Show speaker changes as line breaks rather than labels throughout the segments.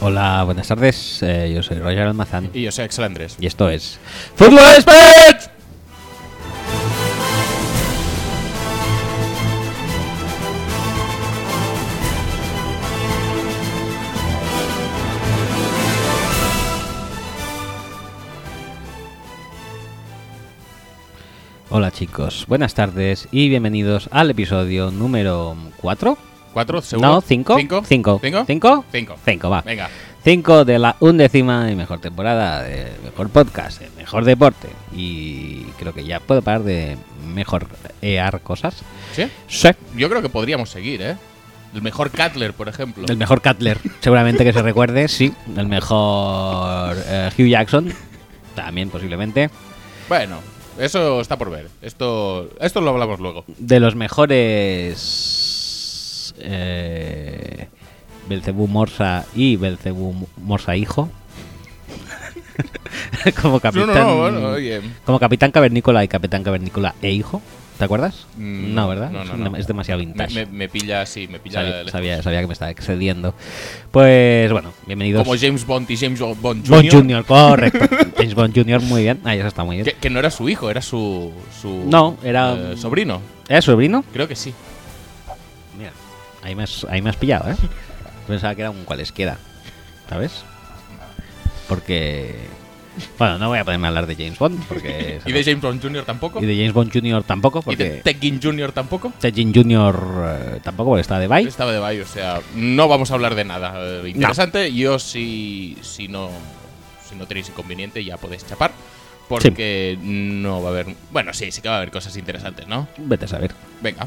Hola, buenas tardes. Eh, yo soy Roger Almazán
Y yo soy Axel Andrés.
y esto es Fútbol Expert. Hola chicos, buenas tardes y bienvenidos al episodio número 4.
¿Cuatro? ¿Seguro?
No, 5.
¿Cinco?
5.
¿Cinco?
5.
Cinco.
5, va.
Venga.
5 de la undécima y mejor temporada de Mejor Podcast, de Mejor Deporte. Y creo que ya puedo parar de mejor ear cosas.
¿Sí?
Sí.
Yo creo que podríamos seguir, ¿eh? El mejor Cutler, por ejemplo.
El mejor Cutler, seguramente que se recuerde, sí. El mejor eh, Hugh Jackson, también posiblemente.
Bueno, eso está por ver. Esto, esto lo hablamos luego.
De los mejores... Eh, Belcebú Morsa y Belcebú Morsa Hijo. Como capitán...
No, no, no, bueno, oye.
Como Capitán Cavernícola y Capitán Cavernícola e hijo. ¿Te acuerdas?
Mm,
no, ¿verdad?
no,
Es
no,
un-
no.
Es demasiado
Me,
vintage.
me- me pilla así, me pilla.
sabía,
lejos.
sabía, sabía que me estaba excediendo. Pues bueno, bienvenidos.
Como James Bond y James Bond Jr.
Bond Jr., correcto. James Bond Jr., muy bien. Ah, eso está muy bien.
Que, que no era su hijo, era su. su
No, era,
eh,
um,
sobrino.
¿Era sobrino?
Creo que sí.
Mira, ahí me, has, ahí me has pillado, ¿eh? Pensaba que era un cualesquiera, ¿sabes? Porque... Bueno, no voy a poderme hablar de James Bond porque...
¿Y de James Bond Jr. tampoco?
y de James Bond Jr. tampoco
¿Y
porque...
de Tekken Jr. tampoco?
Jin Jr. eh, tampoco porque está de bye.
Estaba de Bay, o sea, no vamos a hablar de nada eh, interesante. Yo si, si no si no tenéis inconveniente ya podéis chapar. Porque no va a haber... Bueno, sí, sí que va a haber cosas interesantes, ¿no?
Vete a saber.
Venga.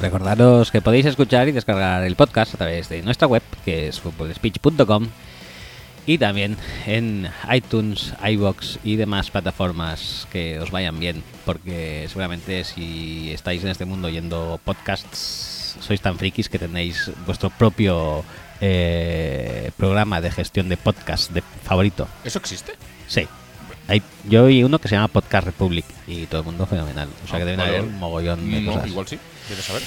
Recordaros que podéis escuchar y descargar el podcast a través de nuestra web, que es footballspeech.com, y también en iTunes, iBox y demás plataformas que os vayan bien, porque seguramente si estáis en este mundo oyendo podcasts, sois tan frikis que tenéis vuestro propio eh, programa de gestión de podcast de favorito.
¿Eso existe?
Sí. Hay, yo vi uno que se llama Podcast Republic y todo el mundo fenomenal. O sea que
Ah,
deben
vale.
haber un mogollón de
No,
cosas.
igual sí. ¿Quieres saber?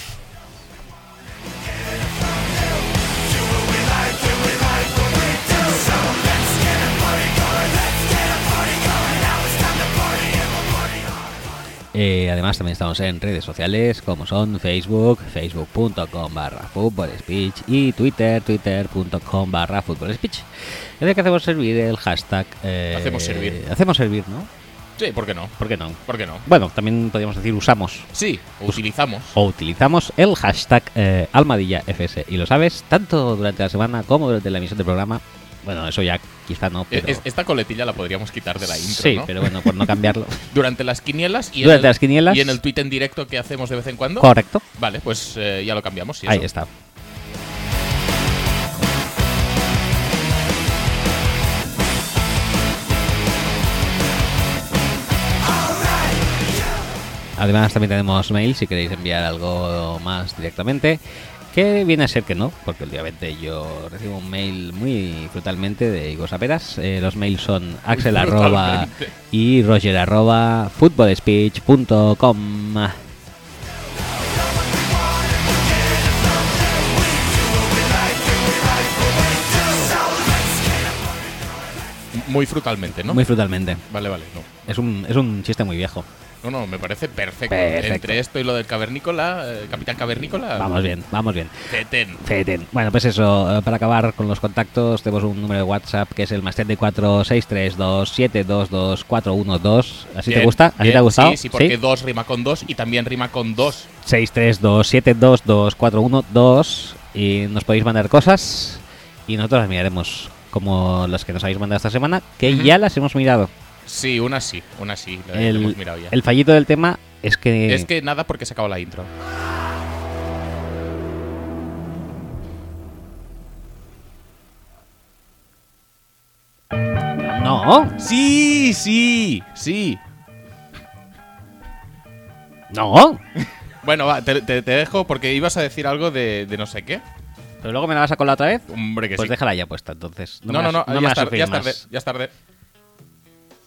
Eh, además también estamos en redes sociales como son Facebook, facebook.com barra Football speech y Twitter, twitter.com barra Football speech. En el que hacemos servir el hashtag... eh,
Hacemos servir.
Hacemos servir, ¿no?
Sí, ¿por qué no?
¿Por qué no?
¿Por qué no?
Bueno, también podríamos decir usamos
Sí,
Pues
o utilizamos.
o utilizamos el hashtag eh, AlmadillaFS y lo sabes tanto durante la semana como durante la emisión del programa. Bueno, eso ya quizá no,
E-
pero...
es- Esta coletilla la podríamos quitar de la intro,
sí,
¿no?
pero bueno, por no cambiarlo.
Durante las quinielas y,
Durante
en el,
las quinielas.
y en el tweet en directo que hacemos de vez en cuando.
Correcto.
Vale, pues eh, ya lo cambiamos. y
Ahí
eso.
está. Además también tenemos mail si queréis enviar algo más directamente, que viene a ser que no, porque últimamente yo recibo un mail muy brutalmente de Igor Saperas. Eh, los mails son axel arroba
Brutalmente.
y roger arroba footballspeech.com.
Muy frutalmente, ¿no?
Muy frutalmente.
Vale, vale, no.
Es un, es un chiste muy viejo.
No, no, me parece perfecto.
Perfecto.
Entre esto y lo del cavernícola, eh, Capitán Cavernícola.
Vamos bien, vamos bien.
Teten.
Feten. Bueno, pues eso, eh, para acabar con los contactos, tenemos un número de WhatsApp que es el más 34 632 722 412. ¿Así te
Bien,
gusta? ¿Así
bien,
te ha gustado?
Sí, sí, porque dos rima con dos y también rima con dos.
632 722 412. Y nos podéis mandar cosas y nosotros las miraremos, como las que nos habéis mandado esta semana, que
Ujú.
ya las hemos mirado.
Sí, una sí, una sí. La la
El,
hemos mirado ya.
el fallito del tema es que.
Es que nada porque se acabó la intro.
No.
Sí, sí, sí.
No.
Bueno, va, te, te- te dejo porque ibas a decir algo de, de no sé qué.
Pero luego me la vas a colar otra vez.
Hombre, que
Pues
sí.
déjala ya puesta, entonces.
No,
me
no,
has-
no,
me
ya,
has
es tarde,
sufrido
ya es tarde,
más.
ya es tarde.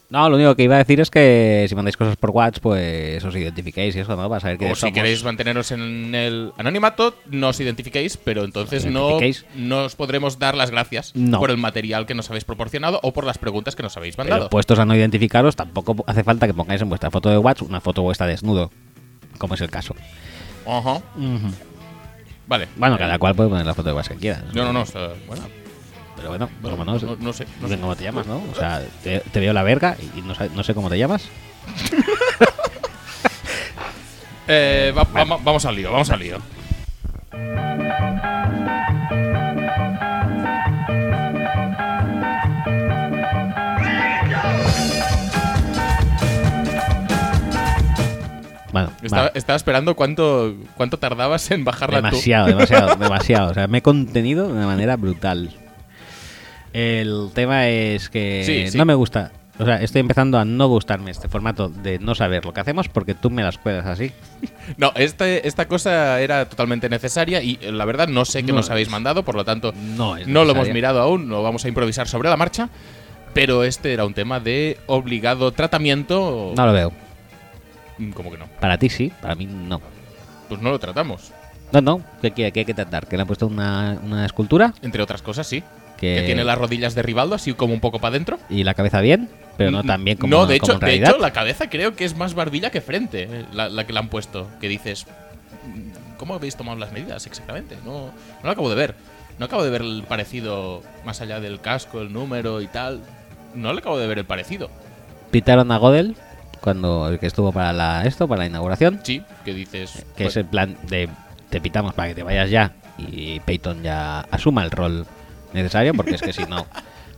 No, lo único que iba a decir es que si mandáis cosas por WhatsApp, pues os identificáis y eso, ¿no? Para saber que
O si queréis manteneros en el anonimato, no os identifiquéis, pero entonces
Os
no,
identifiquéis.
no os podremos dar las gracias
No.
por el material que nos habéis proporcionado o por las preguntas que nos habéis
Pero pues,
mandado.
puestos a no identificaros, tampoco hace falta que pongáis en vuestra foto de WhatsApp una foto vuestra desnudo, como es el caso.
Ajá. Vale.
Bueno,
Eh,
cada cual puede poner la foto de WhatsApp que quiera.
No, no, no. o sea, bueno,
Pero bueno,
Bueno,
como no,
no- no sé, no
sé
sé.
cómo te llamas, ¿no? O sea, te, te veo la verga y no, sab- no sé cómo te llamas.
Eh, va- va- va- vamos al lío, vamos al lío.
Bueno,
Estaba,
vale.
estaba esperando cuánto, cuánto tardabas en bajarla
demasiado, demasiado, demasiado. O sea, me he contenido de una manera brutal. El tema es que
Sí, sí.
no me gusta. O sea, estoy empezando a no gustarme este formato de no saber lo que hacemos porque tú me las cuelas así.
tú. No, este- esta cosa era totalmente necesaria y eh, la verdad no sé qué
No
nos
es-
habéis mandado, por lo tanto
No es
no lo hemos
necesaria.
mirado aún, lo vamos a improvisar sobre la marcha. Pero este era un tema de obligado tratamiento.
No lo veo.
Mm, ¿Cómo que no?
Para ti sí, para mí no.
Pues no lo tratamos.
No, no, que, que, que hay que tratar. Que le han puesto una, una escultura
Entre otras cosas, sí.
que,
Que tiene las rodillas de Rivaldo así como un poco para adentro.
y la cabeza bien, pero no tan bien como,
No, de
como
hecho,
en
de
realidad.
hecho, la cabeza creo que es más barbilla que frente, eh, la, la que le han puesto. Que dices, mm, ¿cómo habéis tomado las medidas exactamente? No, no lo acabo de ver. No acabo de ver el parecido más allá del casco, el número y tal. No le acabo de ver el parecido.
Pitaron a Godel cuando el que estuvo para la, esto, para la inauguración.
Sí, que dices.
que
bueno,
es el plan de te pitamos para que te vayas ya y Peyton ya asuma el rol necesario porque es que si no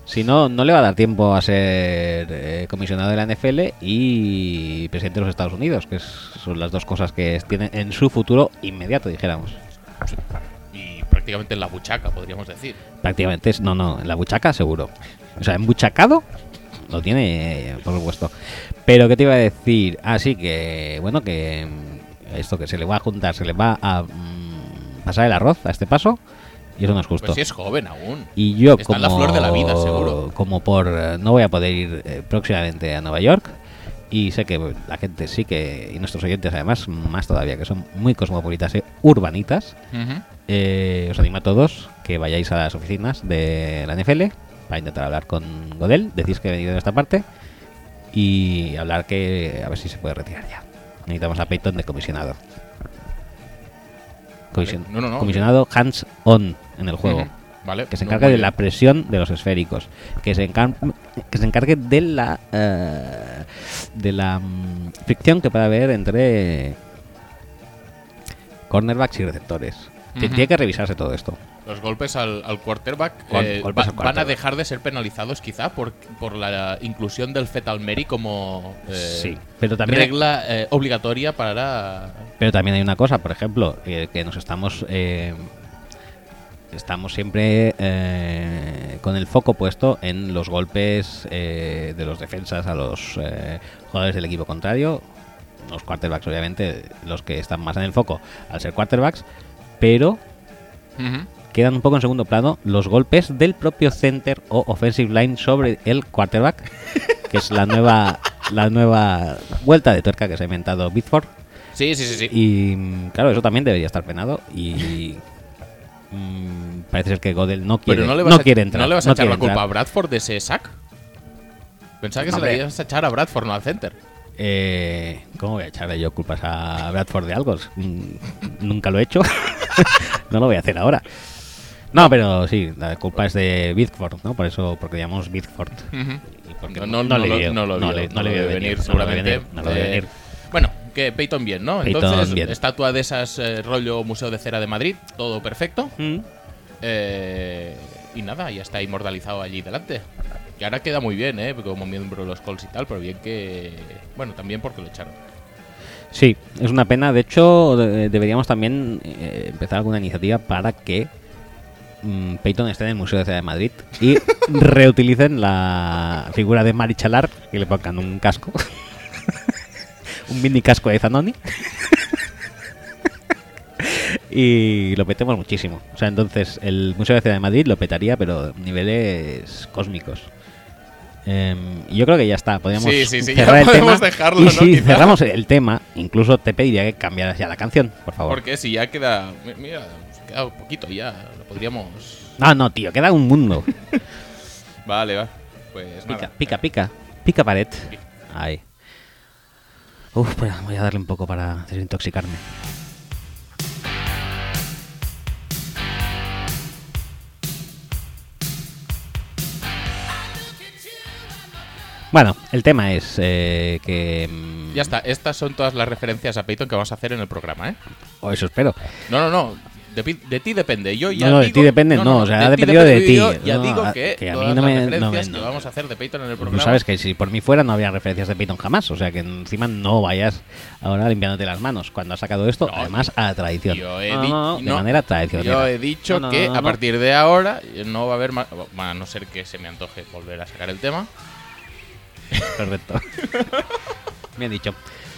si no no le va a dar tiempo a ser eh, comisionado de la NFL y presidente de los Estados Unidos que es- son las dos cosas que tienen en su futuro inmediato dijéramos
Y prácticamente en la buchaca, podríamos decir.
prácticamente es no no en la buchaca seguro o sea embuchacado lo tiene eh, por supuesto pero qué te iba a decir así que bueno que mm, esto que se le va a juntar se le va a mm, pasar el arroz a este paso y eso no es justo
Pues si es joven aún.
y yo
Está
como
en la flor de la vida, seguro.
como por eh, no voy a poder ir eh, próximamente a Nueva York y sé que la gente sí que y nuestros oyentes además más todavía que son muy cosmopolitas y urbanitas eh, os animo a todos que vayáis a las oficinas de la NFL para intentar hablar con Godel. Decís que he venido de esta parte y hablar que a ver si se puede retirar ya. Necesitamos a Peyton de comisionado. Comision-
Vale. No, no, no.
Comisionado hands on en el juego.
Ujú. Vale.
Que se
no,
encargue
muy
de
bien.
la presión de los esféricos. Que se, encar- que se encargue de la. eh, de la mm, fricción que pueda haber entre. cornerbacks y receptores. Ti-
Ujú.
Tiene que revisarse todo esto.
Los golpes al, al quarterback
Gol-
eh,
golpes
va-
al
van a
quarterback.
dejar de ser penalizados quizá por, por la inclusión del fetal Mary como eh,
sí. Pero también.
regla eh, obligatoria para...
Pero también hay una cosa, por ejemplo, eh, que nos estamos. eh, estamos siempre eh, con el foco puesto en los golpes eh, de los defensas a los eh, jugadores del equipo contrario. Los quarterbacks, obviamente, los que están más en el foco al ser quarterbacks. Pero quedan un poco en segundo plano los golpes del propio center o offensive line sobre el quarterback, que es la nueva, la nueva vuelta de tuerca que se ha inventado Bitford.
Sí, sí, sí, sí.
Y mm, claro, eso también debería estar penado. Y mm, parece ser que Godel no quiere,
Pero no le vas
no
a,
quiere entrar.
¿no le vas a echar
quiere
la culpa a
entrar.
Bradford de ese sack. Pensaba que se
Hombre.
la ibas a echar a Bradford, no al center.
Eh, ¿Cómo voy a echarle yo culpas a Bradford de algo? Mm, Nunca lo he hecho. no lo voy a hacer ahora. No, pero sí, la culpa es de Bitford, ¿no? Por eso, porque llamamos Bitford. Y porque
No, no, no
le
lo-
vio-
no lo
no
vio,
le-
no
no le
lo
vio
vio venir,
no lo vio
seguramente.
venir, no lo vio
Eh,
venir.
Bueno, que Peyton bien, ¿no?
Peyton
Entonces,
bien.
estatua de esas, eh, rollo Museo de Cera de Madrid, todo perfecto.
Mm.
Eh, y nada, ya está inmortalizado allí delante. Y ahora queda muy bien, ¿eh? Como miembro de los Colts y tal, pero bien que... Bueno, también porque lo echaron.
Sí, es una pena. De hecho, de- deberíamos también eh, empezar alguna iniciativa para que mm, Peyton esté en el Museo de Ciudad de Madrid y reutilicen la figura de Mari Chalar y le pongan un casco. un mini casco de Zanoni. y lo petemos muchísimo. O sea, entonces el Museo de Ciudad de Madrid lo petaría, pero niveles cósmicos. Em, y yo creo que ya está. Podríamos
Sí, sí, sí, ya
cerrar el
podemos
tema.
dejarlo,
y
¿no?
si
Quizá.
cerramos el tema, incluso te pediría que cambiaras ya la canción, por favor.
Porque si ya queda. mi- Mira, nos queda un poquito ya. Lo podríamos.
No, no, tío, queda un mundo.
Vale, va. Pues
Pica,
nada.
pica, pica. Pica pared. Ahí. Uf, espera, voy a darle un poco para desintoxicarme. Bueno, el tema es eh, que... mm,
Ya está. Estas son todas las referencias a Peyton que vamos a hacer en el programa, ¿eh?
O eso espero.
No, no, no. De, pi- de ti depende. Yo ya
No, no, de
digo-
ti depende, no, o sea, ha
ti
dependido de
depende.
ti.
Yo ya
No, a-
digo que,
que a mí
todas
no me- no
las
me-
referencias
no.
que vamos a hacer de Peyton en el
Tú
programa.
sabes que si por mí fuera no habría referencias de Python jamás. O sea que encima no vayas ahora limpiándote las manos cuando has sacado esto,
No,
además a la tradición.
Yo he
No,
di-
no, no, de
no.
manera tradicional.
Yo he dicho
No, no,
que
no,
a
no.
partir de ahora no va a haber más. A no ser que se me antoje volver a sacar el tema.
Perfecto. Bien dicho.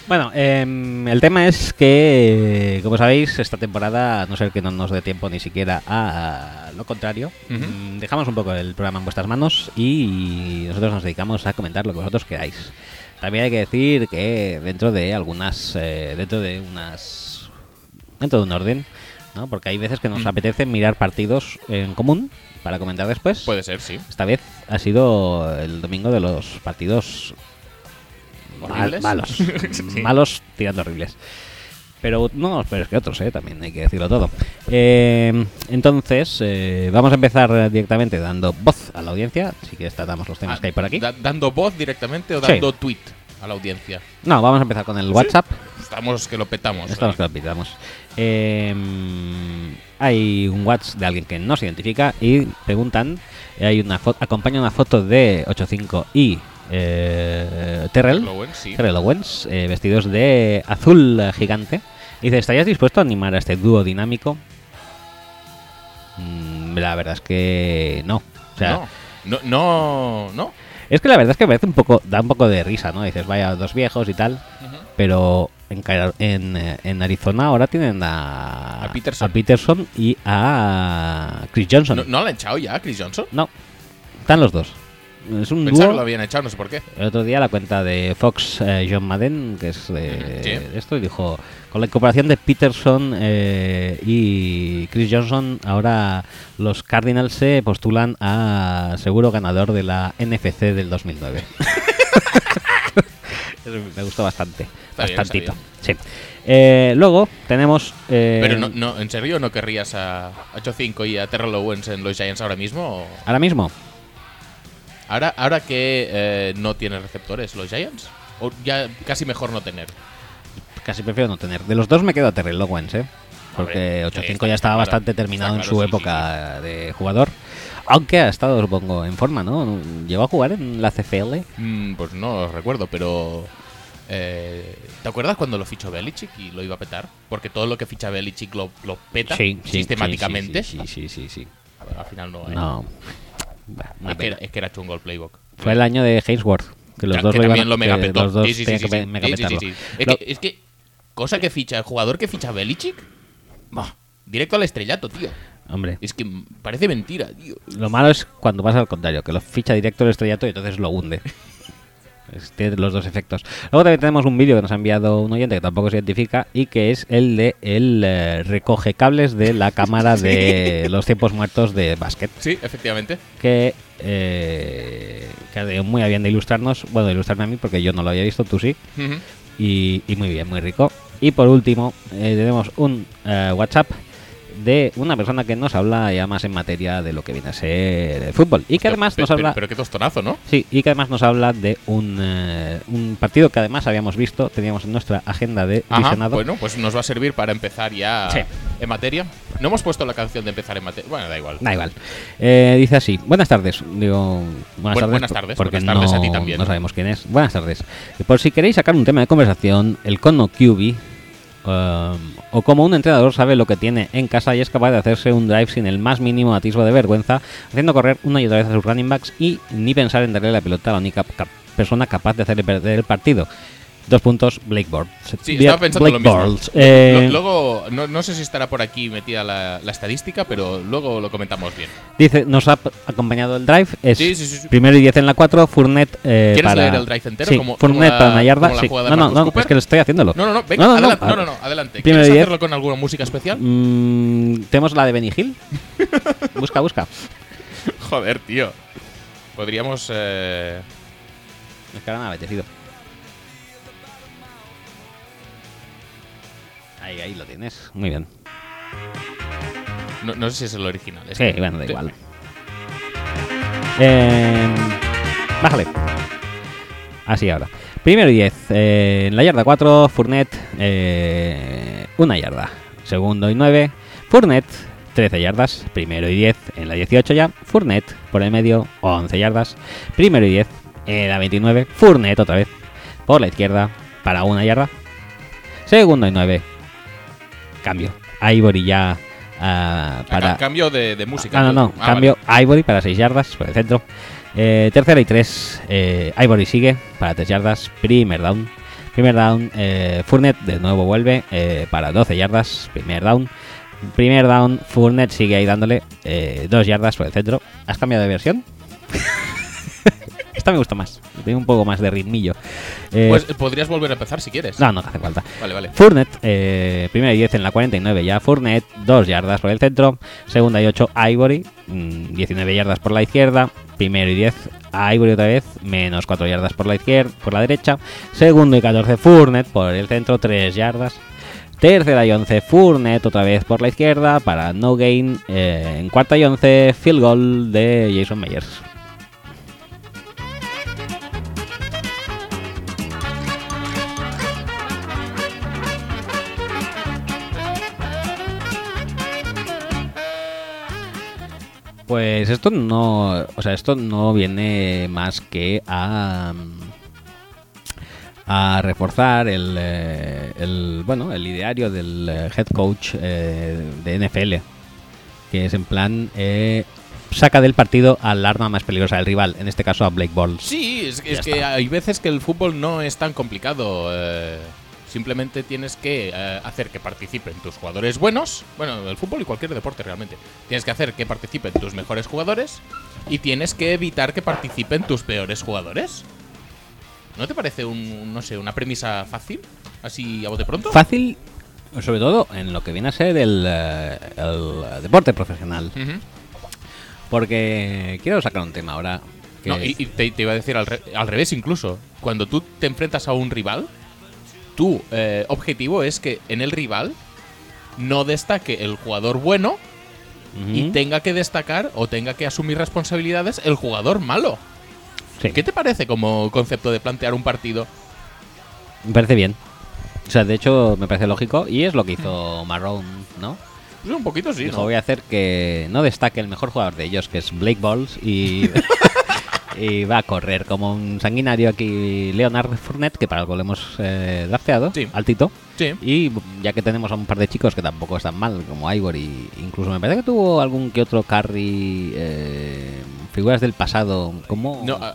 Bueno, em, el tema es que, como sabéis, esta temporada, a no ser que no nos dé tiempo ni siquiera a, a lo contrario,
Ujú.
mm, dejamos un poco el programa en vuestras manos y nosotros nos dedicamos a comentar lo que vosotros queráis. También hay que decir que dentro de algunas, eh, dentro de unas, dentro de un orden, ¿no? porque hay veces que nos
Mm.
apetece mirar partidos en común para comentar después.
Puede ser, sí.
Esta vez ha sido el domingo de los partidos mal-
Horribles.
malos.
Sí.
Malos tirando horribles. Pero no, pero es que otros, ¿eh? también hay que decirlo todo. Eh, entonces, eh, vamos a empezar directamente dando voz a la audiencia. Si quieres, tratamos los temas
Ah,
que hay por aquí.
da- ¿Dando voz directamente o
Sí.
dando tweet a la audiencia?
No, vamos a empezar con el WhatsApp.
Estamos que lo petamos.
Esto nos
hoy.
lo olvidamos. Eh, hay un WhatsApp de alguien que no se identifica y preguntan. eh, Hay una foto, acompaña una foto de 85 y eh, Terrell,
Lowen, sí.
Terrell Owens, eh, vestidos de azul eh, gigante. Y dice, ¿estarías dispuesto a animar a este dúo dinámico? Mm, la verdad es que no. O sea,
no, no, no. no.
es que la verdad es que parece un poco, da un poco de risa, ¿no? Dices, vaya, dos viejos y tal pero en, Cairo- en, eh, en Arizona ahora tienen a,
A Peterson.
Peterson y a Chris Johnson.
¿No, no la han echado ya a Chris Johnson?
No, están los dos. Es un
Pensaba
dúo.
que lo habían echado, no sé por qué.
El otro día la cuenta de Fox eh, John Madden, que es de
Ujú, sí.
esto, y dijo, con la incorporación de Peterson eh, y Chris Johnson, ahora los Cardinals se postulan a seguro ganador de la NFC del 2009. Eso Me gustó bastante.
Está bien,
bastantito. sí. Eh, luego tenemos... eh,
Pero no, no, ¿en serio no querrías a 8-5 y a Terrell Owens en los Giants ahora mismo? ¿O
Ahora mismo,
Ahora, ahora que eh, no tiene receptores los Giants, o ya casi mejor no tener.
casi prefiero no tener. De los dos me quedo a Terrell Owens, ¿eh? Porque 8.5
Hombre, está-
ya estaba
está
bastante
claro,
terminado
está
en su
claro, sí,
época de jugador. Aunque ha estado, supongo, en forma, ¿no? Llegó a jugar en la CFL.
Mm, pues no lo recuerdo, pero. eh, ¿Te acuerdas cuando lo fichó Belichick y lo iba a petar? Porque todo lo que ficha Belichick lo, lo peta sistemáticamente.
Sí, sí, sí. sí, sí.
A ver, al final no. Ah, eh.
No. Bah, una
es, que era,
pena.
es que era chungo el playbook.
Fue el año de Hainsworth. Que los
Ya,
dos
que
lo iban
también lo megapetó.
los dos
Sí, sí,
tenían
sí,
que
sí,
pe-
sí.
megapetarlo.
Sí, sí, sí. Es,
Lo-
que, es que cosa que ficha, el jugador que ficha Belichick, bah, directo al estrellato, tío.
Hombre,
Es que parece mentira, tío.
lo malo es cuando pasa al contrario, que lo ficha directo el estrellato y entonces lo hunde. Es- Tiene los dos efectos. Luego también tenemos un vídeo que nos ha enviado un oyente que tampoco se identifica y que es el de el eh, recoge cables de la cámara de los tiempos muertos de básquet.
Sí, efectivamente.
Que, eh, que ha ido muy bien de ilustrarnos, bueno, de ilustrarme a mí porque yo no lo había visto, tú sí,
Ujú.
y, y muy bien, muy rico. Y por último, eh, tenemos un eh, WhatsApp de una persona que nos habla ya más en materia de lo que viene a ser el fútbol y que además
Pero-
nos
pero-
habla
Pero qué tostonazo, ¿no?
Sí, y que además nos habla de un, eh, un partido que además habíamos visto, teníamos en nuestra agenda de
Ajá,
visionado.
bueno, pues nos va a servir para empezar ya
Sí.
en materia. No hemos puesto la canción de empezar en materia. Bueno, da igual.
Da igual. Eh, dice así, buenas tardes. Digo, buenas
Bu-
tardes.
buenas
por-
tardes,
porque
buenas tardes
no,
a ti también.
No sabemos quién es. Buenas tardes. Por si queréis sacar un tema de conversación, el cono QB um, o como un entrenador sabe lo que tiene en casa y es capaz de hacerse un drive sin el más mínimo atisbo de vergüenza, haciendo correr una y otra vez a sus running backs y ni pensar en darle la pelota a la única cap persona capaz de hacerle perder el partido. Dos puntos, Blake Bortles.
Sí, estaba pensando Blake lo mismo. Eh, luego, no, no, sé si estará por aquí metida la, la, estadística, pero luego lo comentamos bien.
Dice, nos ha acompañado el drive. Es sí, sí, primero y 10 en la 4, Fournette eh,
¿Quieres
para...
leer el drive entero? como,
Fournette
como
para una yarda.
como la
No,
jugada de
no,
Marcus
no,
Cooper.
es que lo estoy haciéndolo.
No, no, no, venga,
No, no, no,
adelante.
a-
No, no, no, adelante.
primero
¿Quieres
diez.
hacerlo con alguna música especial?
Mm, ¿Tenemos la de Benny Hill? busca, busca.
Joder, tío. Podríamos. eh,
Es que ahora me ha apetecido. Ahí, ahí lo tienes. Muy bien.
no, no sé si es el original. es
Sí,
que-
bueno, da
te-
igual. Eh, bájale. Así ahora. Primero y 10. eh, en la yarda 4, Fournette, eh, una yarda. Segundo y 9, Fournette, 13 yardas. Primero y 10, en la 18 ya, Fournette, por el medio, 11 yardas. Primero y 10, en la 29, Fournette otra vez. Por la izquierda, para una yarda. Segundo y 9, cambio. Ivory ya ah,
Ah,
para,
ca- Cambio de, de música.
Ah, no, no.
Ah,
Cambio Ivory para 6 yardas por el centro. Eh, tercera y 3. Ivory sigue para 3 yardas. Primer down. Primer down. Eh, Fournette de nuevo vuelve eh, para 12 yardas. Primer down. Primer down. Fournette sigue ahí dándole 2 yardas por el centro. ¿Has cambiado de versión? Esta me gusta más. Tiene un poco más de ritmillo. Eh,
Pues eh, podrías volver a empezar si quieres.
no, no hace falta.
Vale, vale.
Fournette, eh, primera y 10 en la 49 ya Fournette, 2 yardas por el centro, segunda y 8 Ivory, mm, 19 yardas por la izquierda, primero y 10 Ivory otra vez, menos 4 yardas por la izquierda, por la derecha, segundo y 14 Fournette por el centro, 3 yardas. Tercera y 11 Fournette otra vez por la izquierda para no gain. eh, en cuarta y 11 field goal de Jason Meyers. Pues esto no. O sea, esto no viene más que a. mm, a reforzar el, eh, el, bueno el ideario del eh, head coach eh, de NFL que es en plan eh, saca del partido al arma más peligrosa del rival en este caso a Blake Bortles
Sí, es, es
Ya
que hay veces que el fútbol no es tan complicado. eh, simplemente tienes que eh, hacer que participen tus jugadores buenos. Bueno, el fútbol y cualquier deporte realmente. Tienes que hacer que participen tus mejores jugadores y tienes que evitar que participen tus peores jugadores. ¿No te parece un, no sé, una premisa fácil? Así a bote pronto.
fácil sobre todo en lo que viene a ser el, eh, el deporte profesional
Ujú.
porque quiero sacar un tema ahora que
No, y, y te, te iba a decir al, re- al revés incluso. Cuando tú te enfrentas a un rival, tu eh, objetivo es que en el rival no destaque el jugador bueno
Ujú.
y tenga que destacar o tenga que asumir responsabilidades el jugador malo.
Sí.
¿Qué te parece como concepto de plantear un partido?
Me parece bien. O sea, de hecho, me parece lógico. Y es lo que hizo Marrón, ¿no?
Pues un poquito sí,
Dijo,
¿no?
voy a hacer que no destaque el mejor jugador de ellos, que es Blake Balls, y, y va a correr como un sanguinario aquí Leonard Fournette, que para algo lo hemos eh, drafteado,
Sí.
altito.
Sí.
Y ya que tenemos a un par de chicos que tampoco están mal, como Ivory, incluso me parece que tuvo algún que otro carry, eh, figuras del pasado, como...
No, ah,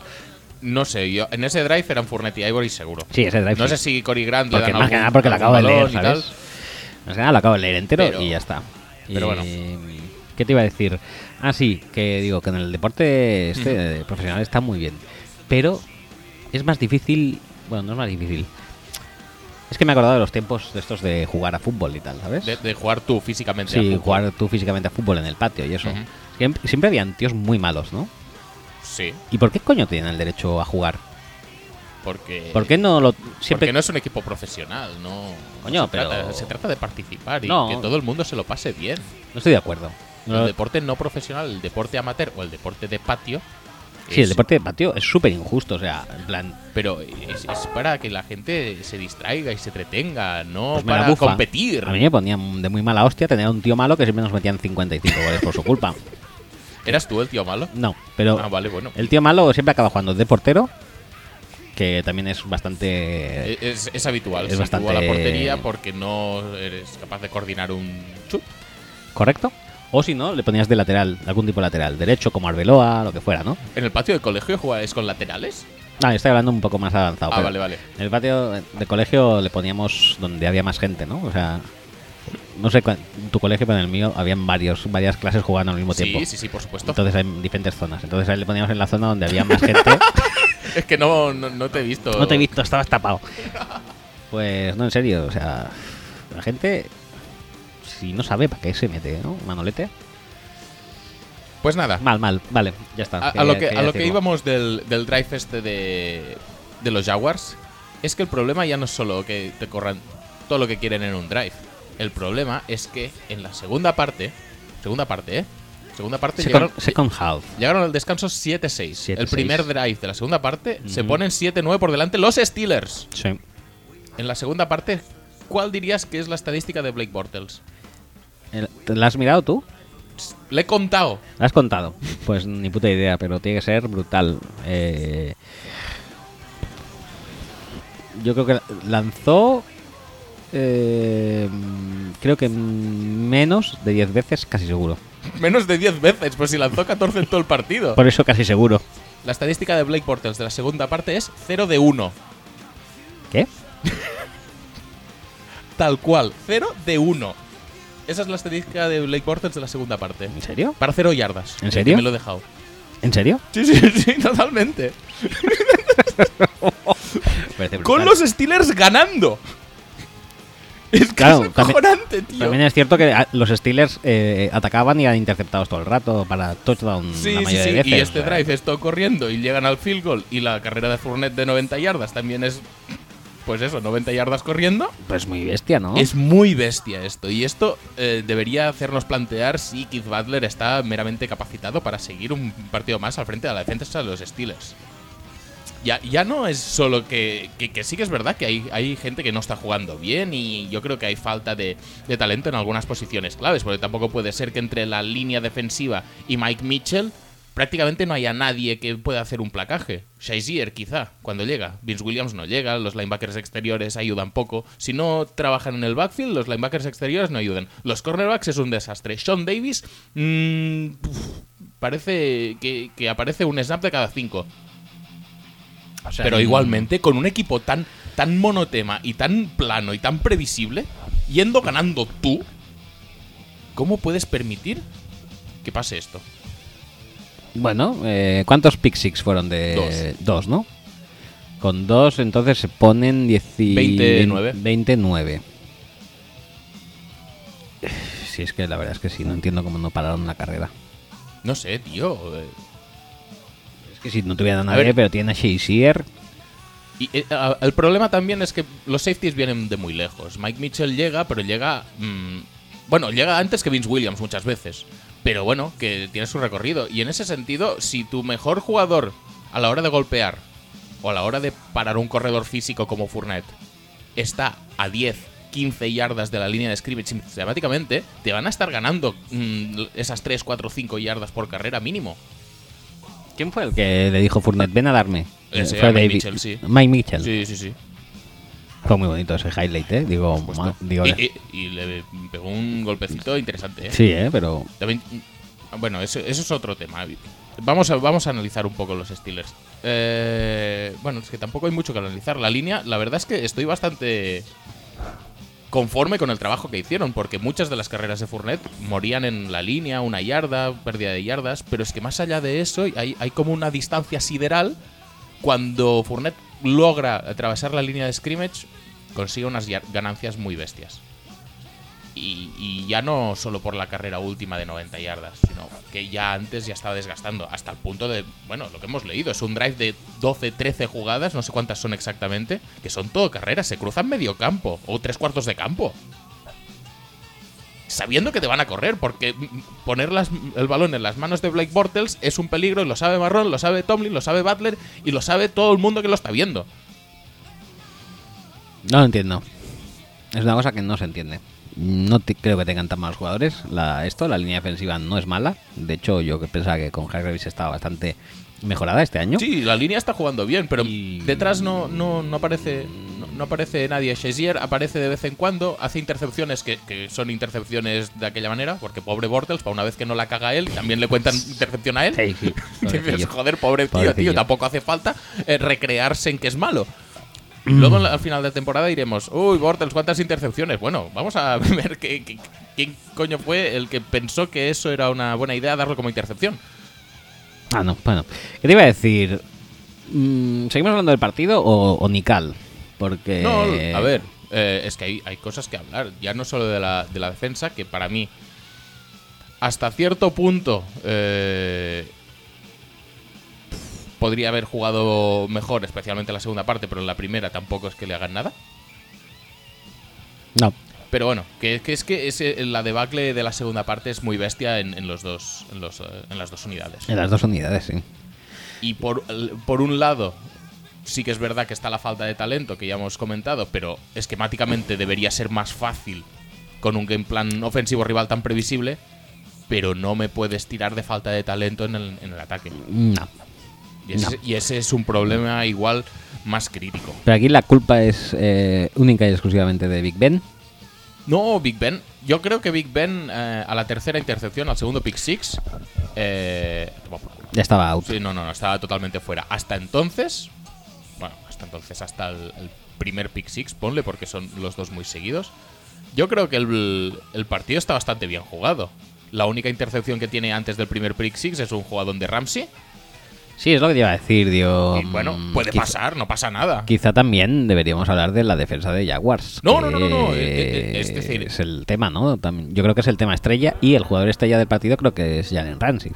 no sé, yo, en ese drive eran Fournette y Ivory seguro.
sí, ese drive
No
sí.
sé si Cory Grant le
Porque
dan
más que
algún-
nada porque lo
algún
acabo de leer,
balón y
¿sabes?
tal.
Más que nada lo acabo de leer entero
Pero-
y ya está.
pero
Y-
bueno.
¿Qué te iba a decir? Ah, sí, que digo que en el deporte este eh, profesional está muy bien. Pero es más difícil. Bueno, no es más difícil. Es que me he acordado de los tiempos de estos de jugar a fútbol y tal, ¿sabes?
De, de jugar tú físicamente.
sí,
al fútbol.
jugar tú físicamente a fútbol en el patio y eso.
Ujú.
Siem- Siempre habían tíos muy malos, ¿no?
Sí,
¿Y por qué coño tienen el derecho a jugar?
porque.
¿Por qué no lo siempre
Porque Eh, no es un equipo profesional, no.
Coño,
se trata-
pero-
se trata de participar y
No.
que todo el mundo se lo pase bien.
No estoy de acuerdo? No-
El deporte no profesional, el deporte amateur o el deporte de patio.
Sí, el
es-
deporte de patio es súper injusto, o sea, en plan,
Pero es, es para que la gente se distraiga y se entretenga, no
pues me la
para
bufa.
competir.
A mí me ponían de muy mala hostia tener a un tío malo que siempre nos metían 55 goles por su culpa.
¿Eras tú el tío malo?
No, pero
Ah, vale, bueno.
el tío malo siempre acaba jugando de portero que también es bastante...
Es, es habitual,
Eh, Es
se
bastante-
sitúa la portería porque no eres capaz de coordinar un chut.
¿Correcto? O si no, le ponías de lateral, de algún tipo de lateral, derecho como Arbeloa, lo que fuera, ¿no?
¿En el patio de colegio jugabas con laterales?
Ah, estoy hablando un poco más avanzado.
Ah,
pero
vale, vale.
En el patio de colegio le poníamos donde había más gente, ¿no? O sea, no sé, cua- en tu colegio, pero en el mío habían varios, varias clases jugando al mismo tiempo.
Sí, sí, sí, por supuesto.
Entonces en diferentes zonas. Entonces ahí le poníamos en la zona donde había más gente.
es que no, no, no te he visto.
no te he visto, estabas tapado. Pues no, en serio, o sea, la gente, si no sabe para qué se mete, ¿no? Manolete.
Pues nada.
Mal, mal, vale, ya está.
A, a
quería-
lo que, a
quería
lo que
decirlo.
íbamos del, del drive este de, de los Jaguars es que el problema ya no es solo que te corran todo lo que quieren en un drive. El problema es que en la segunda parte, segunda parte, ¿eh? Segunda parte llegaron,
Second, second half.
llegaron al descanso 7-6.
7-6.
El primer drive de la segunda parte se
Ujú.
ponen 7-9 por delante los Steelers.
Sí.
En la segunda parte, ¿cuál dirías que es la estadística de Blake Bortles?
El- ¿te- ¿La has mirado tú?
Le he contado.
¿La has contado? Pues ni puta idea, pero tiene que ser brutal. Eh, yo creo que lanzó. eh, creo que menos de 10 veces, casi seguro.
Menos de 10 veces, pues si lanzó 14 en todo el partido.
Por eso casi seguro.
La estadística de Blake Bortles de la segunda parte es 0 de 1.
¿Qué?
Tal cual, 0 de 1. Esa es la estadística de Blake Bortles de la segunda parte.
¿En serio?
Para 0 yardas. Eh,
¿En serio?
Me lo he dejado.
¿En serio?
Sí, sí, sí, totalmente.
Parece brutal.
Con los Steelers ganando. Es que
Claro,
es
también-
acojonante, tío.
También es cierto que ah, los Steelers eh, atacaban y eran interceptados todo el rato para touchdown
Sí,
la
sí,
mayoría
sí.
de veces.
Y este
o sea,
drive es todo corriendo y llegan al field goal y la carrera de Fournette de 90 yardas también es. Pues eso, 90 yardas corriendo.
Pues muy bestia, ¿no?
Es muy bestia esto. Y esto eh, debería hacernos plantear si Keith Butler está meramente capacitado para seguir un partido más al frente de la defensa de los Steelers. Ya, ya no es solo que, que, que sí que es verdad que hay, hay gente que no está jugando bien y yo creo que hay falta de, de talento en algunas posiciones claves, porque tampoco puede ser que entre la línea defensiva y Mike Mitchell prácticamente no haya nadie que pueda hacer un placaje. Shazier quizá, cuando llega. Vince Williams no llega, los linebackers exteriores ayudan poco. Si no trabajan en el backfield, los linebackers exteriores no ayudan. Los cornerbacks es un desastre. Sean Davis... mm, uf, parece que, que aparece un snap de cada cinco.
O sea,
Pero
mm,
igualmente, con un equipo tan, tan monotema y tan plano y tan previsible, yendo ganando tú, ¿cómo puedes permitir que pase esto?
Bueno, eh, ¿cuántos pick six fueron de dos. no? Con dos, entonces se ponen 29.
29.
29. Si es que la verdad es que sí, no entiendo cómo no pararon la carrera.
No sé, tío. eh,
Es que si no tuviera
A
nadie,
ver.
pero tiene a Shazier.
Y eh, a- el problema también es que los safeties vienen de muy lejos. Mike Mitchell llega, pero llega. mm, bueno, llega antes que Vince Williams muchas veces. Pero bueno, que tiene su recorrido. Y en ese sentido, si tu mejor jugador a la hora de golpear o a la hora de parar un corredor físico como Fournette está a 10, 15 yardas de la línea de scrimmage sistemáticamente, te van a estar ganando mm, esas 3, 4, 5 yardas por carrera mínimo.
¿Quién fue el que le dijo Fournette, ven a darme?
Ese,
Eh,
a Mike Mitchell, sí.
Mike Mitchell.
Sí, sí, sí.
Fue muy bonito ese highlight, ¿eh? Digo, ma- digo
Y, y- y le pegó un golpecito interesante, ¿eh?
sí, ¿eh? Pero
También- bueno, eso, eso es otro tema. Vamos a, vamos a analizar un poco los Steelers. Eh, bueno, es que tampoco hay mucho que analizar. La línea, la verdad es que estoy bastante conforme con el trabajo que hicieron, porque muchas de las carreras de Fournette morían en la línea, una yarda, pérdida de yardas, pero es que más allá de eso hay, hay como una distancia sideral cuando Fournette logra atravesar la línea de scrimmage, consigue unas ya- ganancias muy bestias. Y, y ya no solo por la carrera última de 90 yardas, sino que ya antes ya estaba desgastando, hasta el punto de, bueno, lo que hemos leído, es un drive de 12, 13 jugadas, no sé cuántas son exactamente, que son todo carreras, se cruzan medio campo o tres cuartos de campo. Sabiendo que te van a correr, porque mm, poner las- el balón en las manos de Blake Bortles es un peligro, y lo sabe Marrón, lo sabe Tomlin, lo sabe Butler y lo sabe todo el mundo que lo está viendo.
No lo entiendo. Es una cosa que no se entiende. No te- creo que tengan tan malos jugadores. La, esto, la línea defensiva no es mala. De hecho, yo que pensaba que con Hargreaves estaba bastante mejorada este año.
Sí, la línea está jugando bien, pero
Y-
detrás no, no, no aparece no, no aparece nadie. Shazier aparece de vez en cuando, hace intercepciones que, que son intercepciones de aquella manera, porque pobre Bortles, para una vez que no la caga él, también le cuentan intercepción a él.
Sí, sí,
Dices,
pobrecillo.
joder, pobre tío,
Pobrecillo.
tío, tampoco hace falta eh, recrearse en que es malo.
Mm.
Luego al final de temporada iremos, uy, Bortles, ¿cuántas intercepciones? Bueno, vamos a ver qué- qué- quién coño fue el que pensó que eso era una buena idea darlo como intercepción.
Ah, no, bueno. ¿Qué te iba a decir? Mm, ¿Seguimos hablando del partido o, o Nical? Porque.
No, a ver, eh, es que hay, hay cosas que hablar, ya no solo de la, de la defensa, que para mí, hasta cierto punto, eh, podría haber jugado mejor, especialmente en la segunda parte, pero en la primera tampoco es que le hagan nada.
No.
Pero bueno, que, que es que ese- la debacle de la segunda parte es muy bestia en, en los dos, en, los, eh, en las dos unidades.
En las dos unidades, sí.
Y por, por un lado, sí que es verdad que está la falta de talento que ya hemos comentado, pero esquemáticamente debería ser más fácil con un game plan ofensivo rival tan previsible, pero no me puedes tirar de falta de talento en el, en el ataque.
Mm, No.
Y ese,
No.
y ese es un problema igual más crítico.
Pero aquí la culpa es eh, única y exclusivamente de Big Ben.
No, Big Ben. Yo creo que Big Ben eh, a la tercera intercepción, al segundo pick six, eh, toma por culo.
Ya estaba out.
Sí, no, no, no, estaba totalmente fuera. Hasta entonces, bueno, hasta entonces, hasta el, el primer pick six, ponle, porque son los dos muy seguidos. Yo creo que el, el partido está bastante bien jugado. La única intercepción que tiene antes del primer pick six es un jugador de Ramsey.
Sí, es lo que te iba a decir, digo.
y bueno,
mm,
puede
quizá-
pasar, no pasa nada.
Quizá también deberíamos hablar de la defensa de Jaguars.
No, no, no, no, no,
que
eh, eh, es decir-
es el tema, ¿no? También- yo creo que es el tema estrella y el jugador estrella del partido creo que es Jalen Ramsey.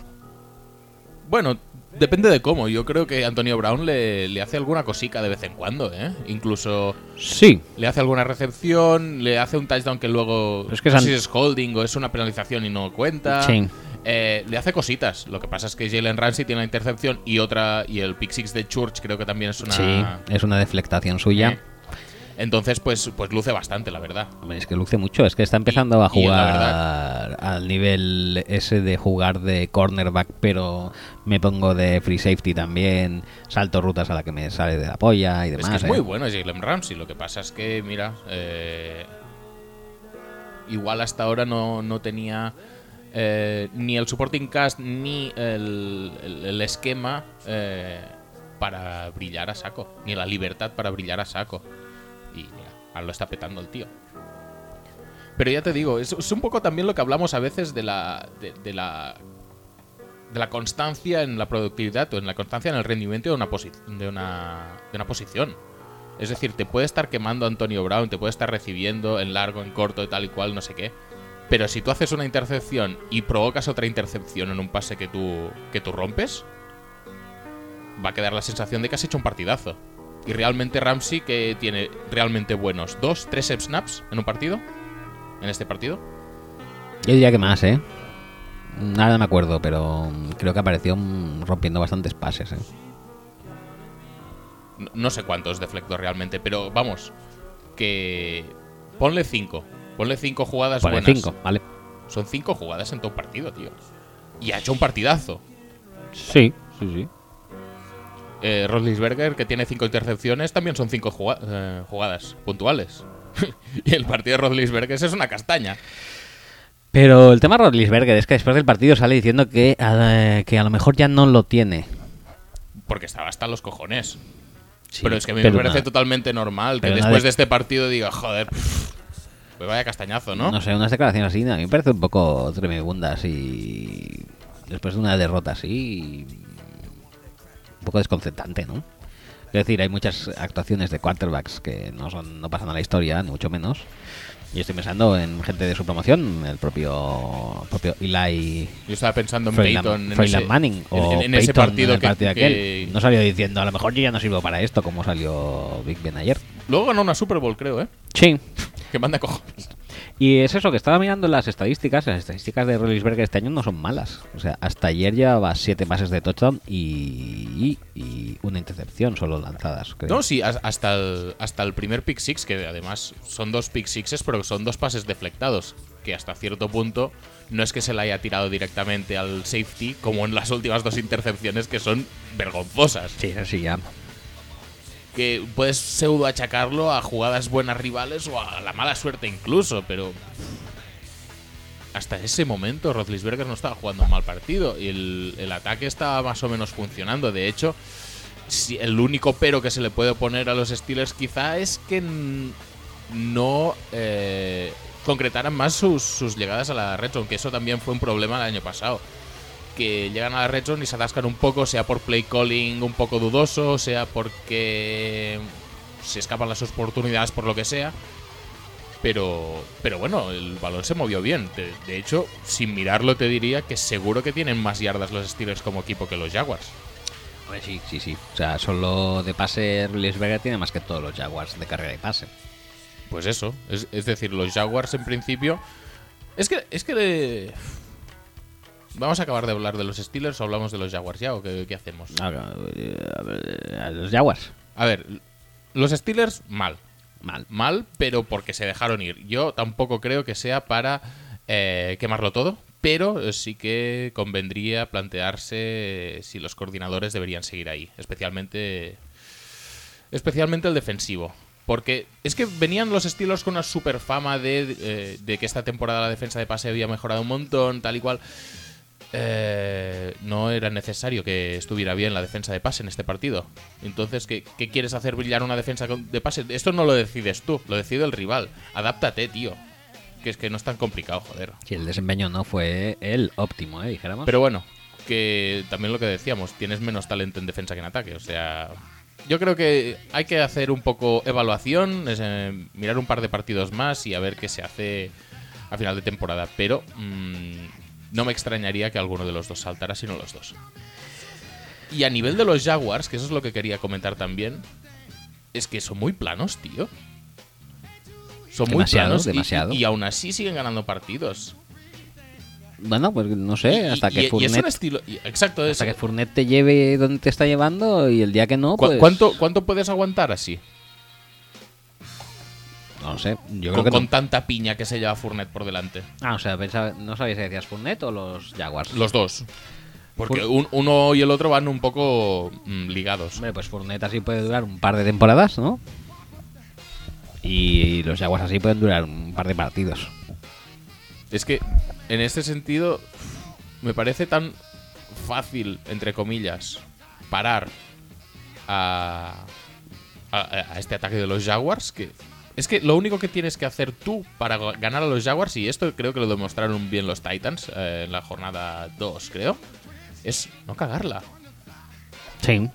Bueno, depende de cómo. Yo creo que Antonio Brown le, le hace alguna cosica de vez en cuando, ¿eh? Incluso
Sí,
le hace alguna recepción, le hace un touchdown que luego
Es que
no
San-
sé si es holding o es una penalización y no cuenta.
Sí.
Eh, le hace cositas. Lo que pasa es que Jalen Ramsey tiene la intercepción y otra y el pick six de Church creo que también es una.
sí, es una deflectación
Eh.
suya.
Entonces, pues, pues luce bastante, la verdad.
Hombre, Es que luce mucho, es que está empezando
Y-
a
y la
jugar al nivel ese de jugar de cornerback, pero me pongo de free safety también, salto rutas a la que me sale de la polla y
Es
demás.
que es
¿eh?
muy bueno Jalen Ramsey. Lo que pasa es que, mira, eh, igual hasta ahora no, no tenía eh, ni el supporting cast ni el, el- el esquema eh, para brillar a saco, ni la libertad para brillar a saco. Y mira, ahora lo está petando el tío. Pero ya te digo, es, es un poco también lo que hablamos a veces de la, de, de la de la constancia en la productividad o en la constancia en el rendimiento de una, posi- de una, de una posición. Es decir, te puede estar quemando Antonio Brown, te puede estar recibiendo en largo, en corto, tal y cual, no sé qué. Pero si tú haces una intercepción y provocas otra intercepción en un pase que tú, que tú rompes, va a quedar la sensación de que has hecho un partidazo. Y realmente Ramsey, que tiene realmente buenos dos, tres snaps en un partido, en este partido,
Yo diría que más, ¿eh? Ahora no me acuerdo, pero creo que apareció mm, rompiendo bastantes pases. ¿eh?
No- no sé cuántos deflectos realmente, pero vamos, que ponle 5. Ponle 5 jugadas
Pone
buenas.
5, ¿vale?
Son 5 jugadas en todo un partido, tío. Y ha hecho un partidazo.
Sí, sí, sí.
Eh, Roethlisberger, que tiene 5 intercepciones, también son 5 jugadas puntuales. y el partido de Roethlisberger es una castaña.
Pero el tema Rodlisberger es que después del partido sale diciendo que, eh, que a lo mejor ya no lo tiene.
Porque estaba hasta los cojones.
Sí,
pero es que a mí me
pero
parece
una-
totalmente normal que
pero una
después
de-
de este partido diga, joder, pff, pues vaya castañazo, ¿no?
No sé, unas declaraciones así, a mí me parece un poco tremebundas y después de una derrota así, un poco desconcertante, ¿no? Es decir, hay muchas actuaciones de quarterbacks que no son no pasan a la historia, ni mucho menos. Y estoy pensando en gente de su promoción, el propio propio Eli
Yo estaba pensando en
Freiland-
Peyton. en
Freiland
ese-
Manning o
en- en ese
Peyton en
partido
el
que-
partido
que-
aquel. No salió diciendo, a lo mejor yo ya no sirvo para esto, como salió Big Ben ayer.
Luego ganó una Super Bowl, creo, ¿eh?
Sí,
Que manda cojones.
Y es eso, que estaba mirando las estadísticas. Las estadísticas de Rollinsberger este año no son malas. O sea, hasta ayer llevaba siete pases de touchdown y, allí y una intercepción solo lanzadas. creo.
No, sí, has- hasta el, hasta el primer pick six, que además son dos pick sixes, pero son dos pases deflectados, que hasta cierto punto no es que se la haya tirado directamente al safety, como en las últimas dos intercepciones que son vergonzosas.
Sí, así ya.
Que puedes pseudo achacarlo a jugadas buenas rivales o a la mala suerte incluso, pero hasta ese momento Roethlisberger no estaba jugando un mal partido y el, el ataque estaba más o menos funcionando. De hecho, si- el único pero que se le puede poner a los Steelers quizá es que n- no eh, concretaran más sus, sus llegadas a la red zone, que eso también fue un problema el año pasado. Que llegan a la red zone y se atascan un poco, sea por play calling un poco dudoso, sea porque se escapan las oportunidades por lo que sea. Pero, pero bueno, el balón se movió bien. De, de hecho, sin mirarlo te diría que seguro que tienen más yardas los Steelers como equipo que los Jaguars.
Hombre, sí, sí, sí. O sea, solo de pase Lisberger tiene más que todos los Jaguars de carrera y pase.
Pues eso, es, es decir, los Jaguars en principio... Es que... Es que eh, Vamos a acabar de hablar de los Steelers o hablamos de los Jaguars ya o qué, qué hacemos.
Ah, eh, A ver, a Los Jaguars,
A ver, los Steelers mal,
mal.
mal, pero porque se dejaron ir. Yo tampoco creo que sea para eh, quemarlo todo, pero eh, sí que convendría plantearse eh, si los coordinadores deberían seguir ahí, especialmente, especialmente el defensivo. Porque es que venían los estilos con una super fama de, eh, de que esta temporada la defensa de pase había mejorado un montón, tal y cual. Eh, no era necesario que estuviera bien la defensa de pase en este partido. Entonces, ¿qué, qué quieres hacer brillar una defensa con- de pase? Esto no lo decides tú, lo decide el rival. Adáptate, tío. Que es que no es tan complicado, joder.
Si el desempeño no fue el óptimo, ¿eh? dijéramos.
Pero bueno, que también lo que decíamos, tienes menos talento en defensa que en ataque. O sea, yo creo que hay que hacer un poco evaluación, es, eh, mirar un par de partidos más y a ver qué se hace a final de temporada. Pero mm, no me extrañaría que alguno de los dos saltara, sino los dos. Y a nivel de los Jaguars, que eso es lo que quería comentar también, es que son muy planos, tío. Son muy
Demasiado,
planos y-
demasiado.
Y, y aún así siguen ganando partidos.
Bueno, pues no sé,
Y-
hasta
y-
que
y es un
Fournette-
estilo. y- Exacto, es,
hasta que Fournette te lleve donde te está llevando y el día que no,
¿Cu-
pues...
¿Cuánto, ¿Cuánto puedes aguantar así?
No lo sé, yo creo
Con,
que
con
no.
tanta piña que se lleva Fournette por delante.
Ah, o sea, pensaba- no sabéis si decías Fournette o los Jaguars.
Los dos. Porque
Fur-
un- uno y el otro van un poco mm, ligados.
Hombre, pues Fournette así puede durar un par de temporadas, ¿no? Y los Jaguars así pueden durar un par de partidos.
Es que en este sentido me parece tan fácil, entre comillas, parar a, a- a este ataque de los Jaguars que... Es que lo único que tienes que hacer tú para ga- ganar a los Jaguars, y esto creo que lo demostraron bien los Titans eh, en la jornada 2, creo, es no cagarla.
Sí.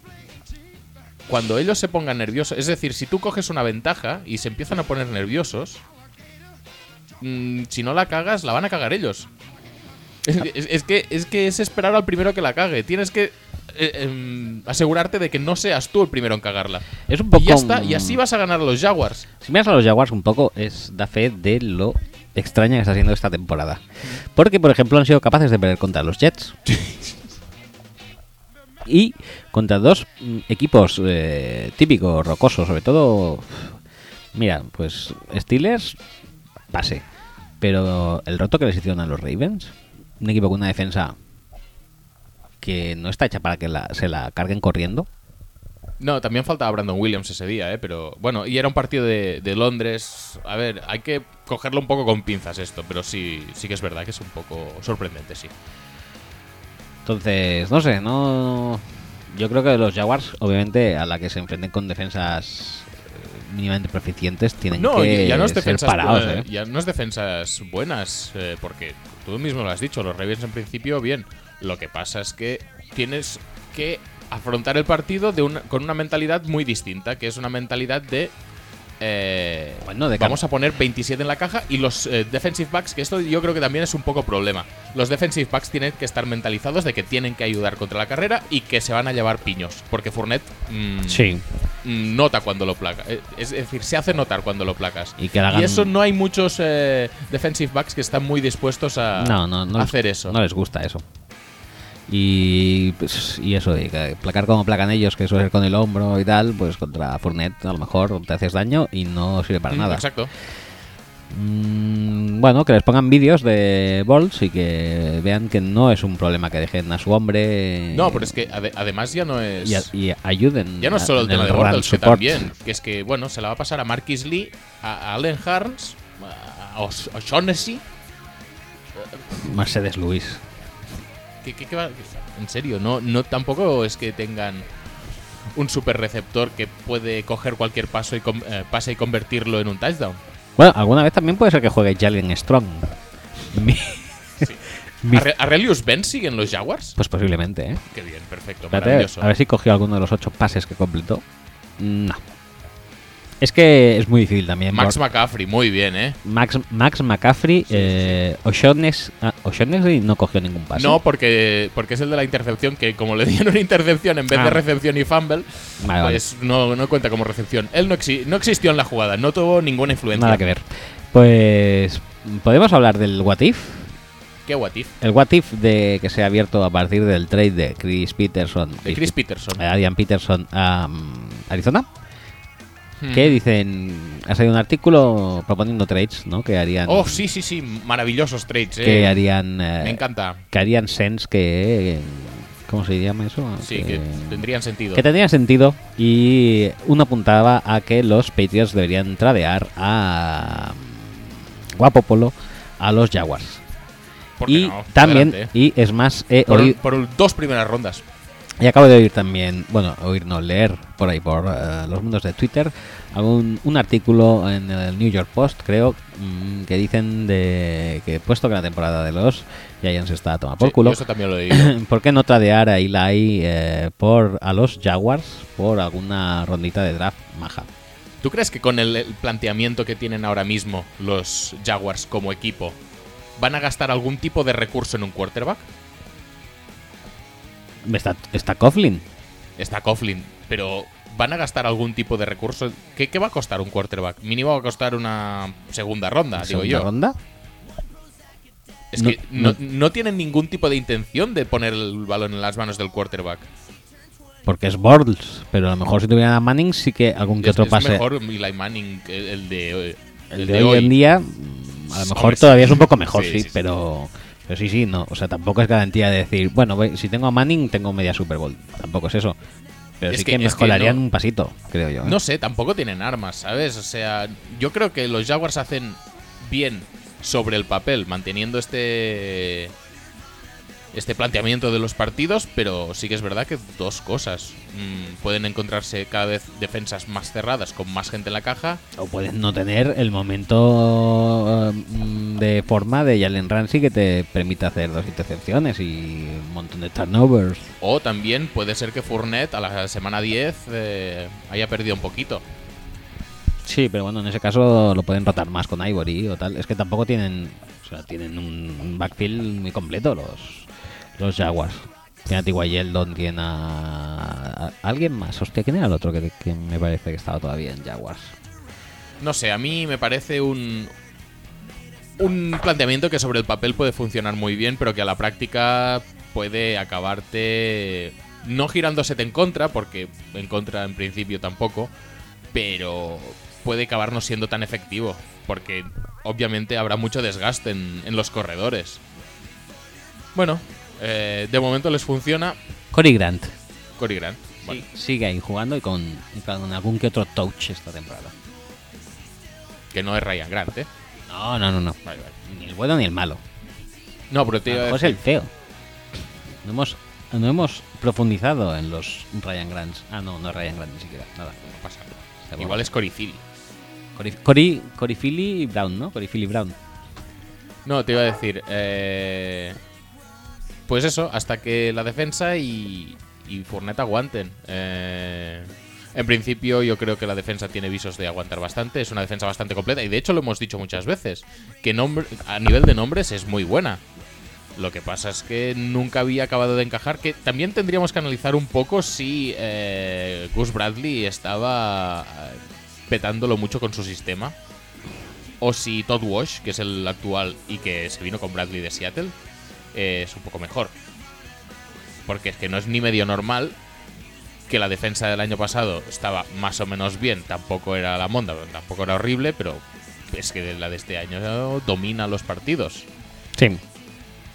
cuando ellos se pongan nerviosos, es decir, si tú coges una ventaja y se empiezan a poner nerviosos, mm, si no la cagas, la van a cagar ellos. Es, es- es que, es que es esperar al primero que la cague. Tienes que eh, em, asegurarte de que no seas tú el primero en cagarla.
Es un poco...
Y ya está, y
un-
así vas a ganar a los Jaguars.
Si miras a los Jaguars un poco, es da fe de lo extraña que está siendo esta temporada. Porque, por ejemplo, han sido capaces de perder contra los Jets. y contra dos mm, equipos eh, típicos, rocosos, sobre todo... Mira, pues Steelers, pase. Pero el roto que les hicieron a los Ravens, un equipo con una defensa que no está hecha para que la- se la carguen corriendo.
No, también faltaba Brandon Williams ese día, ¿eh? Pero bueno, y era un partido de, de Londres. A ver, hay que cogerlo un poco con pinzas esto, pero sí, sí que es verdad que es un poco sorprendente, sí.
Entonces, no sé, no. Yo creo que los Jaguars, obviamente, a la que se enfrenten con defensas eh, mínimamente proficientes, tienen
No,
que
ya no es
ser
defensas,
parados.
eh,
¿eh?
ya no es defensas buenas, eh, porque tú mismo lo has dicho, los Ravens en principio bien. Lo que pasa es que tienes que afrontar el partido de una- con una mentalidad muy distinta, que es una mentalidad de... eh,
Bueno, de
vamos a poner 27 en la caja y los eh, defensive backs, que esto yo creo que también es un poco problema. Los defensive backs tienen que estar mentalizados de que tienen que ayudar contra la carrera y que se van a llevar piños, porque Fournette mm,
Sí.
mm, nota cuando lo placa. Eh, Es decir, se hace notar cuando lo placas.
Y que la hagan-
eso no hay muchos eh, defensive backs que están muy dispuestos a
No, no, no
a
les-
hacer eso.
No les gusta eso. Y, pues, y eso, y que placar como placan ellos, que suele ser con el hombro y tal, pues contra Fournet a lo mejor te haces daño y no sirve para
Mm,
nada.
Exacto.
Mm, bueno, que les pongan vídeos de Balls y que vean que no es un problema que dejen a su hombre.
No, pero es que ade- además ya no es.
Y, a- y ayuden.
Ya no es
a-
solo el
en
tema de
run
Bortles, que
support.
también. Que es que, bueno, se la va a pasar a Marquis Lee, a Allen Harms, a O'S- O'Shaughnessy.
Mercedes Luis.
¿Qué- qué- qué va- En serio, no, no tampoco es que tengan un super receptor que puede coger cualquier paso y com- eh, pase y convertirlo en un touchdown.
Bueno, alguna vez también puede ser que juegue Jalen Strong. Mi- Mi-
¿Arre- ¿Arrelius Ben sigue en los Jaguars?
Pues posiblemente, ¿eh?
Qué bien, perfecto,
Espérate,
maravilloso.
a ver si cogió alguno de los ocho pases que completó. Mm, No. Es que es muy difícil también.
Max
Bor-
McCaffrey, muy bien, ¿eh?
Max, Max McCaffrey,
sí, sí.
eh, O'Shaughnessy ah, O'Shaughnessy no cogió ningún pase.
No, porque, porque es el de la intercepción, que como le dieron intercepción en vez
Ah.
de recepción y fumble,
Vale, vale.
pues no, no cuenta como recepción. Él no, exi- no existió en la jugada, no tuvo ninguna influencia.
Nada que ver. Pues podemos hablar del What If.
Qué what if.
El What If de, que se ha abierto a partir del trade de Chris Peterson.
De Chris Peterson.
a Adrian Peterson a mm, Arizona.
Hmm.
Que dicen, ha salido un artículo proponiendo trades, ¿no? Que harían,
Oh, sí, sí, sí, maravillosos trades, ¿eh?
que harían, eh,
Me encanta.
que harían sense que, eh, ¿cómo se llama eso?
Sí, que tendrían sentido.
que tenía sentido y uno apuntaba a que los Patriots deberían tradear a mm, Guapopolo a los Jaguars.
¿Por qué
Y
no?
también,
Adelante.
y es más, he
Por,
oído-
por dos primeras rondas.
y acabo de oír también, bueno, oír no, leer por ahí, por eh, los mundos de Twitter, algún, un artículo en el New York Post, creo, mm, que dicen de que puesto que la temporada de los Giants está a tomar por
Sí,
culo,
yo eso también lo he oído.
¿por qué no tradear a Eli eh, por, a los Jaguars por alguna rondita de draft maja?
¿Tú crees que con el, el planteamiento que tienen ahora mismo los Jaguars como equipo, van a gastar algún tipo de recurso en un quarterback?
Está, está Coughlin.
Está Coughlin, pero ¿van a gastar algún tipo de recurso? ¿Qué, qué va a costar un quarterback? Mínimo va a costar una segunda ronda, Ah, digo
segunda
yo.
ronda.
Es
No,
que no,
no.
no tienen ningún tipo de intención de poner el balón en las manos del quarterback.
Porque es Bortles, pero a lo mejor si tuvieran a Manning sí que algún que
Es,
otro
es
pase.
mejor Eli Manning, el, el de, eh,
el de hoy en día, mm, a lo mejor
Hombre, sí.
todavía es un poco mejor,
Sí,
sí,
sí, sí.
pero, pero sí, sí, no. O sea, tampoco es garantía de decir, bueno, voy- si tengo a Manning, tengo media Super Bowl. Tampoco es eso. Pero
Es
sí que,
que- es que
mejorarían
no-
un pasito, creo yo. ¿eh?
No sé, tampoco tienen armas, ¿sabes? O sea, yo creo que los Jaguars hacen bien sobre el papel, manteniendo este. Este planteamiento de los partidos, pero sí que es verdad que dos cosas. Mm, pueden encontrarse cada vez defensas más cerradas, con más gente en la caja.
O pueden no tener el momento mm, de forma de Jalen Ramsey que te permita hacer dos intercepciones y un montón de turnovers.
O también puede ser que Fournette a la semana 10 eh, haya perdido un poquito.
Sí, pero bueno, en ese caso lo pueden rotar más con Ivory o tal. Es que tampoco tienen. O sea, tienen un un backfield muy completo los, los Jaguars. Tiene a T.Y. Yeldon, tiene a, a- alguien más. Hostia, ¿quién era el otro que, que me parece que estaba todavía en Jaguars?
No sé, a mí me parece un. Un planteamiento que sobre el papel puede funcionar muy bien, pero que a la práctica puede acabarte. No girándose en contra, porque en contra en principio tampoco, pero puede acabar no siendo tan efectivo, porque obviamente habrá mucho desgaste en, en los corredores. Bueno, eh, de momento les funciona
Cory Grant.
Cory Grant. Bueno,
Sí, sigue ahí jugando y con, y con algún que otro touch esta temporada.
que no es Ryan Grant, ¿eh?
No, no, no, no.
Vale, vale.
Ni el bueno ni el malo.
No, pero te iba a
Pues
decir-
el feo. No hemos, no hemos profundizado en los Ryan Grants. Ah, no, no es Ryan Grant ni siquiera. Nada.
no pasa nada.
Se borra.
Igual es Cory Philly.
Cory, Cory, Cory Philly y Brown, ¿no? Cory Philly Brown.
No, te iba a decir. eh, pues eso, hasta que la defensa y, y Fournette aguanten. Eh, en principio, yo creo que la defensa tiene visos de aguantar bastante. Es una defensa bastante completa. Y de hecho, lo hemos dicho muchas veces: que nombre- a nivel de nombres es muy buena. Lo que pasa es que nunca había acabado de encajar. Que también tendríamos que analizar un poco si eh, Gus Bradley estaba eh, petándolo mucho con su sistema o si Todd Wash, que es el actual y que se vino con Bradley de Seattle, eh, es un poco mejor. Porque es que no es ni medio normal que la defensa del año pasado estaba más o menos bien, tampoco era la monda, tampoco era horrible, pero es que la de este año domina los partidos.
Sí.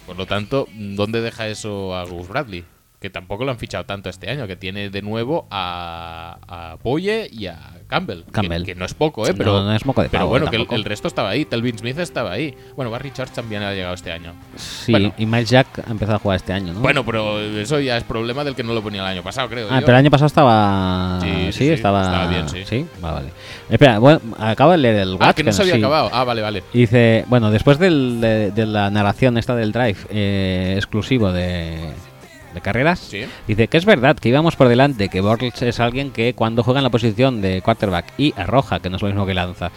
Por lo tanto, ¿dónde deja eso a Gus Bradley? Que tampoco lo han fichado tanto este año, que tiene de nuevo a, a Boye y a Campbell.
Campbell.
Que, que no es poco, ¿eh? Pero,
no, no es moco de
pero
pavo,
bueno, que el,
tampoco.
el resto estaba ahí. Telvin Smith estaba ahí. Bueno, Barry Church también ha llegado este año.
Sí,
bueno.
y Miles Jack ha empezado a jugar este año, ¿no?
Bueno, pero eso ya es problema del que no lo ponía el año pasado, creo.
Ah,
yo.
pero el año pasado estaba.
Sí, sí,
Sí,
sí,
estaba.
estaba bien, sí.
vale, vale. Espera, bueno, acabo de leer el
Ah,
WhatsApp.
que no se había acabado. Ah, vale, vale.
Dice, bueno, después del- de, de la narración esta del drive eh, exclusivo de, de carreras,
Sí.
dice que es verdad que íbamos por delante, que Bortles es alguien que cuando juega en la posición de quarterback y arroja, que no es lo mismo que lanza,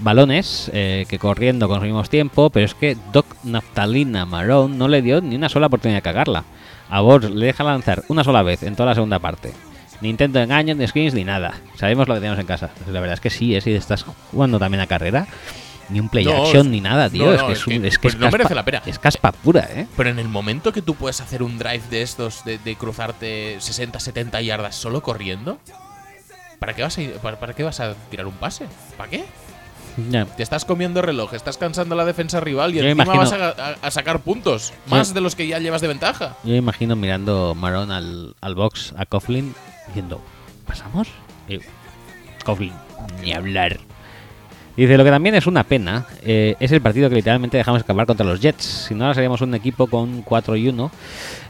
balones, eh, que corriendo conseguimos tiempo, pero es que Doc Naftalina Marón no le dio ni una sola oportunidad de cagarla. A Bortles le deja lanzar una sola vez en toda la segunda parte. Ni intento de engaños, ni screens, ni nada. Sabemos lo que tenemos en casa. La verdad es que sí, ¿eh? si estás jugando también a carrera, ni un play
No,
action,
es-
ni nada, tío.
no,
es
no,
que
es
es, un-
que-
es que
pues
es
no merece
caspa-
la pena.
Es caspa pura, ¿eh?
Pero en el momento que tú puedes hacer un drive de estos, de, de cruzarte 60, 70 yardas solo corriendo, ¿para qué, vas a ir- para, para qué vas a tirar un pase? ¿Para qué?
Ya.
Te estás comiendo reloj, estás cansando a la defensa rival y
Yo me
encima vas
imagino-
a, a- a sacar puntos, más de los que ya llevas de ventaja.
Yo me imagino mirando Marón al, al box a Coughlin diciendo, ¿pasamos? Y Coughlin, ni hablar. Dice, lo que también es una pena eh, es el partido que literalmente dejamos escapar contra los Jets. Si no, ahora seríamos un equipo con 4 y 1,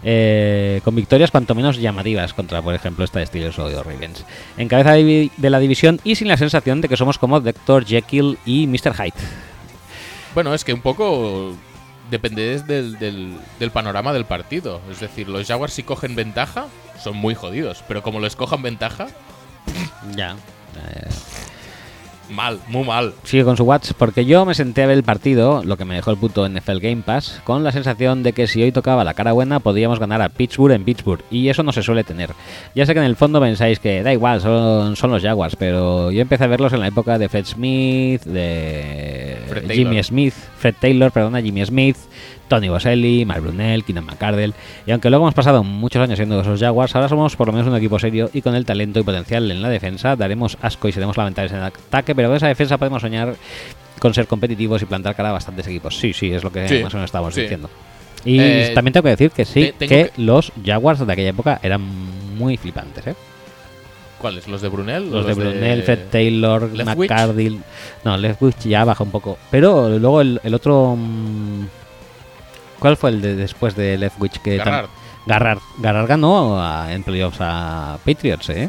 eh, con victorias cuanto menos llamativas contra, por ejemplo, esta de Steelers o de Ravens. En cabeza de, de la división y sin la sensación de que somos como Dr. Jekyll y Mr. Hyde.
Bueno, es que un poco depende del, del- del panorama del partido. Es decir, los Jaguars si cogen ventaja, son muy jodidos, pero como les cojan ventaja,
Ya.
mal, muy mal.
Sigue con su watch porque yo me senté a ver el partido, lo que me dejó el puto NFL Game Pass, con la sensación de que si hoy tocaba la cara buena podíamos ganar a Pittsburgh en Pittsburgh y eso no se suele tener. Ya sé que en el fondo pensáis que da igual, son, son los Jaguars, pero yo empecé a verlos en la época de Fred Smith, de
Fred Taylor.
Jimmy Smith, Fred Taylor, perdona, Jimmy Smith, Tony Boselli, Mike Brunel, Keenan McCardell y aunque luego hemos pasado muchos años siendo esos Jaguars, ahora somos por lo menos un equipo serio y con el talento y potencial en la defensa daremos asco y seremos lamentables en el ataque, pero con esa defensa podemos soñar con ser competitivos y plantar cara a bastantes equipos. Sí, sí, es lo que
Sí,
más o menos estábamos
sí.
diciendo. Y
Eh,
también tengo que decir que sí,
te- tengo
que,
que-
los Jaguars de aquella época eran muy flipantes, ¿eh?
¿Cuáles? ¿Los de Brunel? o
Los, de Brunel, Fred Taylor,
Leftwich?
McCardill. No, Leftwich ya baja un poco. Pero luego el, el otro. mm, ¿Cuál fue el de después de Leftwich? Que tam-
Garrard.
Garrard. Garrard ganó a- en playoffs a Patriots, ¿eh?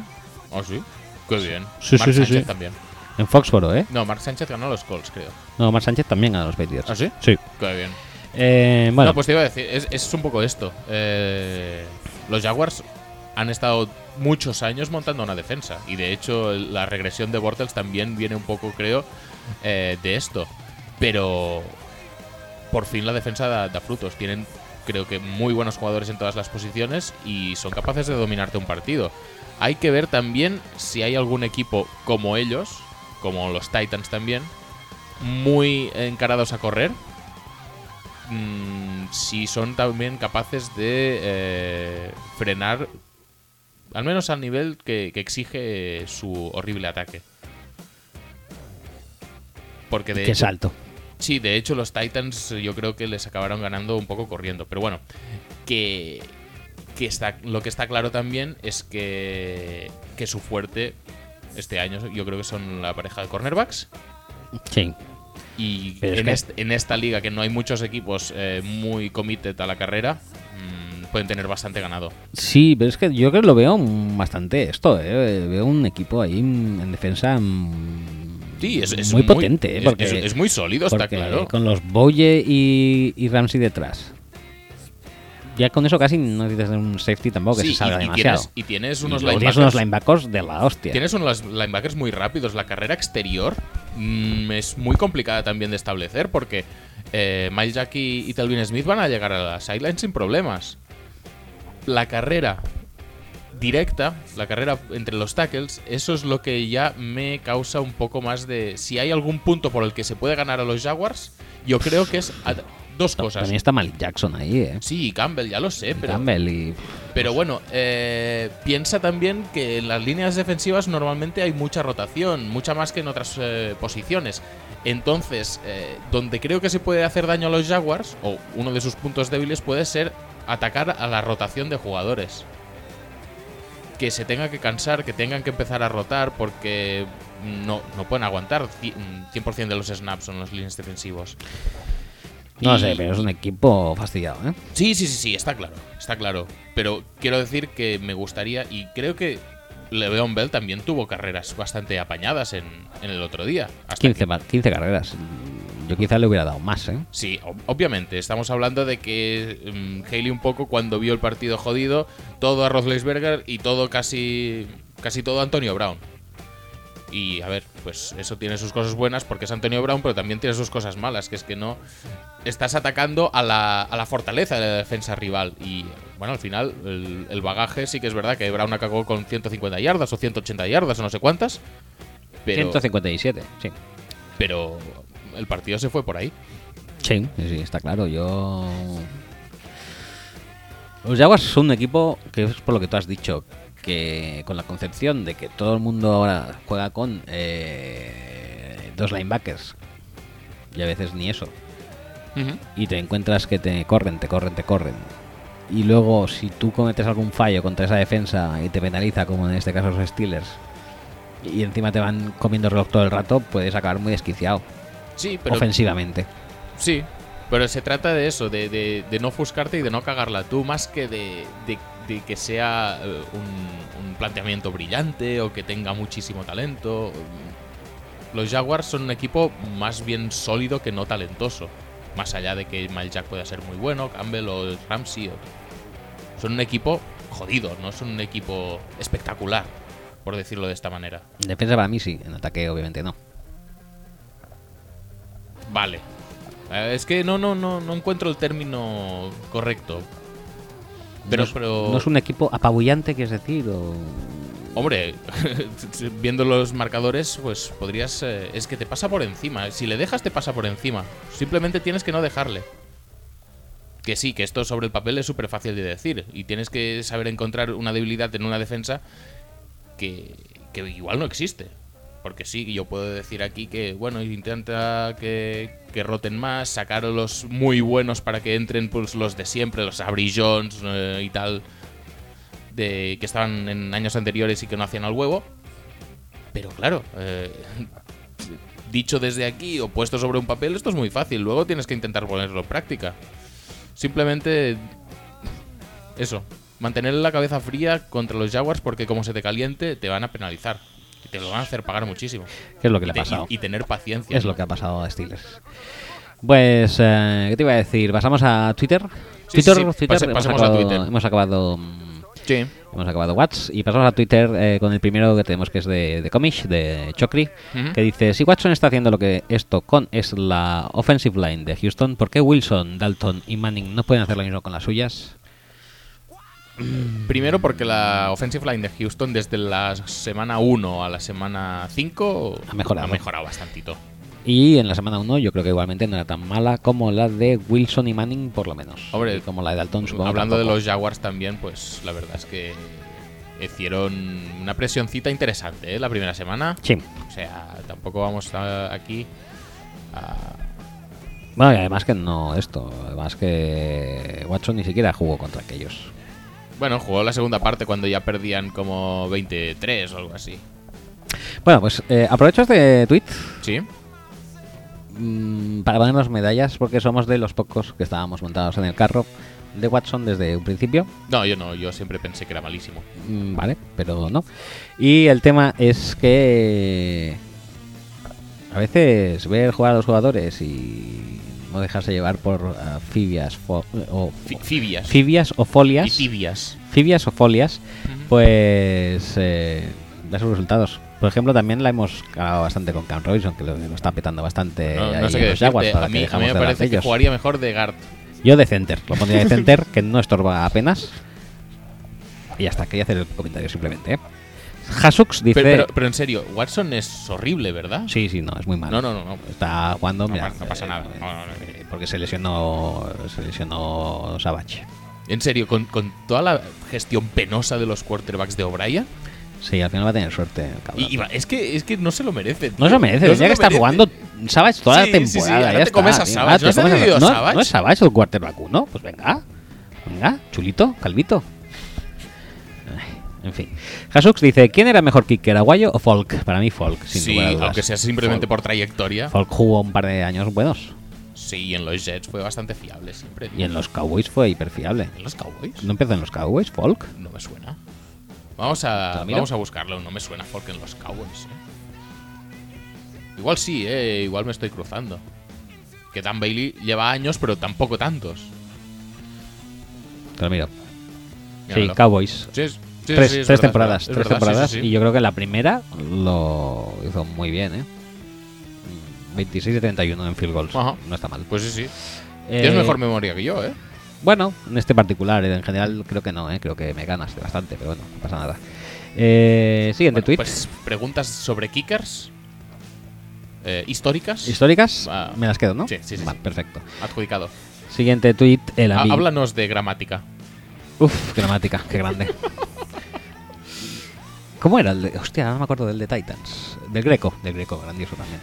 Ah, sí. Qué bien.
Sí, sí,
Mark
sí,
Sánchez
sí.
también.
En Foxboro, ¿eh?
No, Mark Sánchez ganó los Colts, creo.
No, Mar Sánchez también ganó a los Patriots.
¿Ah, sí?
Sí.
Qué bien.
Eh, bueno,
No, pues te iba a decir, es, es un poco esto. Eh, los Jaguars han estado muchos años montando una defensa. Y de hecho, el- la regresión de Bortles también viene un poco, creo, eh, de esto. Pero por fin la defensa da, da frutos. Tienen, creo que, muy buenos jugadores en todas las posiciones y son capaces de dominarte un partido. Hay que ver también si hay algún equipo como ellos, como los Titans también, muy encarados a correr, mm, si son también capaces de eh, frenar, al menos al nivel que, que exige su horrible ataque. Porque de
qué
hecho,
salto.
Sí, de hecho los Titans eh, yo creo que les acabaron ganando un poco corriendo. Pero bueno, que, que está, lo que está claro también es que, que su fuerte este año yo creo que son la pareja de cornerbacks.
Sí.
Y
Pero es
en,
que-
est- en esta liga que no hay muchos equipos eh, muy committed a la carrera, mm, pueden tener bastante ganado.
Sí, pero es que yo creo que lo veo mm, bastante esto, ¿eh? Veo un equipo ahí mm, en defensa mm,
Sí, es, es
muy, potente, ¿eh?
es-
Porque,
es, es muy sólido, está
porque
claro.
con los Boye y, y Ramsey detrás. Ya con eso casi no necesitas un safety tampoco que
Sí,
se salga
y, y
demasiado.
tienes, y tienes
Y
unos
luego
linebackers.
tienes unos linebackers de la hostia.
Tienes unos linebackers muy rápidos. La carrera exterior mm, es muy complicada también de establecer porque eh, Miles Jack y, y Talvin Smith van a llegar a la sideline sin problemas. La carrera directa, la carrera entre los tackles, eso es lo que ya me causa un poco más de... Si hay algún punto por el que se puede ganar a los Jaguars, yo creo que es... a- dos cosas.
También está Malik Jackson ahí, ¿eh?
Sí, Campbell, ya lo sé, pero.
Campbell y.
Pero bueno, eh, piensa también que en las líneas defensivas normalmente hay mucha rotación, mucha más que en otras eh, posiciones. Entonces, eh, donde creo que se puede hacer daño a los Jaguars, o uno de sus puntos débiles puede ser atacar a la rotación de jugadores. Que se tenga que cansar, que tengan que empezar a rotar, porque no, no pueden aguantar mm, 100% de los snaps en los líneas defensivos.
No sé, pero es un equipo fastidiado, ¿eh?
Sí, sí, sí, sí, está claro, está claro. Pero quiero decir que me gustaría, y creo que Le'Veon Bell también tuvo carreras bastante apañadas en, en el otro día.
Hasta 15, que... 15 carreras. Yo quizá le hubiera dado más, ¿eh?
Sí, ob obviamente. Estamos hablando de que um, Haley un poco cuando vio el partido jodido, todo a Roethlisberger y todo casi, casi todo a Antonio Brown. Y a ver, pues eso tiene sus cosas buenas porque es Antonio Brown, pero también tiene sus cosas malas, que es que no estás atacando a la, a la fortaleza de la defensa rival. Y bueno, al final el, el bagaje sí que es verdad que Brown acabó con 150 yardas o 180 yardas o no sé cuántas. Pero,
157, sí.
Pero el partido se fue por ahí.
Sí, sí, está claro. Yo. Los Jaguars son un equipo que es por lo que tú has dicho, que con la concepción de que todo el mundo ahora juega con eh, dos linebackers y a veces ni eso uh -huh. y te encuentras que te corren, te corren, te corren y luego si tú cometes algún fallo contra esa defensa y te penaliza como en este caso los Steelers y encima te van comiendo reloj todo el rato puedes acabar muy desquiciado
sí, pero,
ofensivamente
sí pero se trata de eso, de, de, de no ofuscarte y de no cagarla tú, más que de, de de que sea eh, un, un, planteamiento brillante o que tenga muchísimo talento. Los Jaguars son un equipo más bien sólido que no talentoso. Más allá de que Mal Jack pueda ser muy bueno, Campbell o Ramsey. O... Son un equipo jodido, no son un equipo espectacular, por decirlo de esta manera.
En defensa para mí sí, en ataque obviamente no.
Vale. Eh, Es que no, no, no, no encuentro el término correcto. Pero,
no es,
pero...
no es, un equipo apabullante, quieres decir, o...
Hombre, viendo los marcadores, pues podrías... Eh, es que te pasa por encima. Si le dejas, te pasa por encima. Simplemente tienes que no dejarle. Que sí, que esto sobre el papel es súper fácil de decir. Y tienes que saber encontrar una debilidad en una defensa que, que igual no existe. Porque sí, yo puedo decir aquí que, bueno, intenta que, que roten más, sacar a los muy buenos para que entren pues, los de siempre, los Avery Jones eh, y tal, de, que estaban en años anteriores y que no hacían al huevo. Pero claro, eh, dicho desde aquí o puesto sobre un papel, esto es muy fácil. Luego tienes que intentar ponerlo en práctica. Simplemente eso, mantener la cabeza fría contra los Jaguars porque como se te caliente te van a penalizar te lo van a hacer pagar muchísimo.
¿Qué es lo que le
y,
ha pasado?
Y, y, tener paciencia.
Es lo que ha pasado a Steelers. Pues, eh, ¿qué te iba a decir? ¿Pasamos a Twitter?
Sí,
Twitter,
sí, sí.
Twitter,
Pase,
hemos
pasemos
acabado,
a Twitter.
Hemos acabado.
Sí.
Hemos acabado Watts y pasamos a Twitter eh, con el primero que tenemos que es de, de Comish, de Chocri,
Uh -huh.
que dice, si Watson está haciendo lo que esto con es la offensive line de Houston, ¿por qué Wilson, Dalton y Manning no pueden hacer lo mismo con las suyas?
Primero porque la offensive line de Houston desde la semana 1 a la semana 5
Ha mejorado.
ha mejorado bastantito.
Y en la semana 1 yo creo que igualmente no era tan mala como la de Wilson y Manning, por lo menos.
Hombre,
Y como la de Dalton, supongo.
Hablando de
tampoco.
los Jaguars también, pues la verdad es que hicieron una presioncita interesante ¿eh? la primera semana.
Sí.
O sea, tampoco vamos a- aquí a...
Bueno, y además que no esto. Además que Watson ni siquiera jugó contra aquellos.
Bueno, jugó la segunda parte cuando ya perdían como 23 o algo así.
Bueno, pues eh, aprovecho este tweet
Sí.
mm, para ponernos medallas porque somos de los pocos que estábamos montados en el carro de Watson desde un principio.
No, yo no, yo siempre pensé que era malísimo.
Mm, Vale, pero no. Y el tema es que a veces ver jugar a los jugadores y no dejarse llevar por ah, fibias fo- o
Fi- Fibias.
fibias o
y
folias,
tibias.
fibias o folias,
Ujú.
pues eh, da sus resultados. Por ejemplo, también la hemos ganado bastante con Cam Robinson, que lo, lo está petando bastante
No,
eh, ahí
no sé
en
qué
los Jaguars
decirte.
para
A
que
mí, a
dejamos
mí me
de hablar de
parece que
ellos.
jugaría mejor de guard.
Yo de center, lo pondría de center, que no estorba apenas. Y hasta quería hacer el comentario simplemente. ¿eh? Hasux dice.
Pero, pero, pero en serio, Watson es horrible, ¿verdad?
sí, sí, no, es muy malo.
No, no, no. no.
Está jugando.
No
mira,
pa- no pasa nada. No, no, no.
eh, porque se lesionó, se lesionó Savage.
En serio, ¿Con, con, toda la gestión penosa de los quarterbacks de O'Brien.
Sí, al final va a tener suerte.
Cabrón. Y, y va, es, que, es que no se lo merece. Tío.
No se lo merece,
no
ya que está merece. jugando Savage toda sí, la temporada. Sí, sí, ahora
ya te
está,
comes a Savage. ¿No,
comes
a...
¿No,
Savage?
¿No es Savage el quarterback 1? Pues venga, venga, chulito, calvito. En fin. Jasux dice, ¿quién era mejor kicker, Aguayo o Folk? Para mí Folk, sin
Sí,
lugar a dudas.
aunque sea simplemente
Folk.
por trayectoria.
Folk jugó un par de años buenos.
Sí, y en los Jets fue bastante fiable siempre. tío.
Y en los Cowboys fue hiperfiable.
¿En los Cowboys?
¿No empezó en los Cowboys, Folk?
No me suena. Vamos a,
Ah, mira.
vamos a buscarlo, no me suena Folk en los Cowboys. ¿eh? Igual sí, eh, igual me estoy cruzando. Que Dan Bailey lleva años, pero tampoco tantos.
Te lo miro. Sí,
Míralo.
Cowboys.
Sí, es- sí, sí,
tres tres
es verdad, es
temporadas.
verdad,
tres
es verdad, sí,
temporadas.
sí, sí.
Y yo creo que la primera lo hizo muy bien, ¿eh? 26 de 31 en field goals.
Ajá.
No está mal.
Pues sí, sí.
Eh,
Tienes mejor memoria que yo, ¿eh?
Bueno, en este particular, en general creo que no, ¿eh? creo que me ganaste bastante, pero bueno, no pasa nada. Eh, siguiente
Bueno,
tweet.
Pues preguntas sobre kickers eh, históricas.
¿Históricas?
Ah.
me las quedo, ¿no?
Sí, sí, sí, Ah,
Vale,
sí.
perfecto.
adjudicado.
Siguiente tweet. El
Ha-
ambi-
háblanos de gramática.
Uf, gramática, qué grande. ¿Cómo era el de.? Hostia, no me acuerdo del de Titans. Del Greco, del Greco, grandioso también.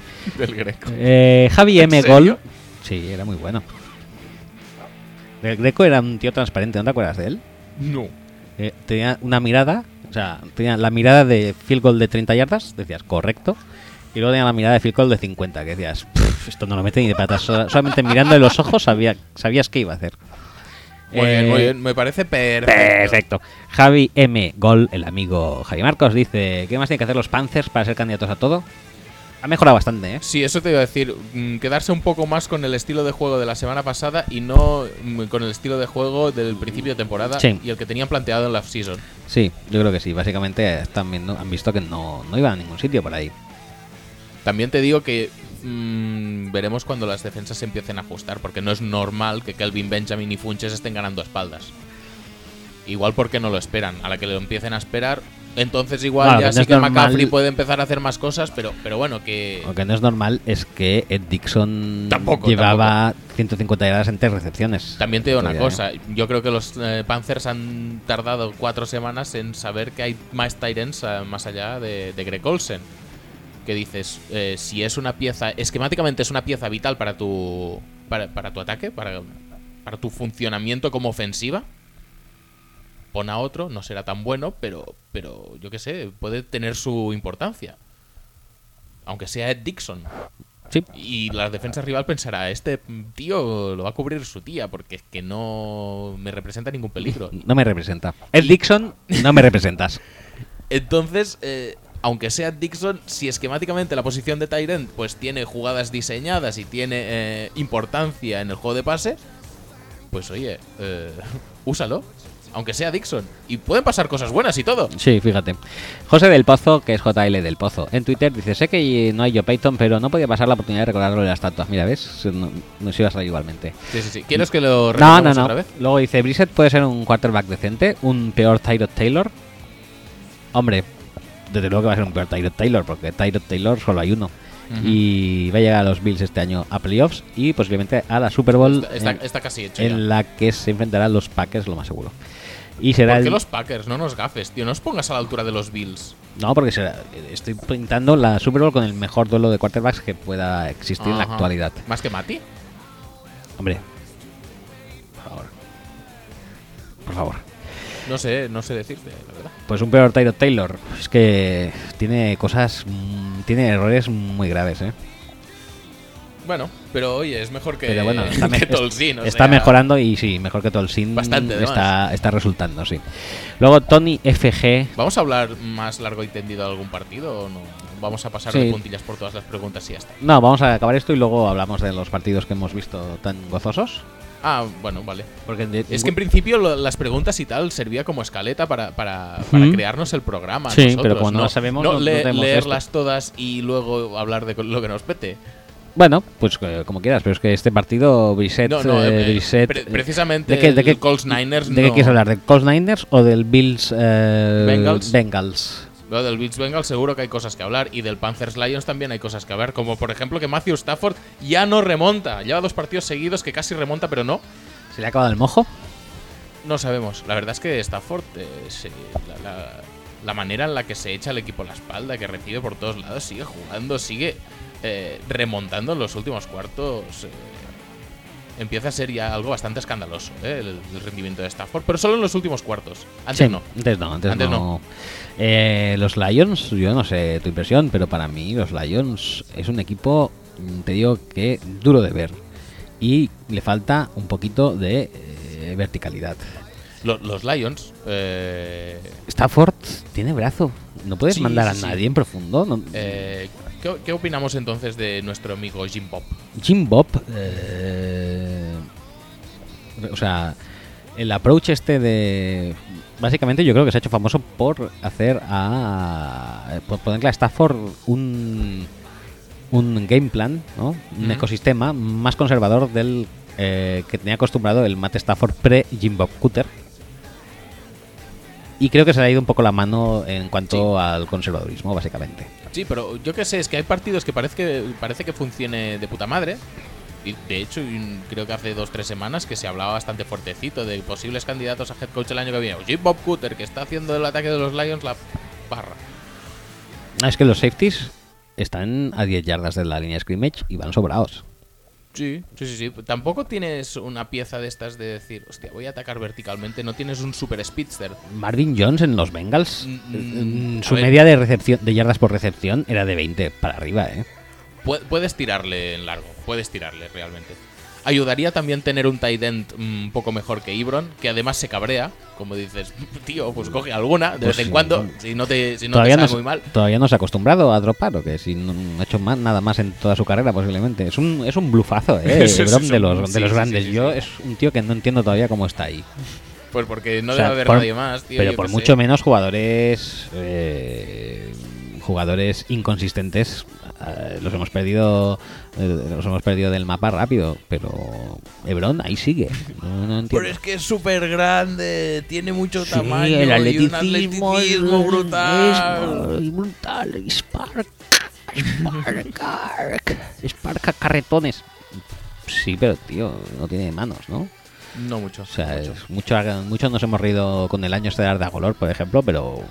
Del greco.
Eh, Javi
¿En
M.
serio?
Gol. Sí, era muy bueno. El Greco era un tío transparente, ¿no te acuerdas de él?
No.
Eh, tenía una mirada, o sea, tenía la mirada de field goal de 30 yardas, decías, correcto. Y luego tenía la mirada de field goal de 50, que decías, "Pff, esto no lo mete ni de patas. so- Solamente mirando en los ojos sabía, sabías qué iba a hacer.
Muy bien,
Eh,
muy bien. Me parece perfecto.
Perfecto. Javi M. Gol, el amigo Javi Marcos, dice, ¿qué más tienen que hacer los Panzers para ser candidatos a todo? Ha mejorado bastante, ¿eh?
Sí, eso te iba a decir. mm, Quedarse un poco más con el estilo de juego de la semana pasada y no mm, con el estilo de juego del principio de temporada
Sí.
y el que tenían planteado en la off-season.
Sí, yo creo que sí. Básicamente están viendo- han visto que no, no iba a ningún sitio por ahí.
También te digo que mm, veremos cuando las defensas se empiecen a ajustar, porque no es normal que Kelvin Benjamin y Funches estén ganando a espaldas. Igual porque no lo esperan, a la que lo empiecen a esperar, entonces igual
Claro, que
ya
no
sí
es
que
normal.
McCaffrey puede empezar a hacer más cosas, pero, pero bueno, que...
Lo que no es normal es que Ed Dixon
Tampoco,
llevaba 150 yardas en tres recepciones.
También te digo una
Todavía, ¿eh?
cosa, yo creo que los eh, Panthers han tardado cuatro semanas en saber que hay más Tyrens más allá de, de Greg Olsen. Que dices, eh, si es una pieza, esquemáticamente es una pieza vital para tu, para, para tu ataque, para, para tu funcionamiento como ofensiva, pon a otro, no será tan bueno, pero, pero yo qué sé, puede tener su importancia. Aunque sea Ed Dixon.
Sí.
Y la defensa rival pensará, este tío lo va a cubrir su tía, porque es que no me representa ningún peligro.
No me representa. Ed Dixon, no me representas.
Entonces, eh, aunque sea Dixon, si esquemáticamente la posición de Tyrant pues tiene jugadas diseñadas y tiene eh, importancia en el juego de pase, pues oye, eh, úsalo. Aunque sea Dixon. Y pueden pasar cosas buenas y todo.
Sí, fíjate. José del Pozo, que es JL del Pozo, en Twitter dice: Sé que no hay Joe Payton, pero no podía pasar la oportunidad de recordarlo de la estatua. Mira, ¿ves? No- Nos iba a salir igualmente.
Sí, sí, sí. ¿Quieres que lo
No,
repitamos
no, no.
otra vez?
Luego dice, Brissett puede ser un quarterback decente, un peor Tyrod Taylor. Hombre, desde luego que va a ser un peor Tyrod Taylor, porque Tyrod Taylor solo hay uno.
Ujú.
Y va a llegar a los Bills este año a playoffs y posiblemente a la Super Bowl
Está, está-
en,
está casi hecho.
en
ya.
la que se enfrentarán los Packers, lo más seguro. Y será
¿Por qué
el-
los Packers? No nos gafes, tío. No os pongas a la altura de los Bills.
No, porque será- estoy pintando la Super Bowl con el mejor duelo de quarterbacks que pueda existir en la
Ajá.
actualidad.
¿Más que Mati?
Hombre, por favor. Por favor.
No sé, no sé decirte, la verdad.
Pues un peor Tyrod Taylor. Es que tiene cosas. mm, Tiene errores muy graves, ¿eh?
Bueno, pero oye, es mejor que,
Pero bueno, está, me-
que Tolzien, o
está
sea,
mejorando y sí, mejor que Tolsin.
Bastante, además.
está, está resultando, sí. Luego Tony FG.
¿Vamos a hablar más largo y tendido de algún partido o no? Vamos a pasar
Sí.
de puntillas por todas las preguntas y ya está.
No, vamos a acabar esto y luego hablamos de los partidos que hemos visto tan gozosos.
Ah, bueno, vale.
Porque de-
Es que en principio lo- las preguntas y tal servía como escaleta para, para, para
Ujú.
crearnos el programa.
Sí,
nosotros,
pero como no
no
las sabemos, no- no
le-
tenemos
leerlas todas y luego hablar de lo que nos pete.
Bueno, pues eh, como quieras, pero es que este partido, Brissett.
No, no,
eh,
eh,
Brissett,
pre-
eh,
precisamente
¿de qué- de
el
qué-
Colts Niners
¿De qué
no-
quieres hablar? ¿Del Colts Niners o del Bills eh,
Bengals.
Bengals?
Lo del Bills Bengals seguro que hay cosas que hablar y del Panthers Lions también hay cosas que hablar, como por ejemplo que Matthew Stafford ya no remonta, lleva dos partidos seguidos que casi remonta pero no.
¿Se le ha acabado el mojo?
No sabemos, la verdad es que Stafford, eh, se- la, la- la manera en la que se echa el equipo a la espalda, que recibe por todos lados, sigue jugando, sigue eh, remontando en los últimos cuartos. eh, Empieza a ser ya algo bastante escandaloso eh, el, el rendimiento de Stafford, pero solo en los últimos cuartos. Antes
Sí,
no.
Antes no, antes,
Antes
no.
no.
Eh, los Lions, yo no sé tu impresión, pero para mí los Lions es un equipo, mm, te digo que duro de ver. Y le falta un poquito de eh, verticalidad.
Lo- los Lions. eh,
Stafford tiene brazo. No puedes
Sí,
mandar a
sí, sí.
nadie en profundo. No-
Eh, ¿qué, qué opinamos entonces de nuestro amigo Jim Bob?
Jim Bob, eh, o sea, el approach este de... Básicamente yo creo que se ha hecho famoso por hacer a... eh, por ponerle a Stafford un, un game plan, ¿no? Un
Ujú.
ecosistema más conservador del eh, que tenía acostumbrado el Matt Stafford pre-Jim Bob Cutter. Y creo que se le ha ido un poco la mano en cuanto al conservadurismo, básicamente.
Sí, pero yo qué sé, es que hay partidos que parece que, parece que funcione de puta madre. Y de hecho, y creo que hace dos tres semanas que se hablaba bastante fuertecito de posibles candidatos a head coach el año que viene. Jim Bob Cooter, que está haciendo del ataque de los Lions la barra.
Ah, Es que los safeties están a 10 yardas de la línea de scrimmage y van sobrados.
Sí, sí, sí, sí. Tampoco tienes una pieza de estas de decir, hostia, voy a atacar verticalmente. No tienes un super speedster.
Marvin Jones en los Bengals,
Mm,
mm,
a
su
ver.
media de, recepción, de yardas por recepción era de 20 para arriba, ¿eh?
Pue- puedes tirarle en largo, puedes tirarle realmente. Ayudaría también tener un tight end mm, un poco mejor que Ibron, que además se cabrea, como dices, tío, pues coge alguna de
Pues
vez en
sí.
cuando, si no te, si no te
todavía,
sale
no, se-
muy mal.
todavía no se ha acostumbrado a dropar, o que si no no ha hecho más, nada más en toda su carrera posiblemente. Es un, es un blufazo, ¿eh?
Sí, sí,
Brom
sí,
de
sí,
los,
sí,
de los
sí,
grandes.
sí, sí.
Yo es un tío que no entiendo todavía cómo está ahí.
Pues porque no
O sea,
debe haber
por-
nadie más, tío.
Pero
yo
por
qué
mucho
sé.
menos jugadores. eh, jugadores inconsistentes. eh, los hemos perdido. eh, los hemos perdido del mapa rápido. Pero. Hebron ahí sigue. No, no entiendo.
Pero es que es súper grande, tiene mucho
Sí,
este tamaño,
el
y un
atleticismo,
atleticismo
es-
brutal.
es brutal. Esparca. Esparca. Esparca carretones. Sí, pero tío, no tiene manos, ¿no?
No mucho.
O sea,
mucho.
es mucho, muchos nos hemos reído con el año estelar de Agolor, por ejemplo, pero.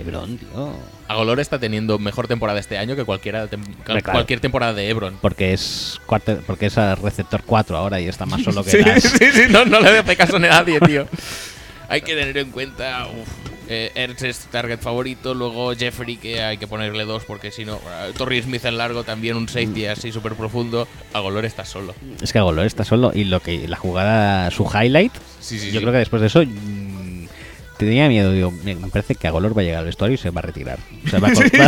Hebron, tío.
Agolor está teniendo mejor temporada este año que cualquiera tem-
Hombre, claro.
cualquier temporada de Ebron.
Porque es, cuarto- porque es al receptor 4 ahora y está más solo que
Sí,
las-
sí, sí, no, no le hace caso a nadie, tío. Hay que tener en cuenta. Uf, eh, Ertz es target favorito, luego Jeffrey, que hay que ponerle dos porque si no. eh, Torrey Smith en largo también, un safety así súper profundo. Agolor está solo.
Es que Agolor está solo y lo que la jugada, su highlight,
Sí, sí,
yo
sí.
creo que después de eso. mm, Tenía miedo, digo, me me parece que Agolor va a llegar al vestuario y se va a retirar. O sea, va, a col- va-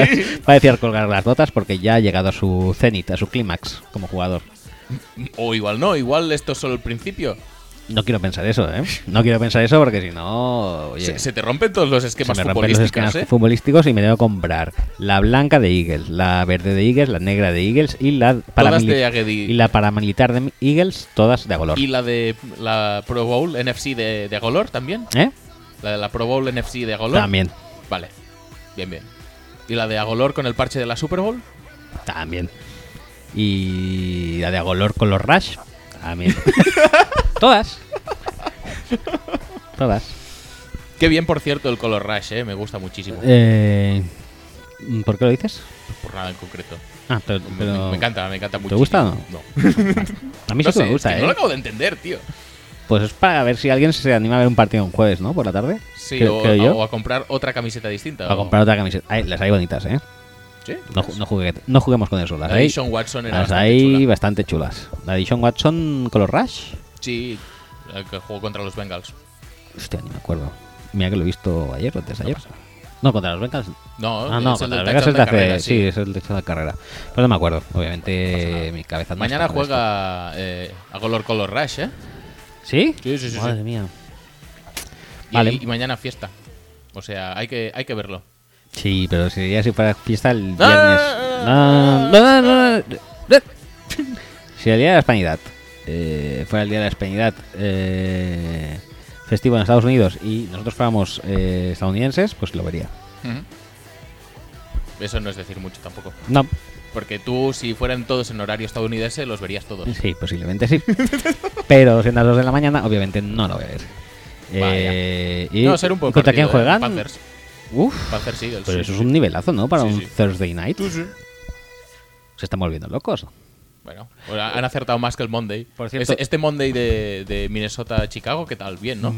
va- va a decir colgar las botas porque ya ha llegado a su cenit, a su clímax como jugador.
O igual no, igual esto es solo el principio.
No quiero pensar eso, ¿eh? No quiero pensar eso porque si no. oye.
Se, se te rompen todos los esquemas
se me rompen los
futbolísticos, ¿eh?
esquemas futbolísticos y me debo comprar la blanca de Eagles, la verde de Eagles, la negra de Eagles y la, paramili-
de Agedi.
y la paramilitar de Eagles, todas de color.
¿eh? Y la de la Pro Bowl NFC de, de Agolor también.
¿Eh?
La de la Pro Bowl NFC de Agolor.
También,
Vale, bien, bien. ¿Y la de Agolor con el parche de la Super Bowl?
también. Y la de color con los Rush, también. todas. Todas.
Qué bien, por cierto, el color Rush, ¿eh? me gusta muchísimo.
Eh, ¿Por qué lo dices?
Por nada en concreto.
Ah, pero,
Me-
pero-
Me, encanta, me encanta mucho.
gusta o no?
No.
a mí sí que
No sé,
me gusta,
es que
¿eh?
No lo acabo de entender, tío.
Pues es para ver si alguien se anima a ver un partido un jueves, ¿no? Por la tarde.
Sí,
creo-
o,
creo yo.
o a comprar otra camiseta distinta.
A
o-
comprar otra camiseta. Ay, las hay bonitas, ¿eh?
Sí.
No, ju- no, jugué- no juguemos con eso. Las
La
hay,
Edition Watson era
las
bastante
hay
chula.
bastante chulas. La edición Watson Color Rush.
Sí, la que jugó contra los Bengals.
Hostia, ni me acuerdo. Mira que lo he visto ayer o antes de
No
ayer.
pasa nada.
No, contra los Bengals.
No,
ah, no,
es
contra
el del
los Bengals es de
touchdown de
hace.
carrera,
sí. es el texto de la carrera. Pero no me acuerdo. Obviamente, mi cabeza no
Mañana
está con
juega eh, a color color Rush, ¿eh?
esto. ¿Sí?
Sí, sí, sí,
Madre
sí.
mía.
Y,
Vale.
y mañana fiesta. O sea, hay que, hay que verlo.
Sí, pero sería si fuera fiesta el
No,
viernes. No,
no,
no, no, no. Si el día de la Hispanidad eh, fuera el día de la Hispanidad eh, festivo en Estados Unidos y nosotros fuéramos eh, estadounidenses, pues lo vería.
Ujú. Eso no es decir mucho tampoco.
No,
Porque tú, si fueran todos en horario estadounidense, los verías todos.
Sí, posiblemente sí. Pero siendo las 2 de la mañana, obviamente no lo voy a ver.
Vaya.
Eh, y
No, será un poco. ¿eh?
¿Contra quién juegan?
Panthers.
Uf,
Panthers Eagles.
pero
sí,
eso
sí,
es un nivelazo, ¿no? Para
Sí,
un
sí.
Thursday night.
Sí, sí.
Se están volviendo locos.
Bueno, bueno, han acertado más que el Monday.
Por cierto-
este, este Monday de, de Minnesota-Chicago, ¿qué tal? Bien, ¿no?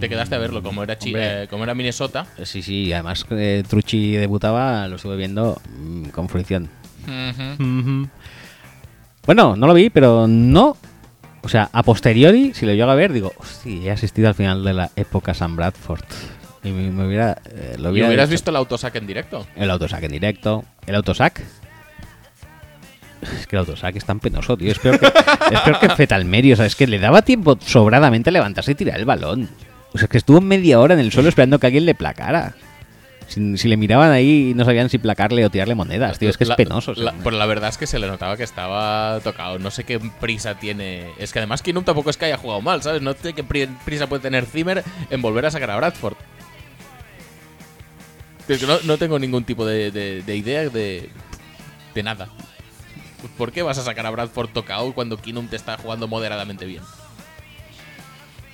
Te quedaste a verlo, como era, Chi-
Mm. hombre.
eh, como era Minnesota.
Sí, sí, además eh, Trucci debutaba, lo estuve viendo mm, con fruición. Bueno, no lo vi, pero no. O sea, a posteriori, si lo llego a ver, digo, hostia, he asistido al final de la época San Bradford. Y me, me hubiera. eh, lo
¿Y
hubiera
hubieras
hecho.
visto el autosaque en directo?
El autosac en directo. El autosac. Es que el autosac es tan penoso, tío. Es peor que, es peor que Fetalmerio. O sea, es que le daba tiempo sobradamente a levantarse y tirar el balón. O sea, es que estuvo media hora en el suelo esperando que alguien le placara. Si, si le miraban ahí, no sabían si placarle o tirarle monedas, Pues, tío. Es que es
La-
penoso. o sea,
la- pero la verdad es que se le notaba que estaba tocado. No sé qué prisa tiene. Es que además Kinum tampoco es que haya jugado mal, ¿sabes? No sé qué pri- prisa puede tener Zimmer en volver a sacar a Bradford. Es que no, no tengo ningún tipo de, de- de idea de, de nada. ¿Por qué vas a sacar a Bradford tocado cuando Kinum te está jugando moderadamente bien?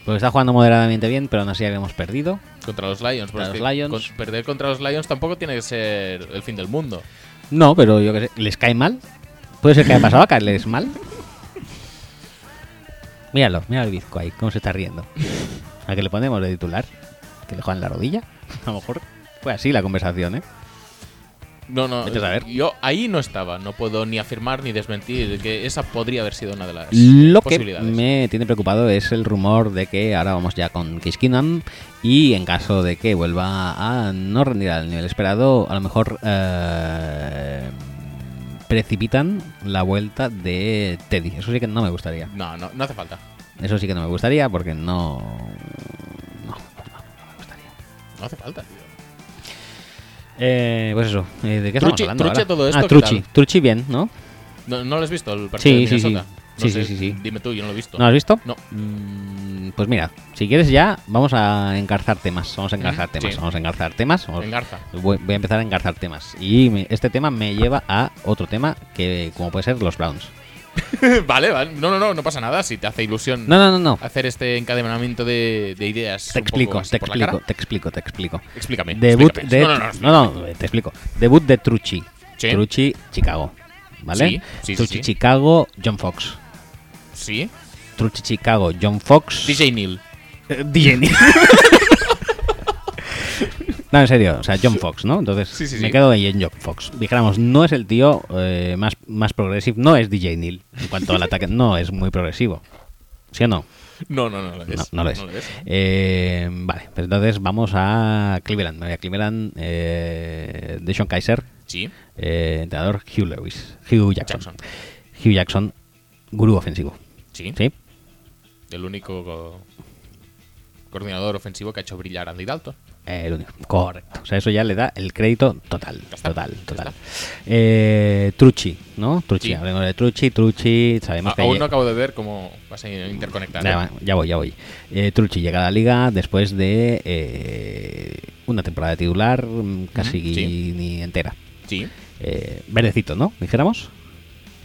Porque está jugando moderadamente bien, pero aún así habíamos perdido.
Contra los Lions. pero
Contra
es
los
que
Lions.
con- perder contra los Lions tampoco tiene que ser el fin del mundo.
No, pero yo que sé, ¿les cae mal? ¿Puede ser que haya pasado a caerles mal? Míralo, mira el bizco ahí, cómo se está riendo. ¿A que le ponemos de titular? ¿Que le juegan la rodilla? A lo mejor fue así la conversación, ¿eh?
No, no.
Vete a saber.
Yo ahí no estaba. No puedo ni afirmar ni desmentir que esa podría haber sido una de las
Lo que
posibilidades.
me tiene preocupado es el rumor de que ahora vamos ya con Kiskinam y en caso de que vuelva a no rendir al nivel esperado, a lo mejor eh, precipitan la vuelta de Teddy. Eso sí que no me gustaría.
No, no, no hace falta.
Eso sí que no me gustaría porque no. No, me gustaría.
No hace falta, tío.
pues eso, eh, ¿de qué
Truchi-
estamos hablando?
Truchi
ahora?
todo esto,
ah,
¿qué
Truchi,
tal?
Truchi bien, ¿no?
No, no lo has visto el partido
Sí,
de
sí, sí.
Minnesota. No
Sí,
sé,
sí, sí, sí.
Dime tú, yo no lo he visto.
¿No lo has visto?
No.
Mm, pues mira, si quieres ya, vamos a engarzar temas. Vamos a engarzar
Ujú,
temas,
sí.
vamos a engarzar temas. vamos-
Engarza.
Voy, voy a empezar a engarzar temas. Y me- este tema me lleva a otro tema que, como puede ser, los Browns.
vale, vale. No, no, no, no pasa nada. Si te hace ilusión
No, no, no, no.
hacer este encadenamiento de, de ideas.
Te
un poco
explico,
así
te
por la
explico,
cara.
te explico, te explico.
Explícame.
Debut
explícame.
de.
No, no, no.
no, te explico. Debut de Trucci.
Sí.
Trucci, Chicago. ¿Vale?
Sí, sí, sí,
Trucci,
sí.
Chicago, John Fox.
Sí.
Trucci, Chicago, John Fox.
DJ Neil.
Eh, DJ Neil. No, en serio, o sea, John Fox, ¿no? Entonces
Sí, sí,
me
sí.
quedo ahí en John Fox. Dijéramos, no es el tío eh, más, más progresivo, no es DJ Neil en cuanto al ataque, no es muy progresivo. ¿Sí o no?
No, no, no lo
No,
ves.
no lo es.
ves.
Eh, vale, pues entonces vamos a Cleveland. Me voy a Cleveland, eh, Deshaun Kaiser,
Sí.
eh, entrenador Hugh Lewis, Hugh Jackson.
Jackson.
Hugh Jackson, gurú ofensivo.
Sí.
¿Sí?
El único co- coordinador ofensivo que ha hecho brillar a Andy Dalton.
Eh, el único. Correcto. O sea, eso ya le da el crédito total.
Ya está,
Total,
ya
total.
está.
Eh, Trucci, ¿no? Trucci,
Sí.
hablemos de Trucci, Trucci, sabemos
A-
que.
Ah, aún
lle-
no acabo de ver cómo vas a interconectar.
ya, va- ya voy, ya voy. Eh, Trucci llega a la liga después de eh, una temporada de titular mm, casi
Ujú, sí.
ni entera.
Sí.
Eh, verdecito, ¿no? Dijéramos.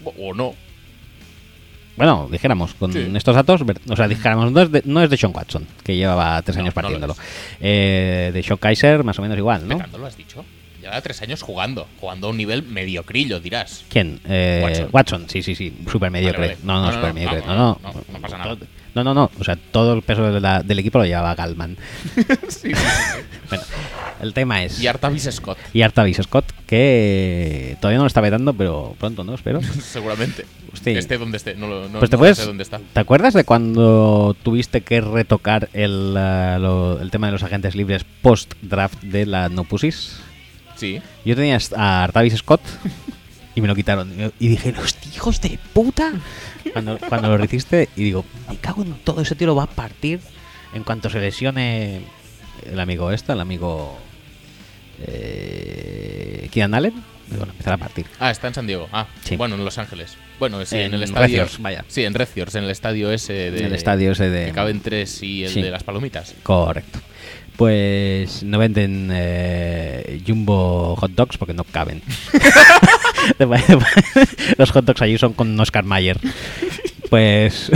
O, o no.
Bueno, dijéramos, con
Sí.
estos datos, ver- o sea, dijéramos, no es, de, no es de Sean Watson, que llevaba tres
No,
años
no lo
partiéndolo.
es.
Eh, de Sean Kaiser, más o menos igual, ¿no?
Petando, lo has dicho. Lleva tres años jugando. Jugando a un nivel mediocrillo, dirás.
¿Quién? Eh,
Watson.
Watson. sí, sí, sí. Súper mediocre.
Vale, vale.
No, no,
No, no,
súper
no,
mediocre. No
no,
no
no, no pasa nada.
No, no, no. O sea, todo el peso de la- del equipo lo llevaba Galman.
sí, sí, sí.
Bueno, el tema es.
Y Artavis Scott,
Y Artavis Scott, que todavía no lo está vetando, pero pronto, ¿no? Espero.
seguramente.
Hostia.
Esté donde esté. No, lo- no,
Pues te
no
puedes-
sé dónde está.
¿Te acuerdas de cuando tuviste que retocar el, eh, lo- el tema de los agentes libres post-draft de la No Pussies?
Sí.
Yo tenía a Artavis Scott y me lo quitaron. Y dije, los hijos de puta. Cuando, cuando lo rehiciste, y digo, me cago en todo, ese tío lo va a partir en cuanto se lesione el amigo este, el amigo. Eh, Keenan Allen. Bueno, empezar a partir.
Ah, está en San Diego. Ah,
Sí.
bueno, en Los Ángeles. Bueno, sí, en,
En
el estadio.
Redfields, vaya.
Sí, en Redfields, en el estadio ese de.
En el estadio ese de-
Que caben tres y el
Sí.
de las palomitas.
Correcto. Pues no venden eh, Jumbo hot dogs porque no caben. De pa- de pa- Los hot dogs allí son con Oscar Mayer. Pues.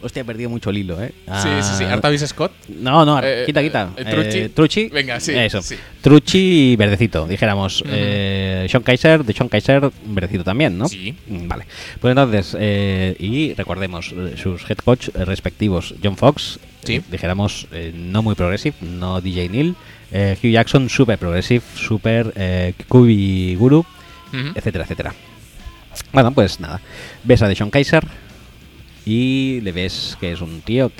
Hostia, he perdido mucho el hilo, ¿eh?
Sí, sí, sí.
Ah,
Artavis Scott.
No, no,
Eh,
quita, quita.
eh, Trucci.
Eh, Trucci.
Venga, sí,
Eso.
sí.
Trucci y verdecito, dijéramos.
Ujú.
Eh, Sean Kaiser, de Sean Kaiser, verdecito también, ¿no?
Sí.
Mm, Vale. Pues entonces, eh, y recordemos, eh, sus head coach eh, respectivos, John Fox,
Sí.
eh, dijéramos, eh, no muy progressive, no DJ Neil, eh, Hugh Jackson, super progressive, super eh, Kubi Guru,
Ujú.
etcétera, etcétera. Bueno, pues nada. Ves a Sean Kaiser y le ves que es un tío que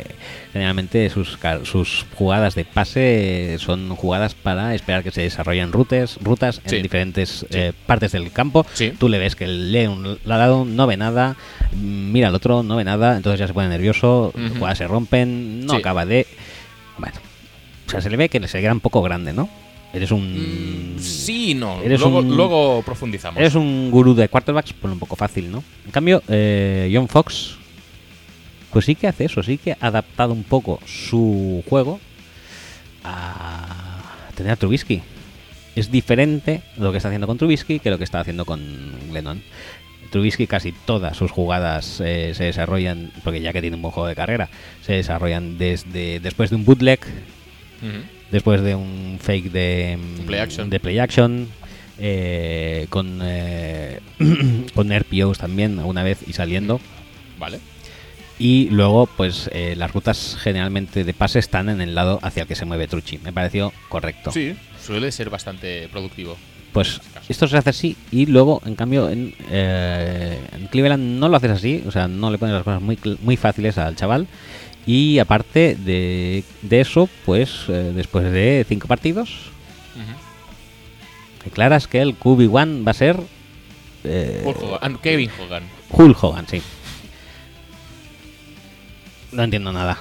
eh, generalmente sus, ca- sus jugadas de pase son jugadas para esperar que se desarrollen rutes, rutas en
Sí.
diferentes eh, partes del campo.
Sí.
Tú le ves que lee un lado, no ve nada, mira al otro, no ve nada, entonces ya se pone nervioso,
Ujú.
jugadas se rompen, no
Sí.
acaba de... Bueno, o sea, se le ve que se queda un poco grande, ¿no? Eres un...
Mm, Sí, no.
Eres
Luego,
un-
luego profundizamos.
Eres un gurú de quarterbacks, pues un poco fácil, ¿no? En cambio, eh, John Fox, pues sí que hace eso, sí que ha adaptado un poco su juego a tener a Trubisky. Es diferente lo que está haciendo con Trubisky que lo que está haciendo con Glennon. Trubisky casi todas sus jugadas eh, se desarrollan, porque ya que tiene un buen juego de carrera, se desarrollan desde después de un bootleg,
Ujú.
después de un fake de mm,
Play action.
de play action, eh, con eh, con RPOs también alguna vez y saliendo
Vale.
y luego pues eh, las rutas generalmente de pase están en el lado hacia el que se mueve Trucci me pareció correcto
Sí, suele ser bastante productivo.
pues esto se hace así y luego en cambio en, eh, en Cleveland no lo haces así o sea no le pones las cosas muy cl- muy fáciles al chaval y aparte de, de eso pues eh, después de cinco partidos Eh,
Ujú.
Declaras que el QB1 va a ser. Eh,
Hulk Hogan- ah, Kevin Hogan.
Hulk Hogan, sí. No entiendo nada.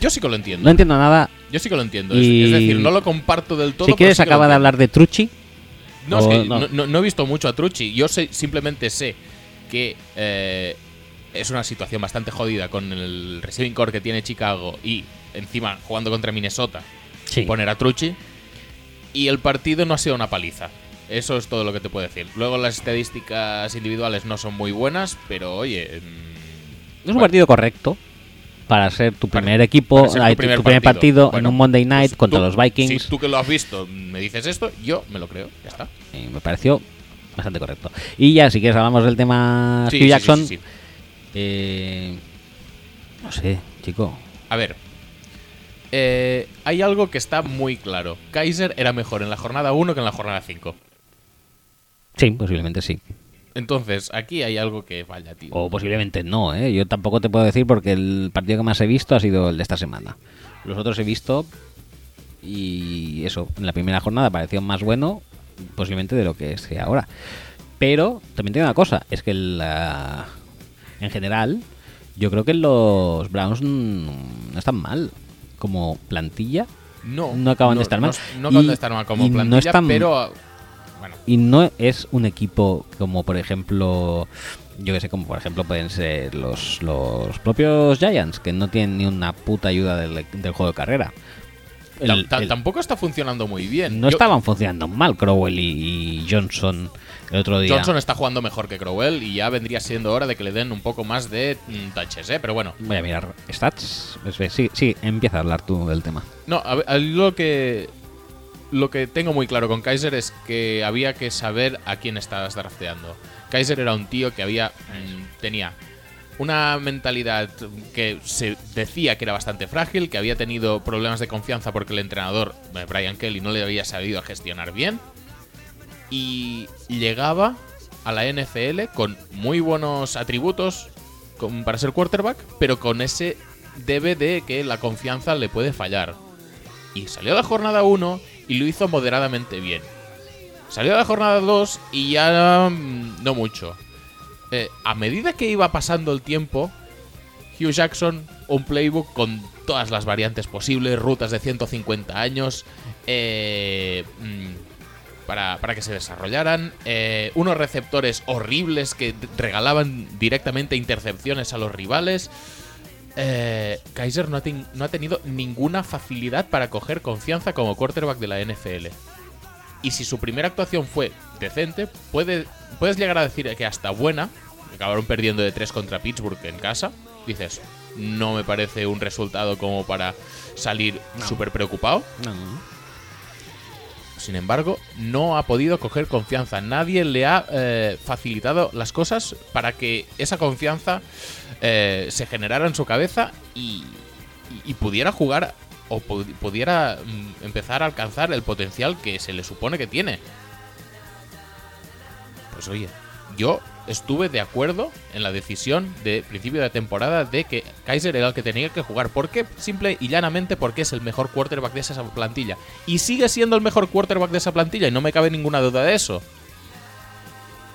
Yo sí que lo entiendo.
No entiendo nada.
Yo sí que lo entiendo.
Y-
Es, es decir, no lo comparto del todo.
si
pero
quieres,
sí que lo
acaba de
entiendo.
hablar de Trucci.
No, es
O
que
no.
no- no- no he visto mucho a Trucci. Yo sé, simplemente sé que eh, es una situación bastante jodida con el receiving core que tiene Chicago y encima jugando contra Minnesota
Sí.
poner a Trucci. Y el partido no ha sido una paliza. Eso es todo lo que te puedo decir. Luego las estadísticas individuales no son muy buenas, pero oye... mm,
Es un
bueno,
partido correcto para ser tu
Para-
primer equipo,
para ser tu
ay, tu,
primer
tu primer
partido.
partido,
Bueno,
en un Monday
pues
Night contra
tú-
los Vikings.
Si tú que lo has visto me dices esto, yo me lo creo. Ya está.
Eh, me pareció bastante correcto. Y ya, si quieres, hablamos del tema Ah, Hugh
Sí, sí, sí,
Jackson.
sí, sí.
Eh, no sé, chico.
A ver. eh, hay algo que está muy claro. Kaiser era mejor en la jornada 1 que en la jornada 5.
Sí, posiblemente sí.
Entonces, aquí hay algo que falla, tío.
O posiblemente no, ¿eh? Yo tampoco te puedo decir porque el partido que más he visto ha sido el de esta semana. Los otros he visto y eso, en la primera jornada pareció más bueno posiblemente de lo que sea ahora. Pero también tiene una cosa, es que la- en general yo creo que los Browns mm, no están mal como plantilla
No,
no acaban de estar mal.
No, no acaban
Y-
de estar mal como
y no
plantilla,
están-
pero. ah, Bueno,
y no es un equipo como por ejemplo yo que sé como por ejemplo pueden ser los, los propios Giants que no tienen ni una puta ayuda del, del juego de carrera El-
ta- ta-
el-
tampoco está funcionando muy bien.
no
Yo-
estaban funcionando mal Crowell y, y Johnson el otro día
Johnson está jugando mejor que Crowell y ya vendría siendo hora de que le den un poco más de mm, touches, ¿eh? Pero bueno,
voy a mirar stats Pues, eh, sí, sí empieza a hablar tú del tema
No, a ver, a lo que lo que tengo muy claro con Kaiser es que había que saber a quién estabas drafteando. Kaiser era un tío que había mm, tenía una mentalidad que se decía que era bastante frágil, que había tenido problemas de confianza porque el entrenador eh, Brian Kelly no le había sabido gestionar bien y llegaba a la NFL con muy buenos atributos con- para ser quarterback, pero con ese debe de que la confianza le puede fallar. Y salió a la jornada 1 y lo hizo moderadamente bien. Salió a la jornada 2 y ya mm, no mucho. Eh, a medida que iba pasando el tiempo, Hugh Jackson, un playbook con todas las variantes posibles, rutas de 150 años, eh, mm, para, para, que se desarrollaran, eh, unos receptores horribles que regalaban directamente intercepciones a los rivales. Eh, Kaiser no ha, ten, no ha tenido ninguna facilidad para coger confianza como quarterback de la NFL. Y si su primera actuación fue decente, puede, puedes llegar a decir que hasta buena, acabaron perdiendo de 3 contra Pittsburgh en casa, dices, no me parece un resultado como para salir no. súper preocupado. No, no. Sin embargo, no ha podido coger confianza. Nadie le ha eh, facilitado las cosas para que esa confianza eh, se generara en su cabeza y, y, y pudiera jugar o pu pudiera mm, empezar a alcanzar el potencial que se le supone que tiene. Pues oye, yo estuve de acuerdo en la decisión de principio de temporada de que Kaiser era el que tenía que jugar. ¿Por qué? Simple y llanamente porque es el mejor quarterback de esa plantilla. Y sigue siendo el mejor quarterback de esa plantilla y no me cabe ninguna duda de eso.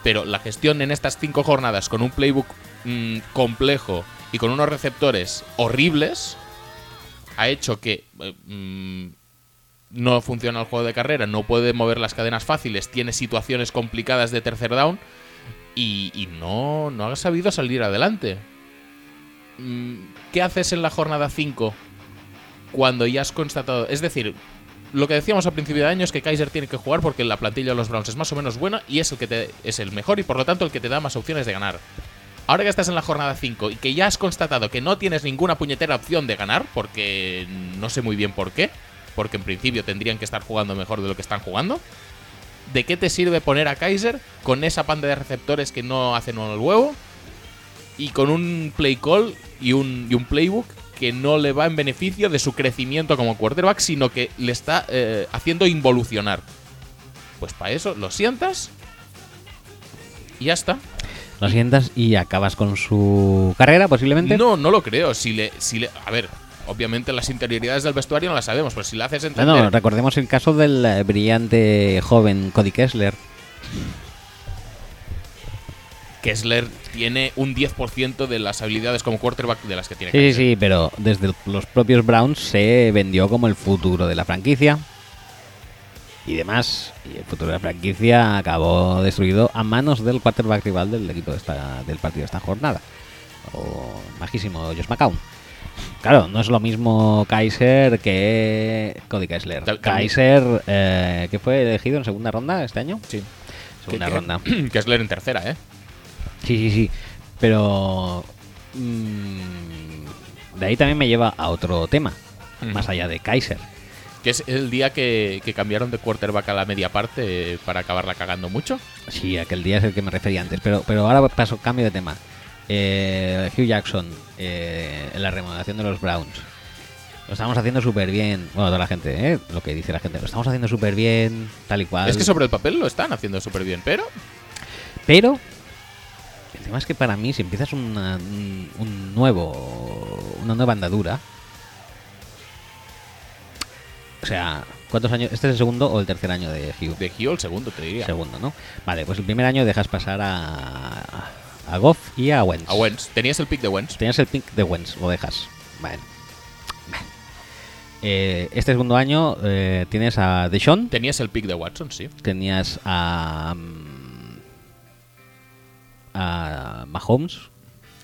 Pero la gestión en estas cinco jornadas con un playbook mmm, complejo y con unos receptores horribles ha hecho que... Mmm, no funciona el juego de carrera, no puede mover las cadenas fáciles, tiene situaciones complicadas de tercer down y, y, no, no has sabido salir adelante. Mm, ¿Qué haces en la jornada 5 cuando ya has constatado? Es decir, lo que decíamos al principio de año es que Kaiser tiene que jugar porque la plantilla de los Browns es más o menos buena y es el que te, es el mejor y por lo tanto el que te da más opciones de ganar. Ahora que estás en la jornada 5 y que ya has constatado que no tienes ninguna puñetera opción de ganar, porque no sé muy bien por qué, porque en principio tendrían que estar jugando mejor de lo que están jugando, ¿de qué te sirve poner a Kaiser con esa panda de receptores que no hacen uno el huevo? Y con un play call y un, y un, playbook que no le va en beneficio de su crecimiento como quarterback, sino que le está eh, haciendo involucionar. Pues para eso, lo sientas y ya está.
Lo sientas y acabas con su carrera, posiblemente.
No, no lo creo. Si le, si le, a ver, obviamente las interioridades del vestuario no las sabemos, pero si la haces entender...
No, no, recordemos el caso del eh, brillante joven Cody Kessler.
Kessler tiene un 10% de las habilidades como quarterback de las que tiene.
Sí, Kaiser. sí, pero desde los propios Browns se vendió como el futuro de la franquicia y demás. Y el futuro de la franquicia acabó destruido a manos del quarterback rival del equipo de esta, del partido de esta jornada. O majísimo Josh McCown. Claro, no es lo mismo Kaiser que Cody Kessler. También. Kaiser, eh, que fue elegido en segunda ronda este año.
Sí.
Segunda
¿Qué,
ronda.
Qué? Kessler en tercera, ¿eh?
Sí, sí, sí. Pero. Mmm, de ahí también me lleva a otro tema, uh -huh. más allá de Kaiser.
¿Que es el día que, que, cambiaron de quarterback a la media parte para acabarla cagando mucho?
Sí, aquel día es el que me refería antes. Pero, pero ahora paso, cambio de tema. Eh, Hugh Jackson eh, en la remodelación de los Browns. Lo estamos haciendo súper bien. Bueno, toda la gente, ¿eh? lo que dice la gente. Lo estamos haciendo súper bien, tal y cual.
Es que sobre el papel lo están haciendo súper bien, pero.
Pero. El tema es que para mí, si empiezas una, un nuevo. Una nueva andadura. O sea, ¿cuántos años? ¿Este es el segundo o el tercer año de Hugh?
De Hugh, el segundo, te diría.
Segundo, ¿no? Vale, pues el primer año dejas pasar a a Goff y a Wentz.
A Wentz. Tenías el pick de Wentz.
Tenías el pick de Wentz, lo dejas. Vale. vale. Eh, este segundo año eh, tienes a Deshaun.
Tenías el pick de Watson, sí.
Tenías a. mm, a Mahomes.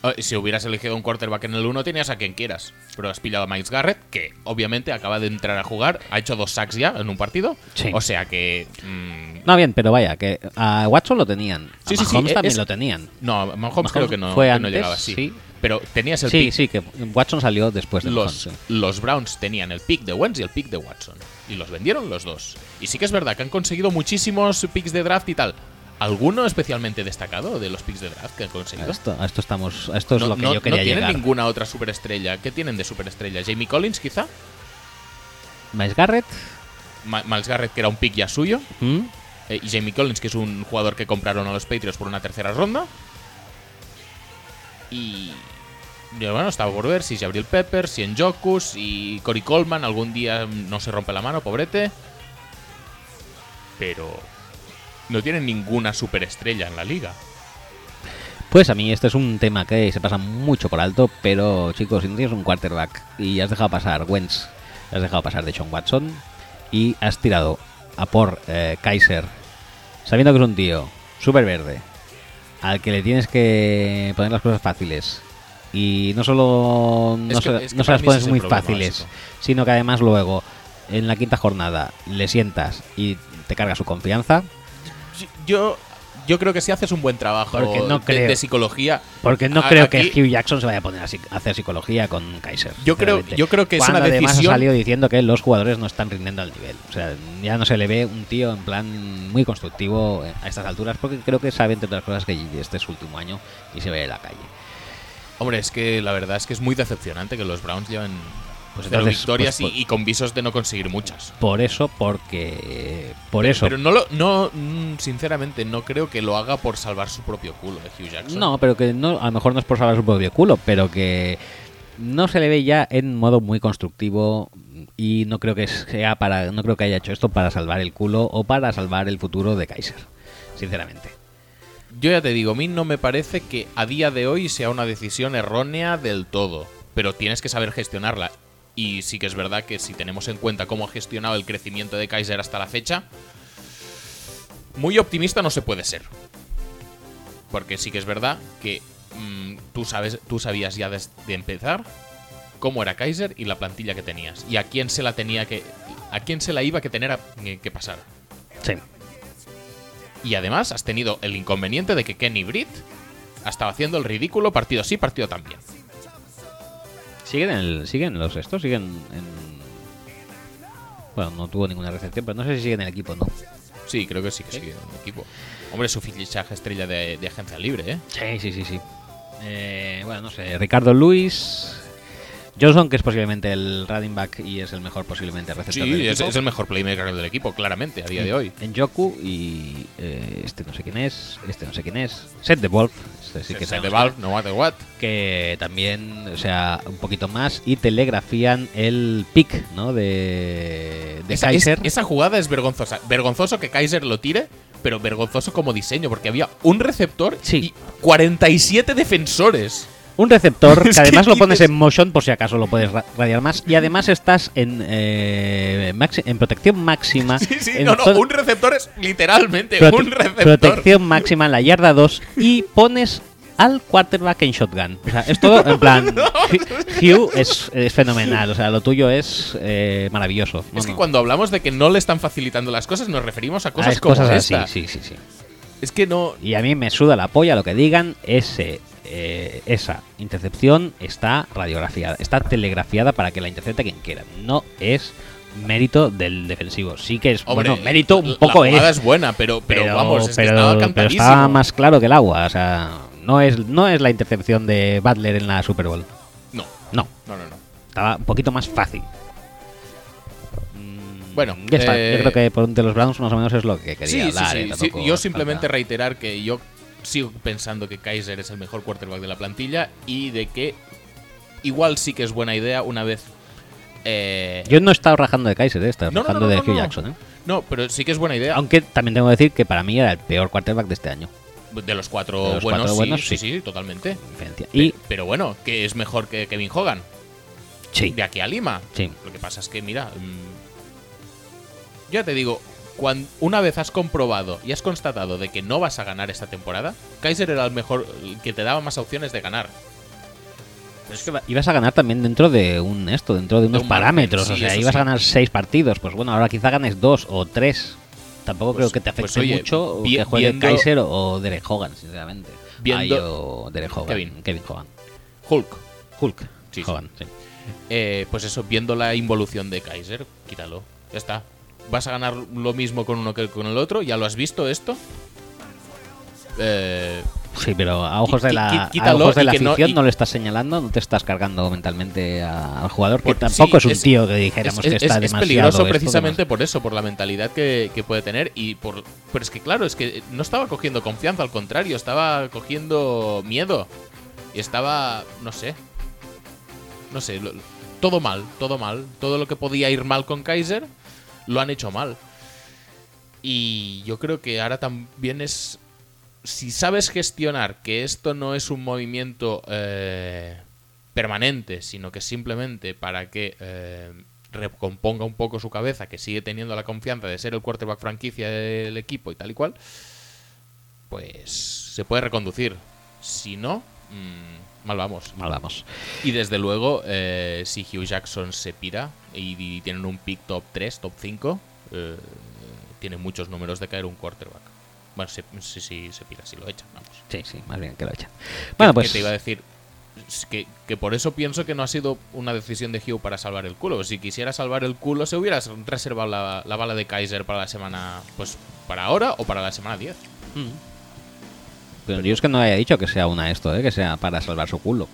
Oh, si hubieras elegido un quarterback en el 1, tenías a quien quieras. Pero has pillado a Mike Garrett, que obviamente acaba de entrar a jugar. Ha hecho dos sacks ya en un partido.
Sí.
O sea que. Mmm...
No, bien, pero vaya, que a Watson lo tenían. A sí, Mahomes
e-
sí, sí. también es... lo tenían.
No, a Mahomes, Mahomes creo que no, fue que antes, no llegaba así. Pero tenías el
sí,
pick.
Sí, que Watson salió después de
los, Mahomes. Los Browns tenían el pick de Wentz y el pick de Watson. Y los vendieron los dos. Y sí que es verdad que han conseguido muchísimos picks de draft y tal. ¿Alguno especialmente destacado de los picks de draft que han conseguido?
A esto, a esto estamos, a esto es
no,
lo que
no,
yo quería
No tienen
llegar.
ninguna otra superestrella. ¿Qué tienen de superestrella? ¿Jamie Collins, quizá?
¿Miles Garrett?
Ma Miles Garrett, que era un pick ya suyo.
¿Mm?
Eh, y Jamie Collins, que es un jugador que compraron a los Patriots por una tercera ronda. Y... y bueno, estaba por ver si Gabriel Peppers, si Enjoku, si Cory Coleman algún día no se rompe la mano, pobrete. Pero no tienen ninguna superestrella en la liga.
Pues a mí este es un tema que se pasa mucho por alto, pero chicos, si no tienes un quarterback y has dejado pasar Wentz, has dejado pasar de Sean Watson y has tirado a por eh, Kaiser, sabiendo que es un tío súper verde, al que le tienes que poner las cosas fáciles. Y no solo no,
Es que-
se,
es que
no se
para
las
mí ese
pones
es el
muy
problema
fáciles,
básico.
sino que además luego, en la quinta jornada, le sientas y te carga su confianza.
Yo, yo creo que si haces un buen trabajo
Porque no
de-
creo.
de psicología,
Porque no
A-
creo
aquí-
que Hugh Jackson se vaya a poner a, psic- a hacer psicología con Kaiser.
Yo creo-
sinceramente.
yo creo que es
Cuando
una
además ha
decisión-
salido diciendo que los jugadores no están rindiendo al nivel. O sea, ya no se le ve un tío en plan muy constructivo eh, a estas alturas porque creo que sabe, entre otras cosas, que este es su último año y se ve a la calle.
Hombre, es que la verdad es que es muy decepcionante que los Browns lleven pues, cero
entonces,
victorias
pues,
y- y, con visos de no conseguir muchas.
Por eso, porque... Por eso.
Pero no lo, no, mm, sinceramente, no creo que lo haga por salvar su propio culo de Hugh Jackson.
No, pero que no, a lo mejor no es por salvar su propio culo, pero que no se le ve ya en modo muy constructivo y no creo que sea para, no creo que haya hecho esto para salvar el culo o para salvar el futuro de Kaiser, sinceramente.
Yo ya te digo, a mí no me parece que a día de hoy sea una decisión errónea del todo, pero tienes que saber gestionarla. Y sí que es verdad que si tenemos en cuenta cómo ha gestionado el crecimiento de Kaiser hasta la fecha, muy optimista no se puede ser. Porque sí que es verdad que mm, tú, sabes, tú sabías ya desde empezar cómo era Kaiser y la plantilla que tenías. Y a quién se la tenía que. a quién se la iba que tener a- eh, que pasar.
Sí.
Y además has tenido el inconveniente de que Kenny Britt ha estado haciendo el ridículo partido sí, partido también.
Siguen el- siguen los estos, siguen en bueno, no tuvo ninguna recepción, pero no sé si siguen en el equipo, ¿no?
Sí, creo que sí que sigue en el equipo. Hombre, su fichaje estrella de, de agencia libre, ¿eh?
Sí, sí, sí, sí. Eh, bueno, no sé. Ricardo Luis. Johnson, que es posiblemente el running back y es el mejor posiblemente receptor del
Sí, es,
equipo.
es el mejor playmaker del equipo, claramente, a día de hoy.
En Yoku y eh, este no sé quién es, este no sé quién es, Set de Wolf, este sí que
Se de
sabemos
Valve, no matter what.
que también, o sea, un poquito más y telegrafían el pick, ¿no? De, de
Esa,
Kaiser.
es- esa jugada es vergonzosa. Vergonzoso que Kaiser lo tire, pero vergonzoso como diseño, porque había un receptor
Sí.
y 47 defensores.
un receptor
Es
que
que
además lo pones
dices-
en motion por si acaso lo puedes ra- radiar más y además estás en eh, maxi- en protección máxima.
Sí, sí,
en
no, no,
zona-
un receptor es literalmente
prote-
un receptor.
protección máxima en la yarda 2 y pones al quarterback en shotgun. O sea, es todo en plan. Hu- Hugh es, es fenomenal. O sea, lo tuyo es eh, maravilloso. No,
Es que
no.
cuando hablamos de que no le están facilitando las cosas, nos referimos a
Ah,
cosas
es
como
cosas así,
esta.
sí, sí, sí.
Es que no.
Y a mí me suda la polla lo que digan. Ese, eh, esa intercepción está radiografiada, está telegrafiada para que la intercepte quien quiera. No es mérito del defensivo. Sí que es
Hombre,
bueno, mérito un
la
poco
jugada
es.
es buena, pero, pero, vamos, es que
pero-
estaba
pero
cantadísimo.
estaba más claro que el agua. O sea, no es, no es la intercepción de Butler en la Super Bowl.
No,
No,
no, no, no.
estaba un poquito más fácil. Mm,
Bueno,
ya está.
eh,
yo creo que por de los Browns más o menos es lo que quería
Sí, sí,
hablar.
sí,
eh,
sí.
tampoco
Yo
hace
simplemente
falta-
reiterar que yo sigo pensando que Kaiser es el mejor quarterback de la plantilla y de que igual sí que es buena idea una vez. eh,
Yo no he estado rajando de Kaiser, eh, he estado
No, no,
rajando
no,
de
no,
Hugh
no.
Jackson. eh.
No, pero sí que es buena idea.
Aunque también tengo que decir que para mí era el peor quarterback de este año.
De los cuatro,
De los
buenos,
cuatro
sí,
buenos,
sí,
sí.
sí, totalmente.
Diferencia. Y
Pe- pero bueno, que es mejor que Kevin Hogan.
sí,
de aquí a Lima.
Sí.
Lo que pasa es que, mira, mm, ya te digo, cuan- una vez has comprobado y has constatado de que no vas a ganar esta temporada, Kaiser era el mejor, el que te daba más opciones de ganar. Es que
ibas a ganar también dentro de un esto, dentro de unos
un margen,
parámetros. o
sí,
sea,
eso
ibas a
sí.
ganar seis partidos. Pues bueno, ahora quizá ganes dos o tres. Tampoco
Pues-
creo que te afecte
pues oye,
mucho
vi-
que juegue
viendo-
Kaiser o Derek Hogan, sinceramente.
Viendo-
Ay, o Derek Hogan. Kevin,
Kevin.
Hogan.
Hulk.
Hulk.
Sí, sí.
Hogan, sí.
eh, pues eso, viendo la involución de Kaiser, quítalo. Ya está. Vas a ganar lo mismo con uno que con el otro. ¿Ya lo has visto esto? Eh,
Sí, pero a ojos de
Qui- qui-
la, a
quítalo
ojos de
y
la
que no-
afición
y-
no le estás señalando, no te estás cargando mentalmente a- al jugador, que
Por-
tampoco
sí,
es un
es-
tío que dijéramos que está
es
demasiado.
peligroso
esto, demasiado-
precisamente por eso, por la mentalidad que, que puede tener y por pero es que claro, es que no estaba cogiendo confianza, al contrario, estaba cogiendo miedo y estaba, no sé. No sé, lo- todo mal, todo mal, todo lo que podía ir mal con Kaiser lo han hecho mal. Y yo creo que ahora también es si sabes gestionar que esto no es un movimiento eh, permanente, sino que simplemente para que eh, recomponga un poco su cabeza, que sigue teniendo la confianza de ser el quarterback franquicia del equipo y tal y cual, pues se puede reconducir. Si no, mmm, mal vamos.
Mal vamos.
Y desde luego, eh, si Hugh Jackson se pira y, y, tienen un pick top 3, top 5, eh, tiene muchos números de caer un quarterback. Bueno, sí, sí, sí se pira, si sí lo echan, vamos.
Sí, sí, más bien que lo echan. Bueno, pues...
Que te iba a decir, que, que, por eso pienso que no ha sido una decisión de Hugh para salvar el culo. Si quisiera salvar el culo, se hubiera reservado la, la bala de Kaiser para la semana. Pues para ahora o para la semana 10. Mm.
Pero, pero yo es que no haya dicho que sea una esto, ¿eh? que sea para salvar su culo.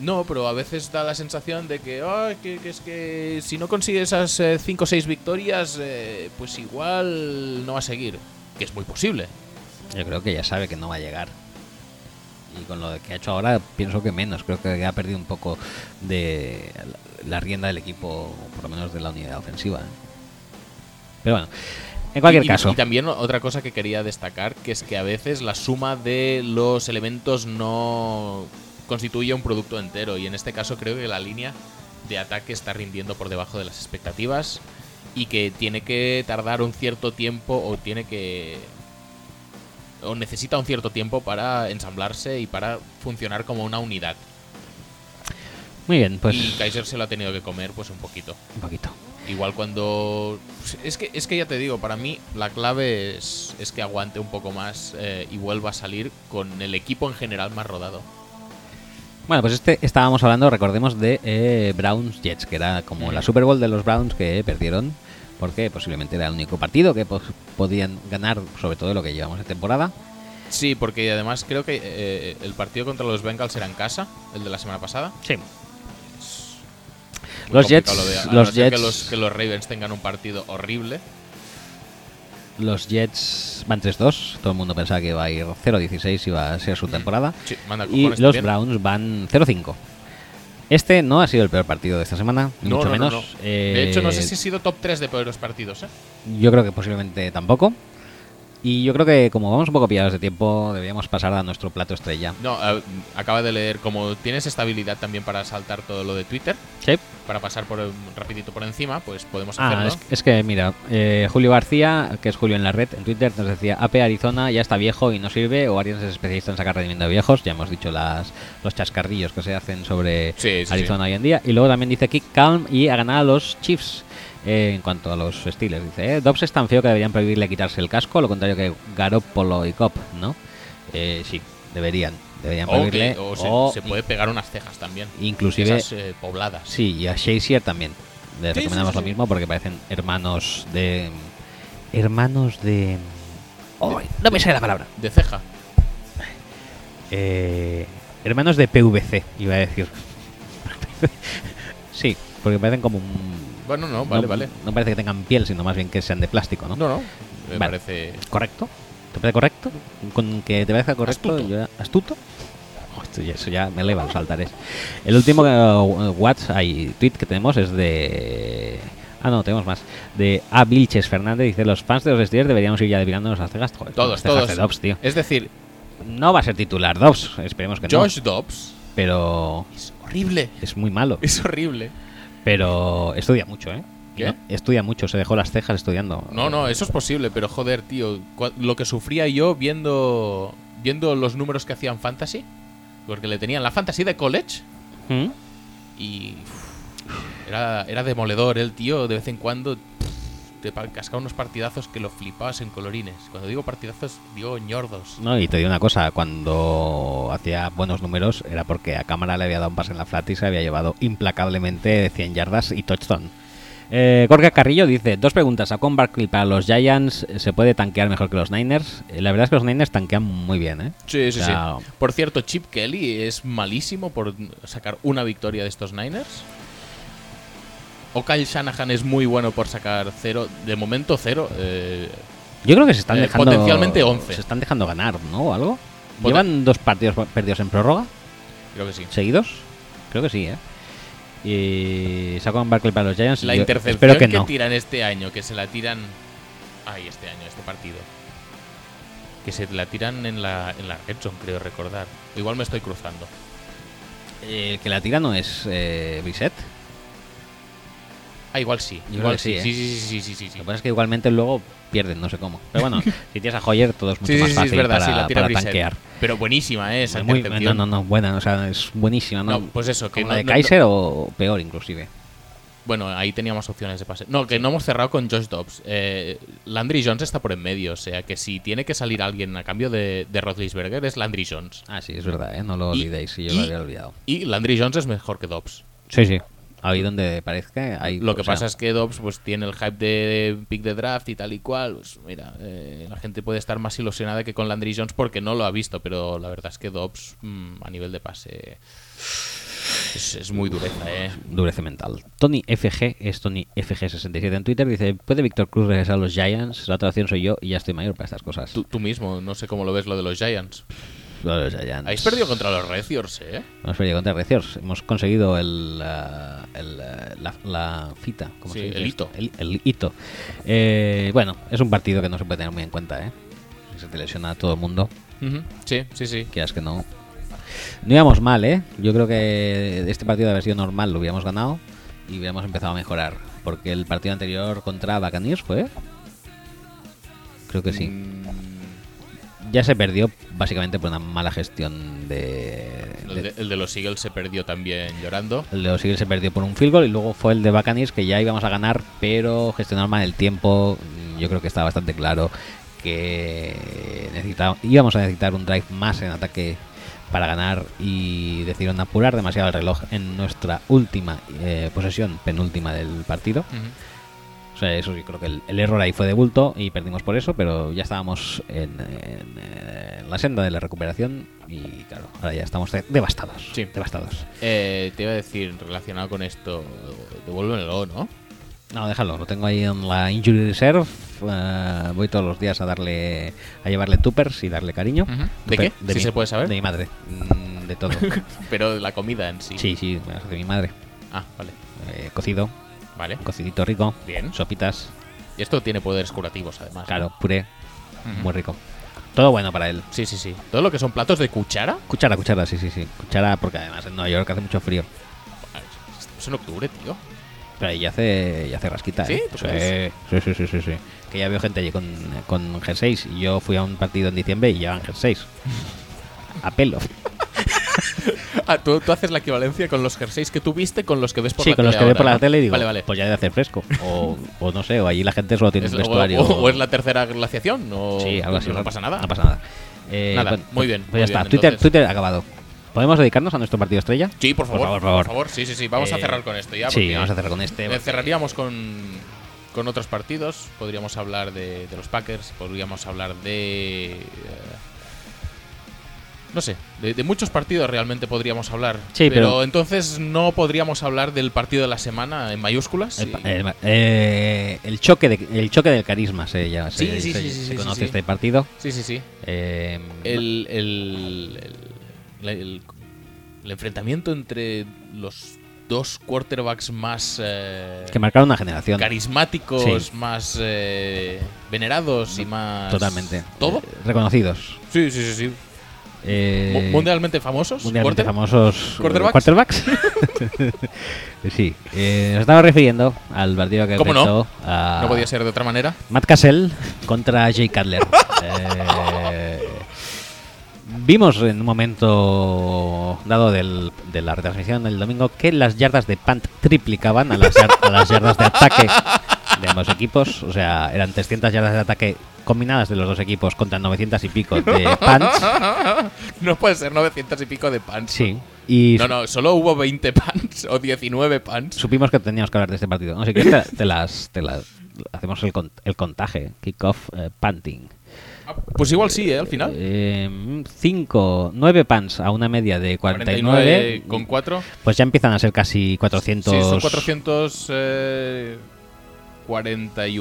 No, pero a veces da la sensación de que, oh, que, que, es que si no consigue esas 5 o 6 victorias, eh, pues igual no va a seguir. Que es muy posible.
Yo creo que ya sabe que no va a llegar y con lo que ha hecho ahora pienso que menos, creo que ha perdido un poco de la rienda del equipo, por lo menos de la unidad ofensiva. ¿eh? Pero bueno, en cualquier
y,
caso.
Y, y también otra cosa que quería destacar, que es que a veces la suma de los elementos no constituye un producto entero y en este caso creo que la línea de ataque está rindiendo por debajo de las expectativas y que tiene que tardar un cierto tiempo o tiene que o necesita un cierto tiempo para ensamblarse y para funcionar como una unidad.
Muy bien, pues.
Y Kaiser se lo ha tenido que comer, pues un poquito.
Un poquito.
Igual cuando. pues, Es que, es que ya te digo, para mí la clave es, es que aguante un poco más eh, y vuelva a salir con el equipo en general más rodado.
Bueno, pues este estábamos hablando, recordemos, de eh, Browns Jets, que era como mm. la Super Bowl de los Browns que perdieron porque posiblemente era el único partido que pues, podían ganar, sobre todo de lo que llevamos de temporada.
Sí, porque además creo que eh, el partido contra los Bengals era en casa, el de la semana pasada.
Sí. Los Jets,
lo de,
a los
no
Jets,
que los que los Ravens tengan un partido horrible.
Los Jets van 3-2. Todo el mundo pensaba que iba a ir 0-16 y iba a
Mm.
ser su temporada.
Sí, manda
y los también. Browns van 0-5. Este no ha sido el peor partido de esta semana, ni
no,
mucho
no,
menos.
No, eh, de hecho, no sé si ha sido top 3 de peores partidos. ¿eh?
Yo creo que posiblemente tampoco. Y yo creo que como vamos un poco pillados de tiempo, deberíamos pasar a nuestro plato estrella.
No, eh, acaba de leer, como tienes esta habilidad también para saltar todo lo de Twitter,
sí.
para pasar por eh, rapidito por encima, pues podemos
ah,
hacerlo.
Es, es, que mira, eh, Julio García, que es Julio en la red, en Twitter nos decía, AP Arizona ya está viejo y no sirve, o Arians es especialista en sacar rendimiento de viejos, ya hemos dicho las los chascarrillos que se hacen sobre
sí, sí,
Arizona hoy en día. Y luego también dice aquí, calm y ha ganado a los Chiefs. Eh, en cuanto a los estilos. Dice, eh, Dobbs es tan feo que deberían prohibirle quitarse el casco, lo contrario que Garoppolo y Cop, ¿no? Eh, sí, deberían. Deberían prohibirle.
Okay, o se, o se, puede pegar unas cejas también.
Inclusive.
Esas, eh, pobladas.
Sí, y a Shakespeare también. Le sí, recomendamos sí, sí, lo mismo porque parecen hermanos de... Hermanos de... Oh, de no me sale la palabra. Eh,
De ceja.
hermanos de PVC, iba a decir. sí, porque parecen como un
bueno, no, vale,
no,
vale.
No parece que tengan piel, sino más bien que sean de plástico, ¿no?
No, no. Me vale. parece.
¿Correcto? ¿Te parece correcto? Con que te parezca correcto,
astuto.
Yo, ¿astuto? Oh, esto ya, eso ya me eleva los altares. El último uh, WhatsApp y tweet que tenemos es de. Ah, no, tenemos más. De A. Vilches Fernández dice: Los fans de los Steelers deberíamos ir ya debilándonos las cejas. Joder,
todos,
las cejas
todos.
De Dobbs, tío.
Es decir,
no va a ser titular Dobbs, esperemos que
Josh
no.
Dobbs.
Pero.
Es horrible.
Es muy malo.
Es horrible.
Pero estudia mucho, ¿eh?
¿Qué?
No, estudia mucho, se dejó las cejas estudiando.
No, no, eso es posible, pero joder, tío, lo que sufría yo viendo viendo los números que hacían Fantasy, porque le tenían la Fantasy de College
¿Mm?
y uff, era, era demoledor el tío, de vez en cuando te cascaba unos partidazos que lo flipabas en colorines. Cuando digo partidazos, digo ñordos.
No, y te digo una cosa, cuando hacía buenos números era porque a cámara le había dado un pase en la flat y se había llevado implacablemente de 100 yardas y touchdown. Eh, Jorge Carrillo dice, dos preguntas, ¿a con Barkley para los Giants se puede tanquear mejor que los Niners? Eh, la verdad es que los Niners tanquean muy bien, ¿eh?
Sí, sí, o sea, sí. Por cierto, Chip Kelly es malísimo por sacar una victoria de estos Niners o Kyle Shanahan es muy bueno por sacar cero, de momento cero. Eh,
Yo creo que se están
eh,
dejando.
Potencialmente 11.
Se están dejando ganar, ¿no? ¿O algo? Poten ¿Llevan dos partidos perdidos en prórroga?
Creo que sí.
¿Seguidos? Creo que sí, ¿eh? Y sacó un Barkley para los Giants.
La
Yo
intercepción
que, no.
tiran este año, que se la tiran. Ay, este año, este partido. que se la tiran en la, en la red zone, creo recordar. Igual me estoy cruzando.
El que la tira no es eh, Brissett.
Ah, igual sí.
Yo creo
igual
que sí, ¿eh?
sí, sí, sí, sí, sí, sí, sí.
Lo que pasa es que igualmente luego pierden, no sé cómo. Pero bueno, si tienes a Hoyer, todo es mucho
Sí, sí,
más
sí,
fácil
es verdad,
para,
sí, la tira
para
Brissett.
tanquear.
Pero buenísima, ¿eh? Esa
Muy- no,
intercepción.
no, no, buena, o sea, es buenísima, ¿no?
No, pues eso, que
Como la
no-
de
no- no-
Kaiser o peor, inclusive.
Bueno, ahí teníamos opciones de pase. No, que no hemos cerrado con Josh Dobbs. Eh, Landry Jones está por en medio, o sea que si tiene que salir alguien a cambio de, de Roethlisberger es Landry Jones.
Ah, sí, es verdad, ¿eh? No lo
Y-
olvidéis, si yo
y-
lo había olvidado.
Y Landry Jones es mejor que Dobbs.
Sí, sí. Ahí donde parezca, ahí.
Lo que
o sea,
pasa es que Dobbs pues, tiene el hype de pick de draft y tal y cual. Pues mira, eh, la gente puede estar más ilusionada que con Landry Jones porque no lo ha visto, pero la verdad es que Dobbs mm, a nivel de pase es, es muy dureza, ¿eh?
Dureza mental. Tony FG es Tony FG67 en Twitter. Dice: ¿Puede Víctor Cruz regresar a los Giants? La traducción soy yo y ya estoy mayor para estas cosas.
Tú, tú mismo, no sé cómo lo ves lo de los Giants.
Lo de los Giants.
Habéis perdido contra los Reciors, ¿eh?
Hemos perdido contra Reciors. Hemos conseguido el, ah, el, ah, la, la fita. ¿cómo
Sí,
se dice
el
esto?
hito.
El, el hito. Eh, bueno, es un partido que no se puede tener muy en cuenta, ¿eh? Se te lesiona a todo el mundo.
Ujú, Sí, sí, sí.
Quieras que no. No íbamos mal, ¿eh? Yo creo que este partido de haber sido normal lo hubiéramos ganado y hubiéramos empezado a mejorar. Porque el partido anterior contra Buccaneers fue. Creo que
Mm.
sí. Ya se perdió básicamente por una mala gestión de.
El
de-
de, el de los Eagles se perdió también llorando.
el de los Eagles se perdió por un field goal y luego fue el de Buccaneers que ya íbamos a ganar, pero gestionar mal el tiempo. mm, Yo creo que está bastante claro que necesita- íbamos a necesitar un drive más en ataque para ganar y decidieron apurar demasiado el reloj en nuestra última eh, posesión, penúltima del partido.
Ujú.
O sea, eso sí, creo que el, el error ahí fue de bulto y perdimos por eso, pero ya estábamos en, en, eh, en la senda de la recuperación y claro, ahora ya estamos de- devastados.
Sí.
devastados.
Eh, te iba a decir, relacionado con esto, devuélvelo, ¿no?
No, déjalo, lo tengo ahí en la Injury Reserve. eh, voy todos los días a darle a llevarle tuppers y darle cariño.
Ujú.
Tupper-
¿De qué? Si
mi-
se puede saber.
De mi madre. mm, de todo.
Pero de la comida en sí.
sí, sí, me las hace mi madre.
Ah, vale.
Eh, cocido,
Vale.
cocidito rico,
Bien.
sopitas,
Y esto tiene poderes curativos, además.
claro, puré,
Ujú.
muy rico. Todo bueno para él.
Sí, sí, sí. Todo lo que son platos de cuchara.
Cuchara, cuchara, sí, sí, sí. Cuchara, porque además en Nueva York hace mucho frío.
Es en octubre, tío.
Pero ahí ya hace, ya hace rasquita,
¿Sí?
¿eh?
¿Tú crees?
Sí, sí, sí, sí, sí. Que ya veo gente allí con, con jerseys. Y yo fui a un partido en diciembre y llevan jerseys. A pelo.
Ah, tú, tú haces la equivalencia con los jerseys que tuviste con los que ves por
sí,
la
con
tele.
los que veo
ahora,
por la
¿no?
tele y digo,
Vale, vale.
pues ya debe hacer fresco. O, o no sé, o allí la gente solo tiene
Es-
un
o-
vestuario.
o, o es la tercera glaciación? O...
Sí, algo así.
No pasa nada.
No Ah, pasa nada. Eh,
Nada,
bueno,
muy bien,
Pues
muy
ya
bien,
está. Twitter,
entonces.
Twitter acabado. ¿Podemos dedicarnos a nuestro partido estrella?
Sí, por favor, por favor,
por favor.
Sí, sí, sí. Vamos a
Eh,
cerrar con esto ya.
Sí,
porque
vamos a cerrar con este.
eh, Cerraríamos con, con otros partidos. Podríamos hablar de, de los Packers, podríamos hablar de. eh, no sé, de, de muchos partidos realmente podríamos hablar.
Sí, pero-
entonces no podríamos hablar del partido de la semana en mayúsculas.
El,
y-
pa- el- eh, el choque de, el choque del carisma se llama. se-
Sí, sí,
se-
sí, sí,
se
sí, sí,
conoce
sí.
este partido.
sí, sí, sí.
Eh,
El, el, el- el- el enfrentamiento entre los dos quarterbacks más. eh,
que marcaron una generación.
carismáticos,
Sí.
más eh, venerados y más.
Totalmente.
¿Todo?
Eh, reconocidos.
Sí, sí, sí. sí.
Eh,
Mu- mundialmente famosos.
mundialmente
Quarter-
famosos. eh,
¿Quarterbacks?
quarterbacks. sí. eh, nos estamos refiriendo al partido que
¿Cómo no?
enfrentó a
No podía ser de otra manera.
Matt Cassell contra Jay Cutler. Eh, Vimos en un momento dado del- de la retransmisión del domingo que las yardas de punt triplicaban a las, yar- a las yardas de ataque de ambos equipos. O sea, eran 300 yardas de ataque combinadas de los dos equipos contra 900 y pico de punts.
no puede ser 900 y pico de pants.
Sí. Y
No, no, solo hubo 20 pants o 19 pants.
supimos que teníamos que hablar de este partido. Así que te, te las, te las- hacemos el, con- el contaje. Kickoff eh, punting.
Ah, Pues igual sí, ¿eh? Al final.
5, 9 Em, pans a una media de 49,
con 4.
pues ya empiezan a ser casi 400.
Sí, son eh, 441,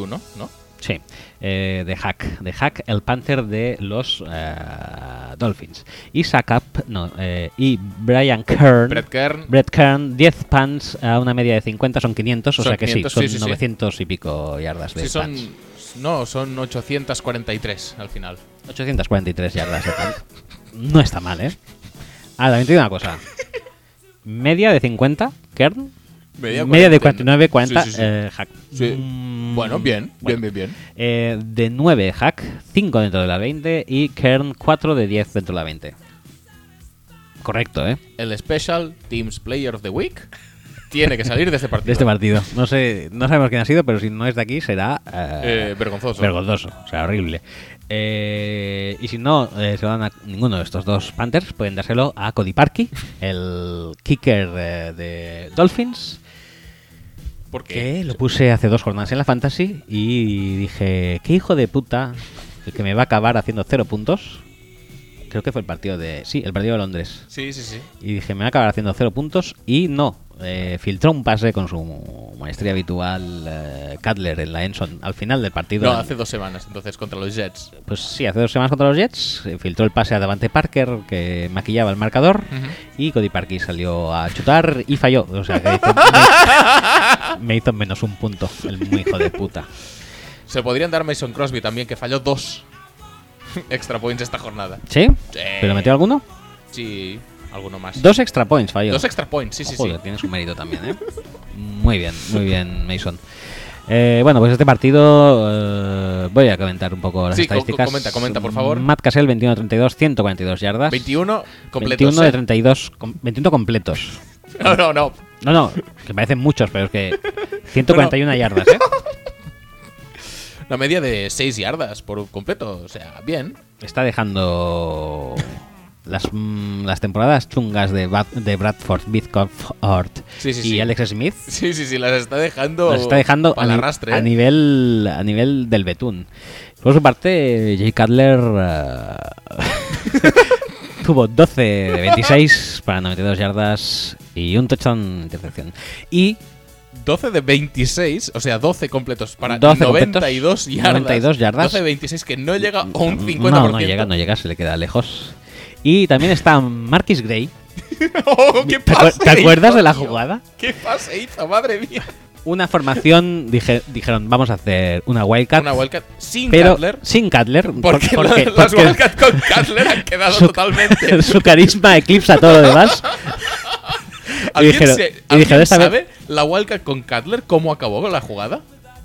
¿no?
Sí, eh, de Hack. De Hack, el Panther de los eh, Dolphins. Y Sakap, no, eh, y Brian Kern.
Brett Kern.
Brett Kern, 10 pans a una media de 50 son 500, o
Son
sea que
500,
sí, son
sí, sí, sí.
900 y pico yardas de
sí, son
punts.
yardas. No, son 843 al final.
843 yardas. de campo. no está mal, ¿eh? Ah, también te digo una cosa. Media de 50, Kern.
Media,
de
49.
49, 40,
Sí, sí, sí.
eh, hack.
Sí.
Mm,
Bueno, bien,
bueno.
bien, bien, bien.
Eh, de 9, hack. 5 dentro de la 20. Y Kern, 4 de 10 dentro de la 20. Correcto, ¿eh?
El Special Teams Player of the Week tiene que salir de este partido.
De este partido. No sé, no sabemos quién ha sido, pero si no es de aquí será eh,
Eh, vergonzoso.
vergonzoso, o sea, horrible. Eh, y si no eh, se lo dan a ninguno de estos dos Panthers, pueden dárselo a Cody Parkey, el kicker eh, de Dolphins,
¿Por qué?
que lo puse hace dos jornadas en la Fantasy y dije, qué hijo de puta, el que me va a acabar haciendo cero puntos. Creo que fue el partido de... Sí, el partido de Londres.
Sí, sí, sí.
Y dije, me va a acabar haciendo cero puntos. Y no, eh, filtró un pase con su maestría habitual, eh, Cutler, en la Enson, al final del partido.
No,
En-
hace dos semanas, entonces, contra los Jets.
Pues sí, hace dos semanas contra los Jets, eh, filtró el pase a Davante Parker, que maquillaba el marcador. Y Cody Parkey salió a chutar y falló. O sea, que hizo- me, me hizo menos un punto, el muy hijo de puta.
Se podrían dar Mason Crosby también, que falló dos extra points esta jornada.
¿Sí?
Sí.
¿Pero metió alguno?
Sí, alguno más.
Dos extra points falló.
Dos extra points, sí, sí,
Joder,
sí.
tiene su mérito también, ¿eh? Muy bien, muy bien, Mason. Eh, bueno, pues este partido eh, voy a comentar un poco las
Sí, co- co-
estadísticas.
comenta, comenta, por favor.
Matt Cassell, 21-32, 142 yardas.
21 completos.
21 de
¿eh?
32, com- 21 completos.
No, no, no.
No, no, que parecen muchos, pero es que 141 yardas, ¿eh?
La media de 6 yardas por completo. O sea, bien.
Está dejando las, mm, las temporadas chungas de, Bad- de Bradford, Bitcoff, Hort
Sí, sí,
y
sí.
Alex Smith.
Sí, sí, sí, las está dejando.
Nos está dejando a,
al
ni-
arrastre.
a
¿eh?
nivel a nivel del betún. Por su parte, Jay Cutler eh, tuvo 12 de 26 para 92 yardas y un touchdown intercepción. Y
12 de 26, o sea, 12 completos para
12 completos,
92 yardas.
92 yardas.
12 de 26 que no llega a un 50%.
no, no llega, no llega, se le queda lejos. Y también está Marquis Gray.
Oh, ¿Qué
¿Te, acuer-
pase
te acuerdas
hizo,
de la
tío?
jugada?
¿Qué pase hizo? Madre mía.
Una formación, dije- dijeron, vamos a hacer una wildcat,
Una Wildcat sin
pero
Cutler.
sin Cutler. por-
Porque,
porque-
la- las
porque-
Wildcat con Cutler han quedado
su,
totalmente.
su carisma eclipsa todo lo demás.
¿Alguien,
dijeron-
se-
y
alguien
dijeron, esta vez-
sabe la Wildcat con Cutler cómo acabó con la jugada?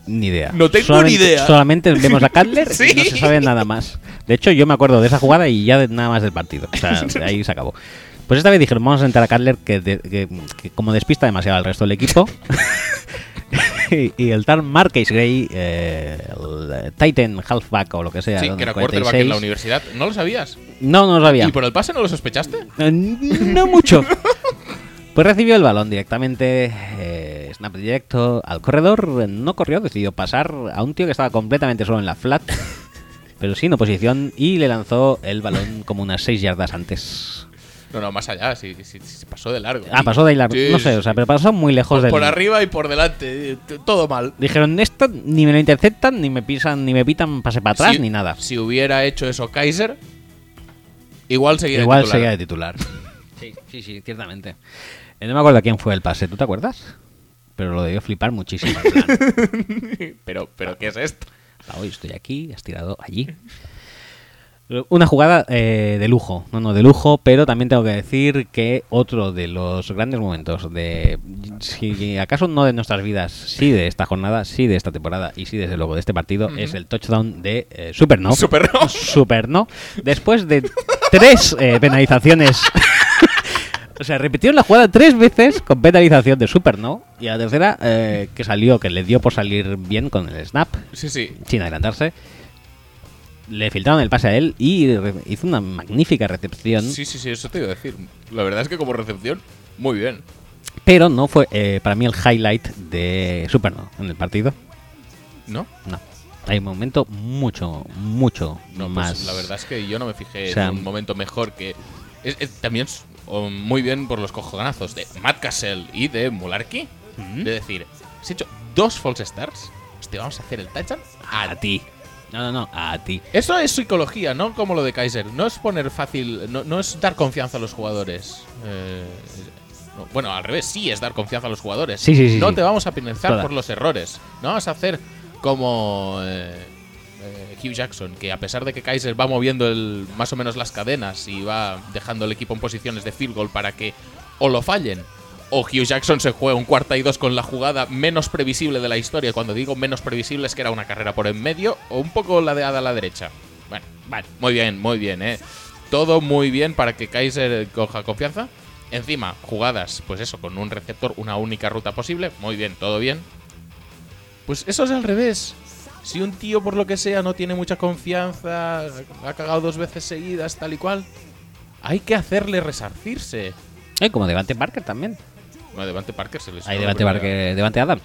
Ni idea.
No tengo
solamente,
ni idea.
Solamente vemos a Cutler
Sí.
y no se sabe nada más. De hecho, yo me acuerdo de esa jugada y ya de nada más del partido. O sea, ahí se acabó. Pues esta vez dijeron, vamos a sentar a Cutler que, de- que- que como despista demasiado al resto del equipo. y, y el tal Marquis Gray, eh, el eh, Titan Halfback o lo que sea.
sí,
¿no?
que era
46.
quarterback en la universidad. ¿No lo sabías?
No, no lo sabía.
¿Y por el pase no lo sospechaste?
Eh, No mucho. Pues recibió el balón directamente, eh, snap directo al corredor, eh, no corrió, decidió pasar a un tío que estaba completamente solo en la flat, pero sin oposición, y le lanzó el balón como unas 6 yardas antes.
No, no, más allá, sí, sí, sí, se pasó de largo.
Ah, pasó de ahí la...
Sí,
No sé, o sea, pero pasó muy lejos del...
Por arriba y por delante, eh, t- todo mal.
Dijeron, esto ni me lo interceptan, ni me pisan, ni me pitan pase para atrás,
Si-
ni nada.
Si hubiera hecho eso Kaiser, igual seguía
Igual
de titular.
seguía de titular. Sí, sí, sí, ciertamente. Eh, No me acuerdo quién fue el pase, ¿tú te acuerdas? Pero lo debió flipar muchísimo. en plan,
Pero, pero ¿qué es esto?
Ah, Hoy estoy aquí, has tirado allí. Una jugada eh, de lujo, no, no, de lujo, pero también tengo que decir que otro de los grandes momentos de, si acaso no de nuestras vidas, sí de esta jornada, sí de esta temporada y sí desde luego de este partido, es el touchdown de eh, Superno.
Super no.
Superno. Después de tres eh, penalizaciones. O sea, repitió la jugada tres veces con penalización de Superno y a la tercera eh, que salió, que le dio por salir bien con el snap,
Sí, sí.
sin adelantarse. Le filtraron el pase a él y re- hizo una magnífica recepción,
Sí, sí, sí, eso te iba a decir. La verdad es que como recepción, muy bien.
pero no fue eh, para mí el highlight de Superno en el partido.
¿No?
No. Hay un momento mucho, mucho
No, pues,
más.
la verdad es que yo no me fijé
O sea,
en un momento mejor que. es- es- también es, oh, muy bien por los cojonazos de Matt Cassell y de Mularki. De decir, has hecho dos false stars, pues te vamos a hacer el touchdown a
A ti. No, no, no, a ti.
Eso es psicología, no como lo de Kaiser. No es poner fácil, no, no es dar confianza a los jugadores. Eh, no, bueno, al revés, sí es dar confianza a los jugadores.
Sí, sí, sí,
No
sí.
te vamos a penalizar
Toda.
por los errores. No vas a hacer como eh, eh, Hugh Jackson, que a pesar de que Kaiser va moviendo el, más o menos las cadenas y va dejando el equipo en posiciones de field goal para que o lo fallen, o Hugh Jackson se juega un cuarta y dos con la jugada menos previsible de la historia. Cuando digo menos previsible es que era una carrera por en medio o un poco ladeada a la derecha. Bueno, vale, muy bien, muy bien, ¿eh? Todo muy bien para que Kaiser coja confianza. Encima, jugadas, pues eso, con un receptor, una única ruta posible. Muy bien, todo bien. Pues eso es al revés. Si un tío, por lo que sea, no tiene mucha confianza, ha cagado dos veces seguidas, tal y cual, hay que hacerle resarcirse.
Eh, como Devante Parker también.
Pues Bueno, Devante Parker se les
Hay Devante Parker, Devante Adams.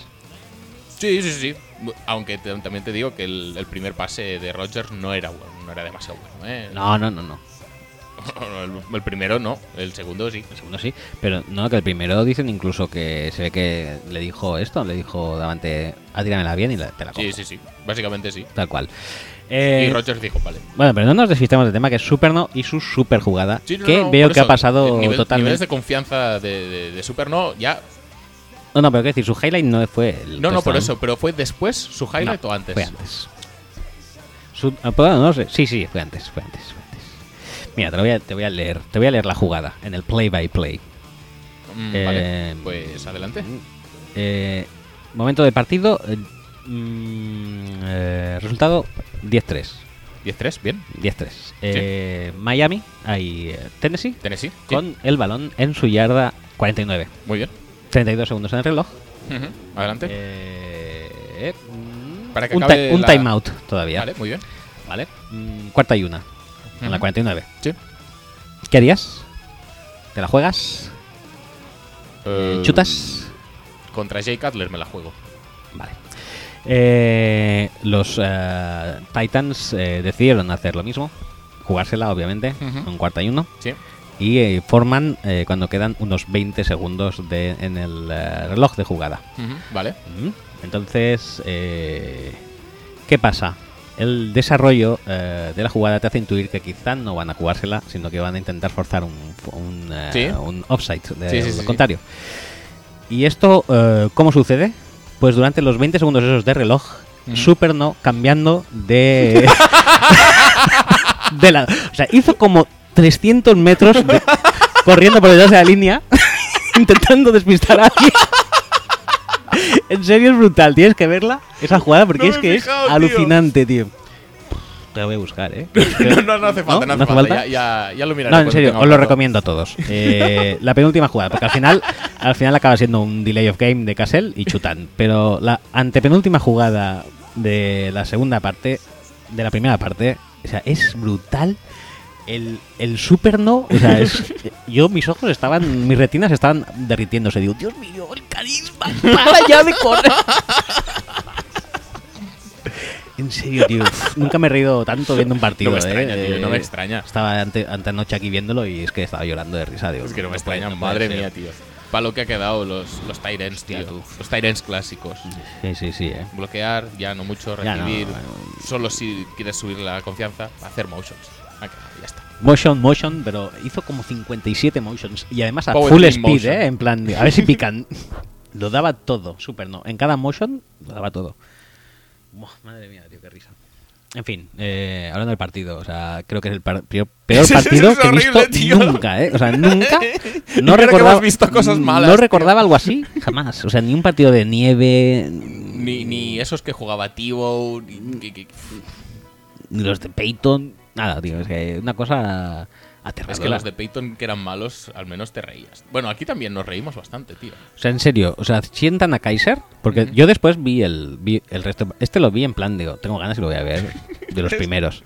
Sí, sí, sí. Aunque te- también te digo que el, el primer pase de Rogers no era bueno, no era demasiado bueno. ¿eh?
No, no, no, no.
El, el primero no, el segundo sí.
El segundo sí. Pero no, que el primero dicen incluso que se ve que le dijo esto, le dijo Davante, ah, tíramela bien y la- te la cojo.
Sí, sí, sí. Básicamente sí.
Tal cual. Eh,
y Rogers dijo, vale.
bueno, pero no nos despistemos del tema que es Superno y su super jugada.
Sí, no,
que
no, no,
veo
por
que ha
eso,
pasado
eh, nivel- Niveles
totalmente.
de confianza de, de, de Super no, ya.
No, no, pero quiero decir, su highlight no fue el.
No, no, por
touchdown.
eso. Pero fue después su highlight
No,
o antes.
Fue antes. Su- ah, perdón, no sé. Sí, sí, fue antes, fue antes, fue antes. Mira, te, lo voy a, te voy a leer, te voy a leer la jugada en el play by play.
Mm,
Eh,
vale. Pues adelante.
Eh, momento del partido. eh, mm, eh, resultado 10-3.
10-3, bien.
10-3. Eh, Miami, ahí eh, Tennessee,
Tennessee. sí,
con el balón en su yarda 49.
Muy bien.
32 segundos en el reloj.
Ujú, Adelante.
Eh, mm,
Para que
un,
acabe
ti- un
la-
timeout todavía.
Vale, muy bien.
Vale. Mm, cuarta y una. En la Eh,
Ujú.
49.
Sí.
¿Qué harías? ¿Te la juegas?
Eh,
¿Chutas?
Contra Jay Cutler me la juego. mm.
Vale. Eh, los eh, Titans eh, decidieron hacer lo mismo. Jugársela, obviamente,
Ujú.
en cuarta y uno.
Sí.
Y eh, forman eh, cuando quedan unos 20 segundos de, en el eh, reloj de jugada.
Ujú, Vale.
Mm. Entonces, eh, ¿qué pasa? El desarrollo eh, de la jugada te hace intuir que quizás no van a jugársela, sino que van a intentar forzar un, un, eh,
Sí.
un offside del
Sí, sí, sí, sí.
contrario. ¿Y esto eh, cómo sucede? Pues durante los 20 segundos esos de reloj,
Ujú.
Superno cambiando de... de la, o sea, hizo como 300 metros de- corriendo por detrás de la línea, intentando despistar a alguien. En serio es brutal, tienes que verla, esa jugada, porque
No
es
me he
que es
fijado, tío.
alucinante, tío. Te la voy a buscar, ¿eh?
No, no, no hace falta, no, hace falta. Ya, ya- ya lo miraré.
No, en
cuando
serio,
tenga
os lo
rato.
recomiendo a todos. Eh, la penúltima jugada, porque al final, al final acaba siendo un delay of game de Castle y chutan. Pero la antepenúltima jugada de la segunda parte, de la primera parte, o sea, es brutal. El, el super no, o sea, es- yo mis ojos estaban, mis retinas estaban derritiéndose. Digo, Dios mío, el carisma, para ya de correr. En serio, tío, uf, nunca me he reído tanto viendo un partido.
No me
¿eh?
extraña, tío, no me
Eh,
extraña.
estaba ante, antenoche aquí viéndolo y es que estaba llorando de risa. Digo,
Es que no
puede-
me extraña,
no puede
madre
ser.
mía, tío. Para lo que ha quedado los, los tight ends, tío.
Hostia, tú.
Los tight ends clásicos.
Sí, sí, sí, eh.
Bloquear, ya no mucho,
Ya no,
recibir.
bueno.
Solo si quieres subir la confianza, hacer motions. Ah, que- ya está.
Motion, motion, pero hizo como 57 motions y además a
Power
full
Team
speed,
motion.
eh. En plan, a ver si pican. lo daba todo, super no. En cada motion lo daba todo. Buah, madre mía, tío, qué risa. En fin, eh, hablando del partido, o sea, creo que es el par- peor, peor
Sí, sí, sí,
partido
es
que he visto
horrible, tío.
nunca, ¿eh? O sea, nunca.
Mira
No
que
recordaba,
hemos visto cosas malas,
No
tío.
recordaba algo así, jamás. O sea, ni un partido de nieve,
Ni, ni esos que jugaba Tivo.
ni los de Peyton, nada, tío, es que una cosa aterradora.
Es que los de Peyton que eran malos, al menos te reías. Bueno, aquí también nos reímos bastante, tío.
O sea, en serio, o sea, sientan a Kaiser, porque yo después vi el, vi el resto, este lo vi en plan, digo, tengo ganas y lo voy a ver, de los primeros.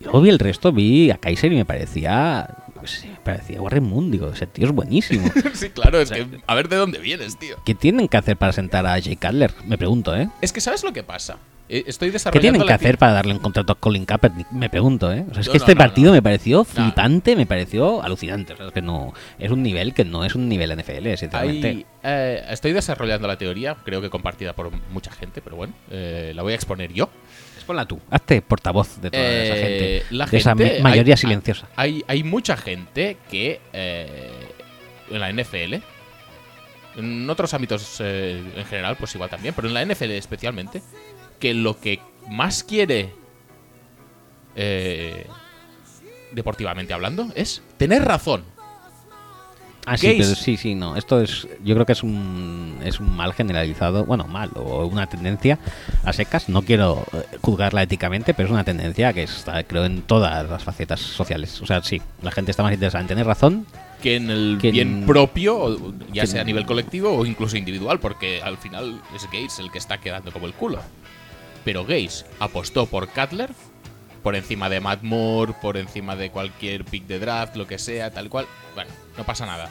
Y luego vi el resto, vi a Kaiser y me parecía, yo qué sé, me parecía Warren Moon, digo, ese tío es buenísimo.
sí, claro, es que a ver de dónde vienes, tío.
¿Qué tienen que hacer para sentar a Jay Cutler? Me pregunto, ¿eh?
Es que ¿sabes lo que pasa? Eh, Estoy
¿Qué
desarrollando
tienen que
la
hacer para darle un contrato a Colin Kaepernick? Me pregunto, ¿eh? O sea, es
No,
que
no,
este
no,
partido
no.
me pareció flipante, me pareció alucinante. O sea, es que no. Es un nivel que no es un nivel NFL, sinceramente.
Hay, eh, estoy desarrollando la teoría, creo que compartida por mucha gente, pero bueno, eh, la voy a exponer yo.
Ponla tú. Hazte portavoz de toda esa
Eh,
gente.
la
de esa
gente-
ma- mayoría
hay-
silenciosa.
Hay, hay mucha gente que eh, en la NFL, en otros ámbitos eh, en general, pues igual también, pero en la NFL especialmente, que lo que más quiere eh, deportivamente hablando, es tener razón.
Ah, sí, pero sí, sí, no. Esto es, yo creo que es un, es un mal generalizado, bueno, mal, o una tendencia a secas. No quiero eh, juzgarla éticamente, pero es una tendencia que está, creo, en todas las facetas sociales. O sea, sí, la gente está más interesada en tener razón
que en el
que en-
bien propio, ya
que
sea a
en-
nivel colectivo o incluso individual, porque al final es Gates el que está quedando como el culo. Pero Gates apostó por Cutler, por encima de Matt Moore, por encima de cualquier pick de draft, lo que sea, tal cual. Bueno, no pasa nada.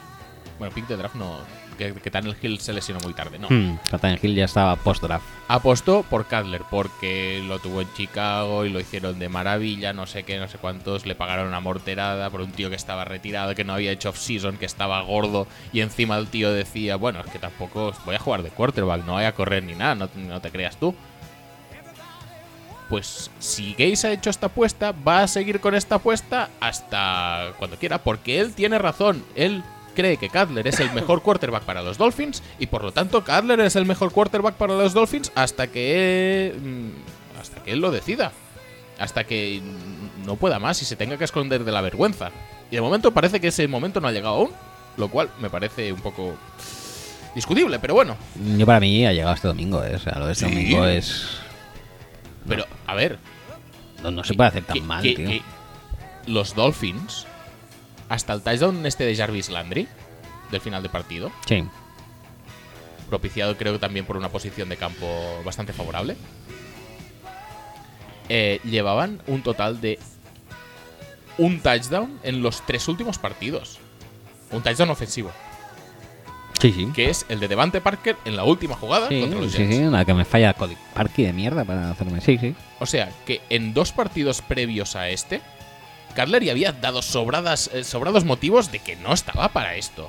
Bueno, pick de draft no. Que, que Tannehill se lesionó muy tarde, no.
Hmm, Nathan Hill ya estaba post-draft.
Apostó por Cutler porque lo tuvo en Chicago y lo hicieron de maravilla, no sé qué, no sé cuántos, le pagaron una morterada por un tío que estaba retirado, que no había hecho off-season, que estaba gordo y encima el tío decía, bueno, es que tampoco os voy a jugar de quarterback, no voy a correr ni nada, no, no te creas tú. Pues si Gates ha hecho esta apuesta, va a seguir con esta apuesta hasta cuando quiera, porque él tiene razón, él cree que Cutler es el mejor quarterback para los Dolphins y por lo tanto Cutler es el mejor quarterback para los Dolphins hasta que mm, hasta que él lo decida, hasta que mm, no pueda más y se tenga que esconder de la vergüenza. Y de momento parece que ese momento no ha llegado aún, lo cual me parece un poco discutible, pero bueno,
Yo para mí ha llegado este domingo, ¿eh? O sea, lo de este
Sí.
domingo es...
pero a ver,
No, no se puede hacer tan
que-
mal,
que-
tío.
que los Dolphins, hasta el touchdown este de Jarvis Landry, del final de partido,
Sí.
propiciado creo que también por una posición de campo bastante favorable, eh, llevaban un total de un touchdown en los tres últimos partidos. Un touchdown ofensivo,
Sí, sí.
que es el de Devante Parker en la última jugada
Sí,
contra los
sí,
Jets.
sí, la que me falla Cody Parky de mierda para hacerme. Sí, sí.
O sea, que en dos partidos previos a este, Cutler ya había dado sobradas, eh, sobrados motivos de que no estaba para esto.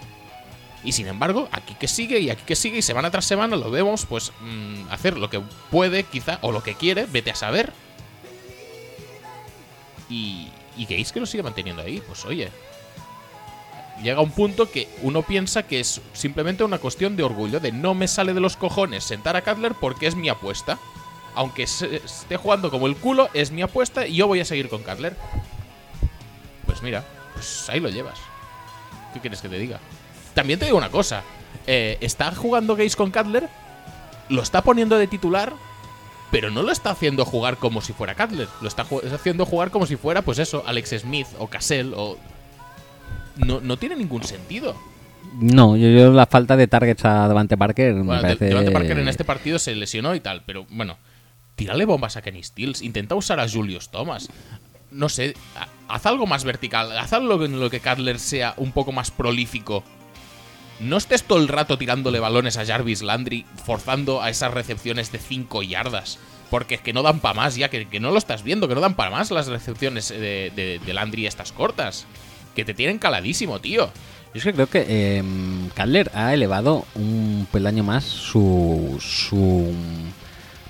Y sin embargo, aquí que sigue y aquí que sigue y semana tras semana lo vemos pues mm, hacer lo que puede quizá o lo que quiere, vete a saber. Y, y Gates que lo sigue manteniendo ahí, pues oye. Llega un punto que uno piensa que es simplemente una cuestión de orgullo, de no me sale de los cojones sentar a Cutler porque es mi apuesta aunque se- esté jugando como el culo, es mi apuesta y yo voy a seguir con Cutler. Pues mira, pues ahí lo llevas. ¿Qué quieres que te diga? También te digo una cosa. eh, está jugando Gates con Cutler, lo está poniendo de titular, pero no lo está haciendo jugar como si fuera Cutler. Lo está ju- haciendo jugar como si fuera, pues eso, Alex Smith o Cassell o... No, no tiene ningún sentido.
No, yo, yo la falta de targets a Devante Parker me
Bueno,
parece...
Devante Parker en este partido se lesionó y tal, pero bueno, tírale bombas a Kenny Stills, intenta usar a Julius Thomas. No sé, ha- haz algo más vertical, haz algo en lo que Cutler sea un poco más prolífico. No estés todo el rato tirándole balones a Jarvis Landry, forzando a esas recepciones de 5 yardas. Porque es que no dan para más, ya que, que no lo estás viendo, que no dan para más las recepciones eh, de, de- de Landry estas cortas. Que te tienen caladísimo, tío.
Yo es que creo que eh, Cutler ha elevado un peldaño más su, su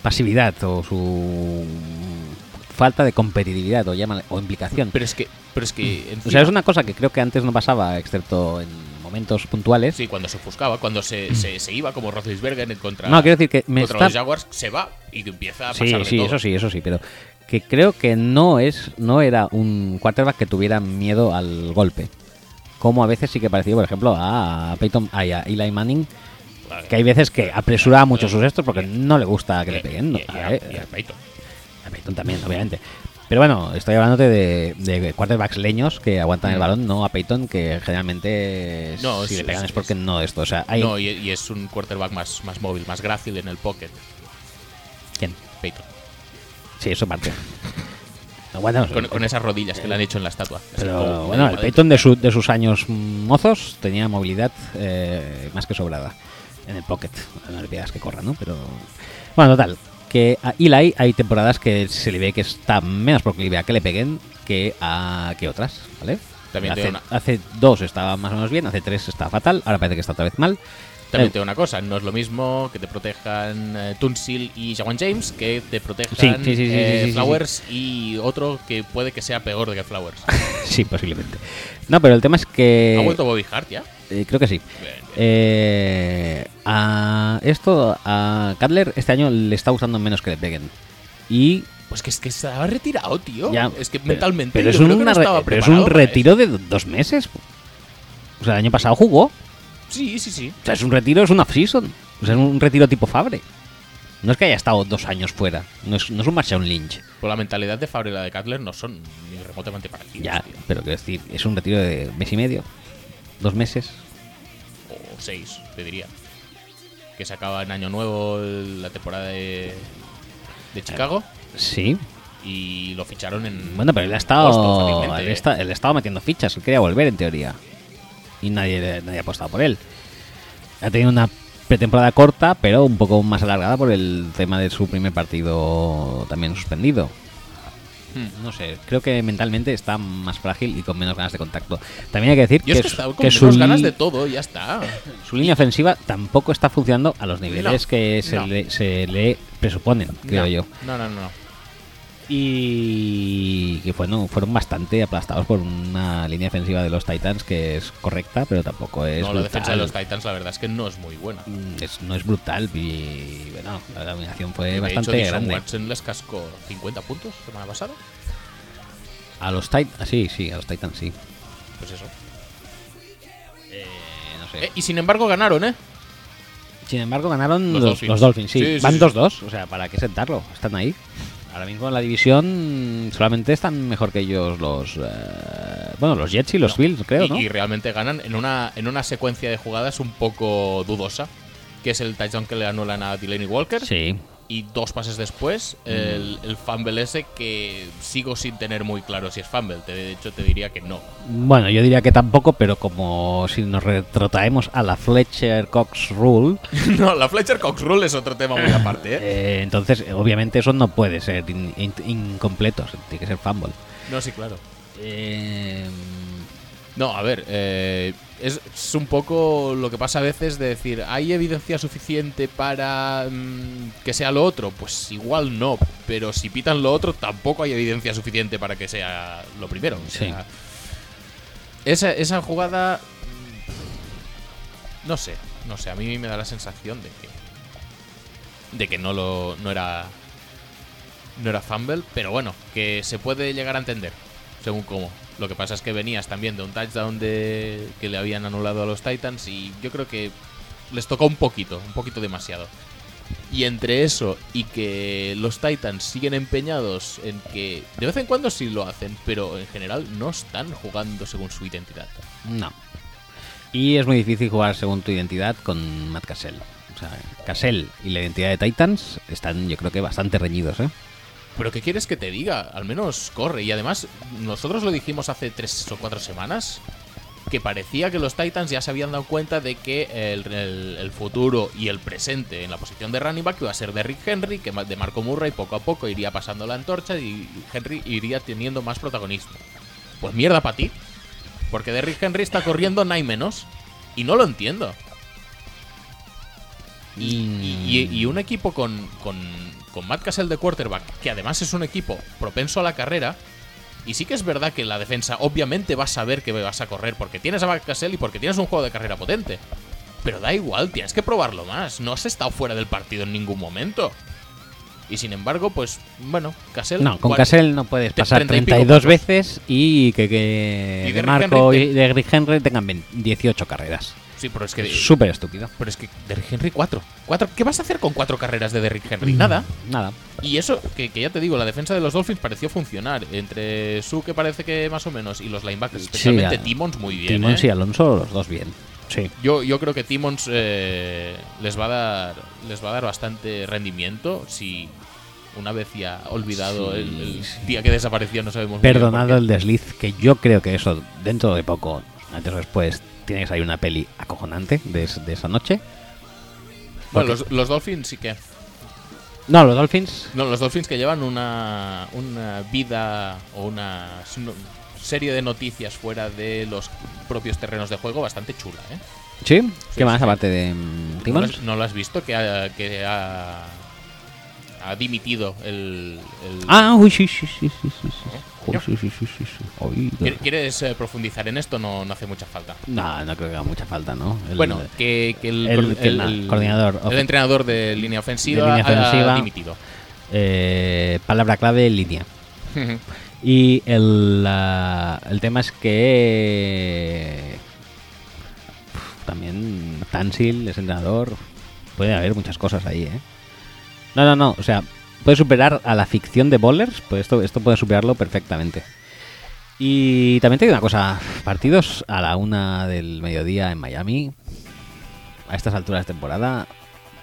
pasividad o su falta de competitividad o, llámale- o implicación.
Pero es que. Pero es que
o sea,
encima-
es una cosa que creo que antes no pasaba, excepto en momentos puntuales.
Sí, cuando se ofuscaba, cuando se, se, se iba como Roethlisberger contra,
Mm. No, quiero decir que me
contra
está...
los Jaguars, se va y empieza a
Sí,
pasarle
sí,
todo.
eso sí, eso sí, pero que creo que no es no era un quarterback que tuviera miedo al golpe. Como a veces sí que parecía, por ejemplo, a Peyton, ay, a Eli Manning,
Vale.
que hay veces que apresura
eh,
mucho sus gestos porque no le gusta que le peguen. ¿eh? ¿no?
Y- y- y
A
a-
ver,
y a Peyton.
a Peyton también, obviamente. Pero bueno, estoy hablándote de, de quarterbacks leños que aguantan el
Mm.
balón, no a Peyton, que generalmente
No,
si
es-
le pegan
es-
es porque no esto. O sea, hay...
No, y, y es un quarterback más, más móvil, más grácil en el pocket.
¿quién?
Peyton.
Sí, eso parte. Bueno,
Con, con esas rodillas que le han hecho en la estatua. Así
eh, Pero
como-
bueno, el Peyton de, su- de sus años mozos tenía movilidad eh, más que sobrada en el pocket. No le pidas que corra, ¿no? Pero bueno, total. Que a Eli hay temporadas que se le ve que está menos proclive a que le peguen que a que otras, ¿vale?
También
hace,
tiene una-
hace dos estaba más o menos bien, hace tres está fatal, ahora parece que está otra vez mal.
También
Eh,
te digo una cosa, no es lo mismo que te protejan eh, Tunsil y Jawan James que te protejan
Sí, sí, sí, sí,
eh,
sí, sí, sí.
Flowers y otro que puede que sea peor que Flowers.
sí, posiblemente. No, pero el tema es que...
¿Ha vuelto Bobby Hart ya?
eh, creo que sí.
Bien, bien.
Eh, a esto a Cutler este año le está gustando menos que le peguen. Y
Pues que es que estaba retirado, tío.
Ya,
es que
pero-
mentalmente
pero
yo
es,
creo que
una
no
re-
estaba
pero es
preparado
un
para
retiro de do- dos meses. O sea, el año pasado jugó. O
eso. Sí, sí, sí.
sea, es un retiro, es un off-season. O sea, es un retiro tipo Fabre. No es que haya estado dos años fuera. No es, no es un Marshawn Lynch.
Por la mentalidad de Fabre y la de Cutler no son ni remotamente parecidos.
Ya,
tío.
pero quiero decir, es un retiro de mes y medio. Dos meses.
O seis, te diría. Que se acaba en Año Nuevo el- la temporada de, de Chicago
Sí.
y lo ficharon en.
Bueno, pero él ha
en agosto
estado,
fácilmente,
él
¿eh?
está- él ha estado metiendo fichas. Él quería volver, en teoría. Y nadie, le- nadie ha apostado por él. Ha tenido una pretemporada corta, pero un poco más alargada por el tema de su primer partido también suspendido.
Hmm.
No sé, creo que mentalmente está más frágil y con menos ganas de contacto. También hay que decir
Yo es
que,
que
su-
estaba con
que su,
menos ganas
li-
de todo y ya está.
su línea ofensiva tampoco está funcionando a los niveles
No,
que se,
no.
le, se le presuponen, creo
no,
yo.
No, no, no. no.
Y que bueno, fueron bastante aplastados por una línea defensiva de los Titans que es correcta, pero tampoco es.
No, la
brutal.
defensa de los Titans la verdad es que no es muy buena.
Mm, es- no es brutal y bueno, la dominación fue
De hecho,
bastante
Dishon
grande.
Watson les cascó 50 puntos semana pasada.
A los Titans, ah, sí, sí, a los Titans sí.
Pues eso.
Eh, no sé.
Eh, y sin embargo ganaron, ¿eh?
Sin embargo, ganaron
Los
los,
Dolphins.
los Dolphins, sí.
Sí, sí, sí.
Van 2-2, o sea, ¿para qué sentarlo? Están ahí. Ahora mismo en la división solamente están mejor que ellos los. eh, bueno, los Jets y los
No.
Bills, creo,
y,
¿no?
y realmente ganan en una, en una secuencia de jugadas un poco dudosa, que es el touchdown que le anulan a Delaney Walker.
Sí. Mm.
Y dos pases después, el, el fumble ese que sigo sin tener muy claro si es fumble. Te- De hecho, te diría que no.
Bueno, yo diría que tampoco, pero como si nos retrotraemos a la Fletcher Cox Rule,
no, la Fletcher Cox Rule es otro tema muy aparte, ¿eh?
eh, entonces eh, obviamente eso no puede ser in- in- incompleto, se- tiene que ser fumble.
No, sí, claro.
Eh,
No, a ver, eh, es, es un poco lo que pasa a veces de decir, ¿hay evidencia suficiente para mm, que sea lo otro? Pues igual no, pero si pitan lo otro tampoco hay evidencia suficiente para que sea lo primero. O
Sí.
sea, esa, esa jugada, mm, no sé, no sé, a mí me da la sensación de que, de que no, lo, no era... No era fumble, pero bueno, que se puede llegar a entender según cómo. Lo que pasa es que venías también de un touchdown de que le habían anulado a los Titans y yo creo que les tocó un poquito, un poquito demasiado. Y entre eso y que los Titans siguen empeñados en que de vez en cuando sí lo hacen, pero en general no están jugando según su identidad.
no. Y es muy difícil jugar según tu identidad con Matt Cassell. O sea, Cassell y la identidad de Titans están yo creo que bastante reñidos, ¿eh?
Pero ¿qué quieres que te diga? Al menos corre. Y además, nosotros lo dijimos hace tres o cuatro semanas, que parecía que los Titans ya se habían dado cuenta de que el, el- el futuro y el presente en la posición de running back iba a ser de Rick Henry, que ma- de Marco Murray poco a poco iría pasando la antorcha y Henry iría teniendo más protagonismo. Pues mierda para ti, porque Derrick Henry está corriendo nada menos y no lo entiendo. Y, y- y- y un equipo con, con, con Matt Cassell de quarterback, que además es un equipo propenso a la carrera, y sí que es verdad que la defensa obviamente va a saber que vas a correr porque tienes a Matt Cassell y porque tienes un juego de carrera potente. Pero da igual, tienes que probarlo más. No has estado fuera del partido en ningún momento. Y sin embargo, pues bueno, Cassell...
No, con
cuar-
Cassell no puedes
te-
pasar
30 y pico
32
puntos.
veces y que, que
Y
de
Derrick
Marco
Henry
y de Rick Henry tengan 20 18 carreras.
Sí, pero es que...
Súper estúpido.
Pero es que Derrick Henry 4. ¿Qué vas a hacer con cuatro carreras de Derrick
Mm.
Henry? Nada.
Nada.
Y eso, que, que ya te digo, la defensa de los Dolphins pareció funcionar. Entre su que parece que más o menos, y los linebackers,
Sí,
especialmente
a-
Timmons, muy bien.
Timmons
¿eh?
y Alonso, los dos bien. Sí.
yo, yo creo que Timmons eh, les va a dar. Les va a dar bastante rendimiento si una vez ya olvidado
Sí,
el, el
sí.
día que desapareció, no sabemos muy bien por
Perdonado el desliz, que yo creo que eso, dentro de poco, antes o después, tiene que salir una peli acojonante de, es- de esa noche.
qué. Bueno, los, los Dolphins sí que.
No, los Dolphins.
No, los Dolphins que llevan una, una vida o una s- no- serie de noticias fuera de los propios terrenos de juego bastante chula, ¿eh?
¿Sí?
sí,
¿Qué más
sí.
aparte de mm,
¿No lo, has,
Timmons?
no lo has visto? Que ha, que ha, ha dimitido el... el-
Ah, uy, sí, sí, sí, sí, sí. sí. Uy,
Ya.
sí, sí, sí, sí, sí. Uy,
¿Qui- ¿Quieres eh, profundizar en esto? No, no hace mucha falta.
No, no creo que haga mucha falta, ¿no? El-
bueno, que, que el,
el-
el-
que nada, coordinador
el
ofen-
entrenador de línea ofensiva,
línea
ha
ofensiva.
dimitido.
eh, palabra clave, línea. y el, ah, el tema es que pf, también Tansil es entrenador. Puede haber muchas cosas ahí, ¿eh? No, no, no. O sea, puede superar a la ficción de Bowlers. Pues esto, esto puede superarlo perfectamente. Y también te digo una cosa, partidos a la una del mediodía en Miami, a estas alturas de temporada,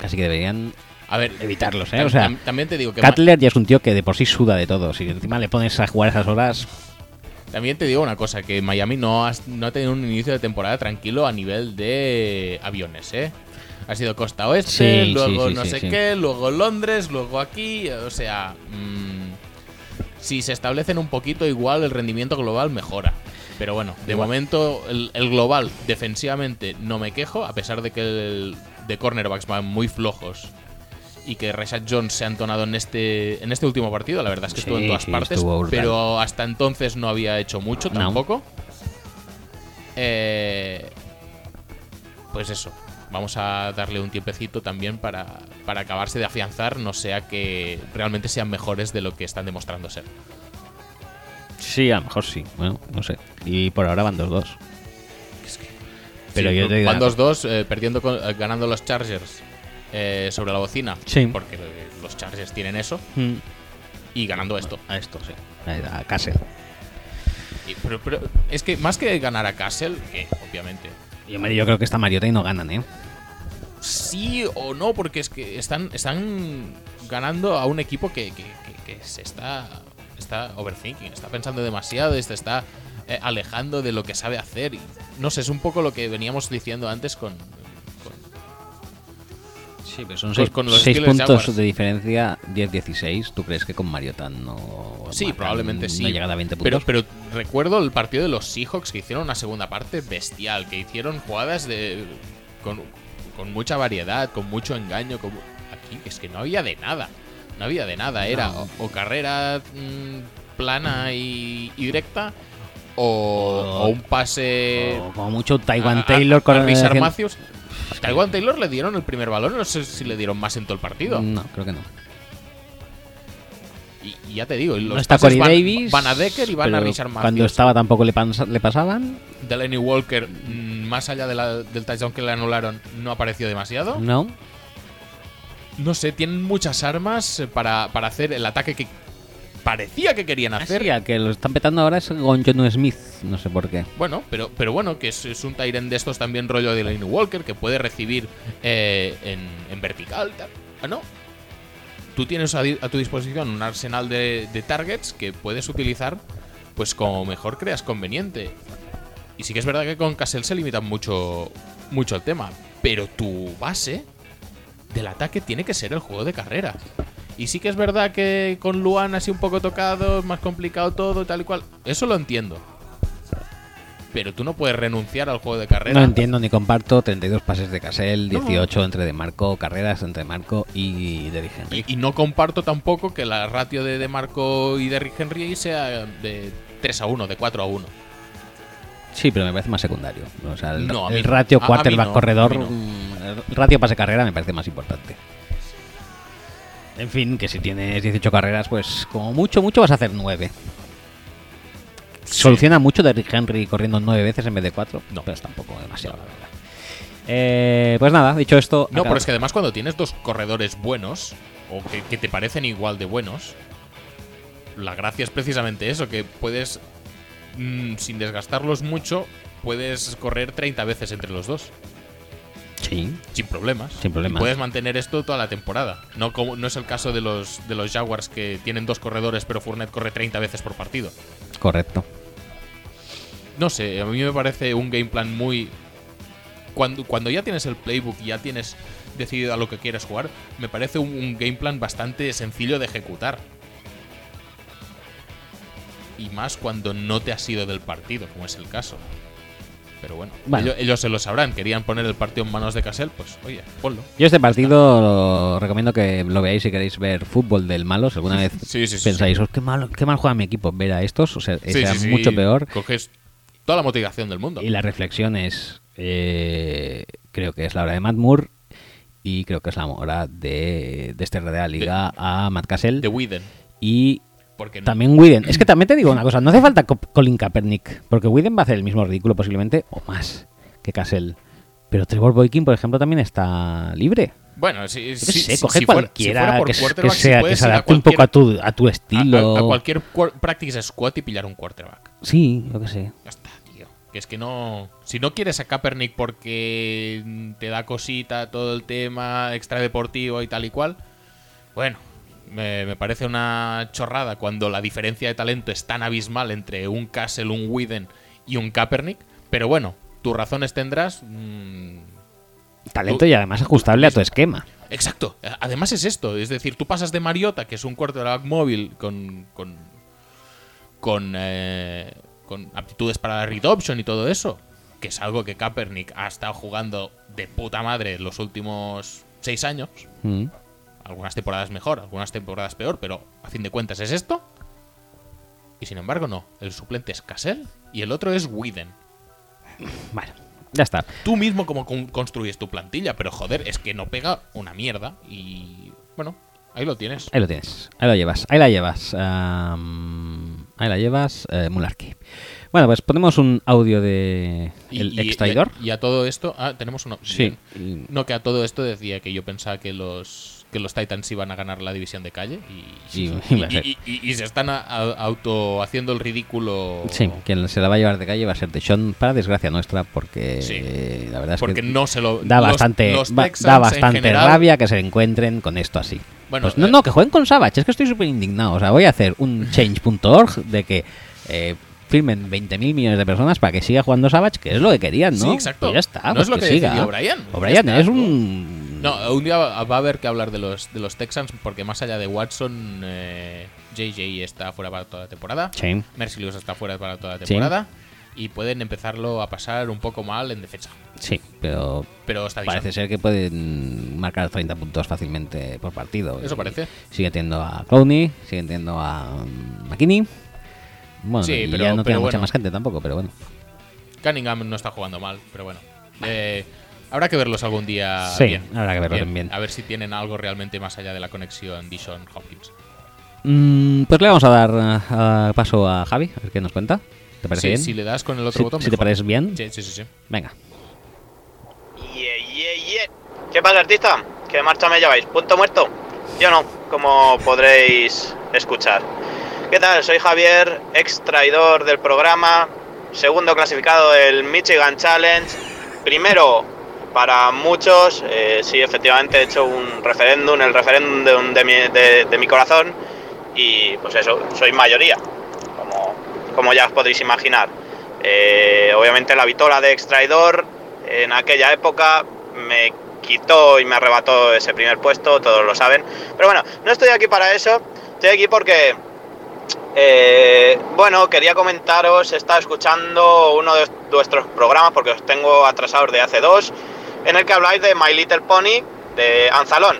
casi que deberían
A ver,
evitarlos, ¿eh?
tam-
O sea,
tam- también te digo que
Cutler ya es un tío que de por sí suda de todo, si encima le pones a jugar a esas horas,
También te digo una cosa, que Miami no, has- no ha tenido un inicio de temporada tranquilo a nivel de aviones, ¿eh? Ha sido costa oeste,
Sí,
luego
sí, sí,
no
sí,
sé
sí.
qué, luego Londres, luego aquí, o sea... mm, si se establecen un poquito, igual el rendimiento global mejora. Pero bueno, de
Igual.
momento el, el global defensivamente no me quejo, a pesar de que el, de cornerbacks van muy flojos y que Rashad Jones se ha entonado en este, en este último partido. La verdad es que estuvo
Sí,
en todas
sí,
partes,
estuvo brutal.
pero hasta entonces no había hecho mucho
No.
tampoco. Eh, pues eso, vamos a darle un tiempecito también para, para acabarse de afianzar, no sea que realmente sean mejores de lo que están demostrando ser.
sí, a lo mejor sí, bueno, no sé. Y por ahora van 2-2. Pero
Sí,
yo te digo
van
una cosa.
2-2, eh, perdiendo con- eh, ganando los Chargers eh, sobre la bocina,
Sí.
porque eh, los Chargers tienen eso,
Mm,
y ganando esto.
A esto, sí. A, a Kassel.
Y- pero- pero es que más que ganar a Castle, que obviamente
Yo, me- yo creo que esta Mariota y no ganan, ¿eh?
sí o no, porque es que están, están ganando a un equipo que, que- que- que se está, está overthinking, está pensando demasiado, y se está eh, alejando de lo que sabe hacer. Y, no sé, es un poco lo que veníamos diciendo antes con... con-
Sí, pero son
Con-
6
con los Steelers
puntos
Jaguars.
de diferencia, 10-16. ¿Tú crees que con Mariota Pues no.
sí,
marcan
probablemente sí.
Una llegada a 20
pero,
puntos.
pero recuerdo el partido de los Seahawks que hicieron una segunda parte bestial, que hicieron jugadas de con, con mucha variedad, con mucho engaño. Con, aquí es que no había de nada. No había de nada. Era
No.
o, o carrera mm, plana y, y directa o,
O-
o un pase...
O como mucho Taiwan
eh, a- a-
Taylor con
a Richard
haciendo-
Matthews. Taiwan Taylor le dieron el primer balón, no sé si le dieron más en todo el partido.
No, creo que no.
Y, y ya te digo, y los
no está
pases
Corey
van,
Davis.
van a Decker y van a
pero
Richard Matthews.
Cuando estaba tampoco le, pansa- le pasaban.
Delaney Walker, mm, más allá de la- del touchdown que le anularon, no apareció demasiado.
No.
No sé, tienen muchas armas eh, para, para hacer el ataque que parecía que querían hacer.
Así, al que lo están petando ahora es con John Smith. No sé por qué.
Bueno, pero, pero bueno, que es, es un Tyrant de estos también rollo de Delaney Walker, que puede recibir eh, en, en vertical. tal. Ah, no. Tú tienes a, di- a tu disposición un arsenal de, de targets que puedes utilizar pues como mejor creas conveniente. Y sí que es verdad que con Cassell se limita mucho, mucho el tema, pero tu base del ataque tiene que ser el juego de carrera. Y sí que es verdad que con Luan así un poco tocado, más complicado todo, tal y cual. Eso lo entiendo. Pero tú no puedes renunciar al juego de carrera.
No entiendo ni comparto. 32 pases de Casel,
No.
18 entre De Marco, carreras entre Marco y de Henry.
Y, y no comparto tampoco que la ratio de DeMarco y Derrick Henry sea de 3 a 1, de 4 a 1.
Sí, pero me parece más secundario. O sea, el,
No, a
el
mí-
ratio
a- a mí
quarterback
no,
corredor,
a mí no.
mm, el ratio pase carrera me parece más importante. En fin, que si tienes 18 carreras, pues como mucho, mucho vas a hacer 9. ¿Soluciona mucho Derrick Henry corriendo 9 veces en vez de 4? No, pero es tampoco demasiado, la verdad. Eh, pues nada, dicho esto.
No,
acaba-
pero es que además cuando tienes dos corredores buenos, o que, que te parecen igual de buenos, la gracia es precisamente eso, que puedes, mm, sin desgastarlos mucho, puedes correr 30 veces entre los dos,
Sí,
sin problemas.
Sin problemas.
Y puedes mantener esto toda la temporada. No, como, no es el caso de los, de los Jaguars que tienen dos corredores, pero Fournette corre 30 veces por partido.
correcto.
No sé, a mí me parece un game plan muy. Cuando, cuando ya tienes el playbook y ya tienes decidido a lo que quieres jugar, me parece un, un game plan bastante sencillo de ejecutar. Y más cuando no te has ido del partido, como es el caso. Pero bueno,
Bueno.
Ellos, ellos se lo sabrán. Querían poner el partido en manos de Casel, pues oye, ponlo.
Yo este partido lo recomiendo que lo veáis si queréis ver fútbol del malo. Si alguna vez
Sí, sí, sí,
pensáis, "Oh, qué, malo, qué mal juega mi equipo, ver a estos, o sea,
Sí,
será
sí, sí.
mucho peor.
Coges toda la motivación del mundo.
Y la reflexión es, eh, creo que es la hora de Matt Moore. y creo que es la mora de desterrar de la liga a Matt Cassell
De Widen.
y
Porque no.
también Widen. Es que también te digo una cosa, no hace falta Co- Colin Kaepernick, porque Widen va a hacer el mismo ridículo posiblemente o más que Cassell. Pero Trevor Boykin, por ejemplo, también está libre.
Bueno, si,
Yo
si,
qué
si-
sé,
si
coge
fuera- si
cualquiera
fuera por
que, es- que
quarterback, si
sea, que
puedes
se
ir a
adapte un poco a tu, a tu
cualquier-
estilo.
a- a- a cualquier cuar- practice squat y pillar un quarterback.
Sí, yo qué sé.
Ya está, tío. Que es que no. Si no quieres a Kaepernick porque mm, te da cosita todo el tema extradeportivo y tal y cual, bueno, me, me parece una chorrada cuando la diferencia de talento es tan abismal entre un Castle, un Widen y un Kaepernick. Pero bueno, tus razones tendrás. mm,
Talento y además ajustable a tu esquema.
Exacto. Además es esto. Es decir, tú pasas de Mariota, que es un quarterback móvil con. con. con, eh, con aptitudes para la read option y todo eso. Que es algo que Kaepernick ha estado jugando de puta madre los últimos seis años.
Mm.
Algunas temporadas mejor, algunas temporadas peor, pero a fin de cuentas es esto. Y sin embargo, no. El suplente es Cassell y el otro es Widen.
Bueno, ya está.
tú mismo como con- construyes tu plantilla, pero joder, es que no pega una mierda y bueno, ahí lo tienes.
Ahí lo tienes, ahí lo llevas, ahí la llevas. am, ahí la llevas, eh, Mularki. Bueno, pues ponemos un audio de
Y-
el
y-
extraidor.
Y, a- y a todo esto, ah, tenemos uno.
Sí.
Bien. No, que a todo esto decía que yo pensaba que los que los Titans iban a ganar la división de calle y,
Y-
y-
iba a ser.
y- y- y se están a- a- auto haciendo el ridículo
Sí, quien se la va a llevar de calle va a ser Sean para desgracia nuestra, porque
Sí.
eh, la verdad es
porque
que
no se lo
da
los-
bastante,
los
va-
Texans
da
en
bastante
general-
rabia que se encuentren con esto así.
Bueno,
Pues no,
eh,
no, que jueguen con Savage, es que estoy súper indignado. O sea, voy a hacer un change.org de que eh, firmen 20.000 millones de personas para que siga jugando Savage, que es lo que querían, ¿no?
Sí, exacto.
Pues ya está,
No
pues
es lo que
siga.
decidió O'Brien.
O'Brien
Ya está,
es
¿no?
un...
No, un día va va a haber que hablar de los, de los Texans porque más allá de Watson, eh, JJ está fuera para toda la temporada.
Sí.
Mercilius está fuera para toda la
Sí.
temporada. Y pueden empezarlo a pasar un poco mal en defensa.
Sí, pero
Pero está bien.
parece ser que pueden marcar 30 puntos fácilmente por partido.
Eso
Y
parece.
Sigue teniendo a Clowney, sigue teniendo a mm, McKinney. Bueno,
Sí,
y
pero-
ya no
pero
tiene mucha
bueno.
más gente tampoco, pero bueno.
Cunningham no está jugando mal, pero bueno. Eh, habrá que verlos algún día.
Sí,
bien.
habrá que verlo
Bien.
también.
A ver si tienen algo realmente más allá de la conexión Dishon Hopkins.
Mm, pues le vamos a dar ah, paso a Javi, a ver qué nos cuenta. ¿Te parece
Sí,
bien?
si le das con el otro
Si-
botón.
si te
mejor.
parece bien.
Sí, sí, sí. sí.
Venga.
Yeah, yeah, yeah. ¿Qué pasa, artista? ¿Qué marcha me lleváis? ¿Punto muerto? Yo no, como podréis escuchar. ¿Qué tal? Soy Javier, ex traidor del programa, segundo clasificado del Michigan Challenge. Primero, para muchos, eh, sí, efectivamente he hecho un referéndum, el referéndum de, un- de mi, de- de mi corazón. Y pues eso, soy mayoría, como, como ya os podéis imaginar. Eh, obviamente la vitola de extraidor en aquella época me quitó y me arrebató ese primer puesto, todos lo saben. Pero bueno, no estoy aquí para eso, estoy aquí porque, eh, bueno, quería comentaros, he estado escuchando uno de vuestros programas, porque os tengo atrasados de hace dos, en el que habláis de My Little Pony de Anzalón.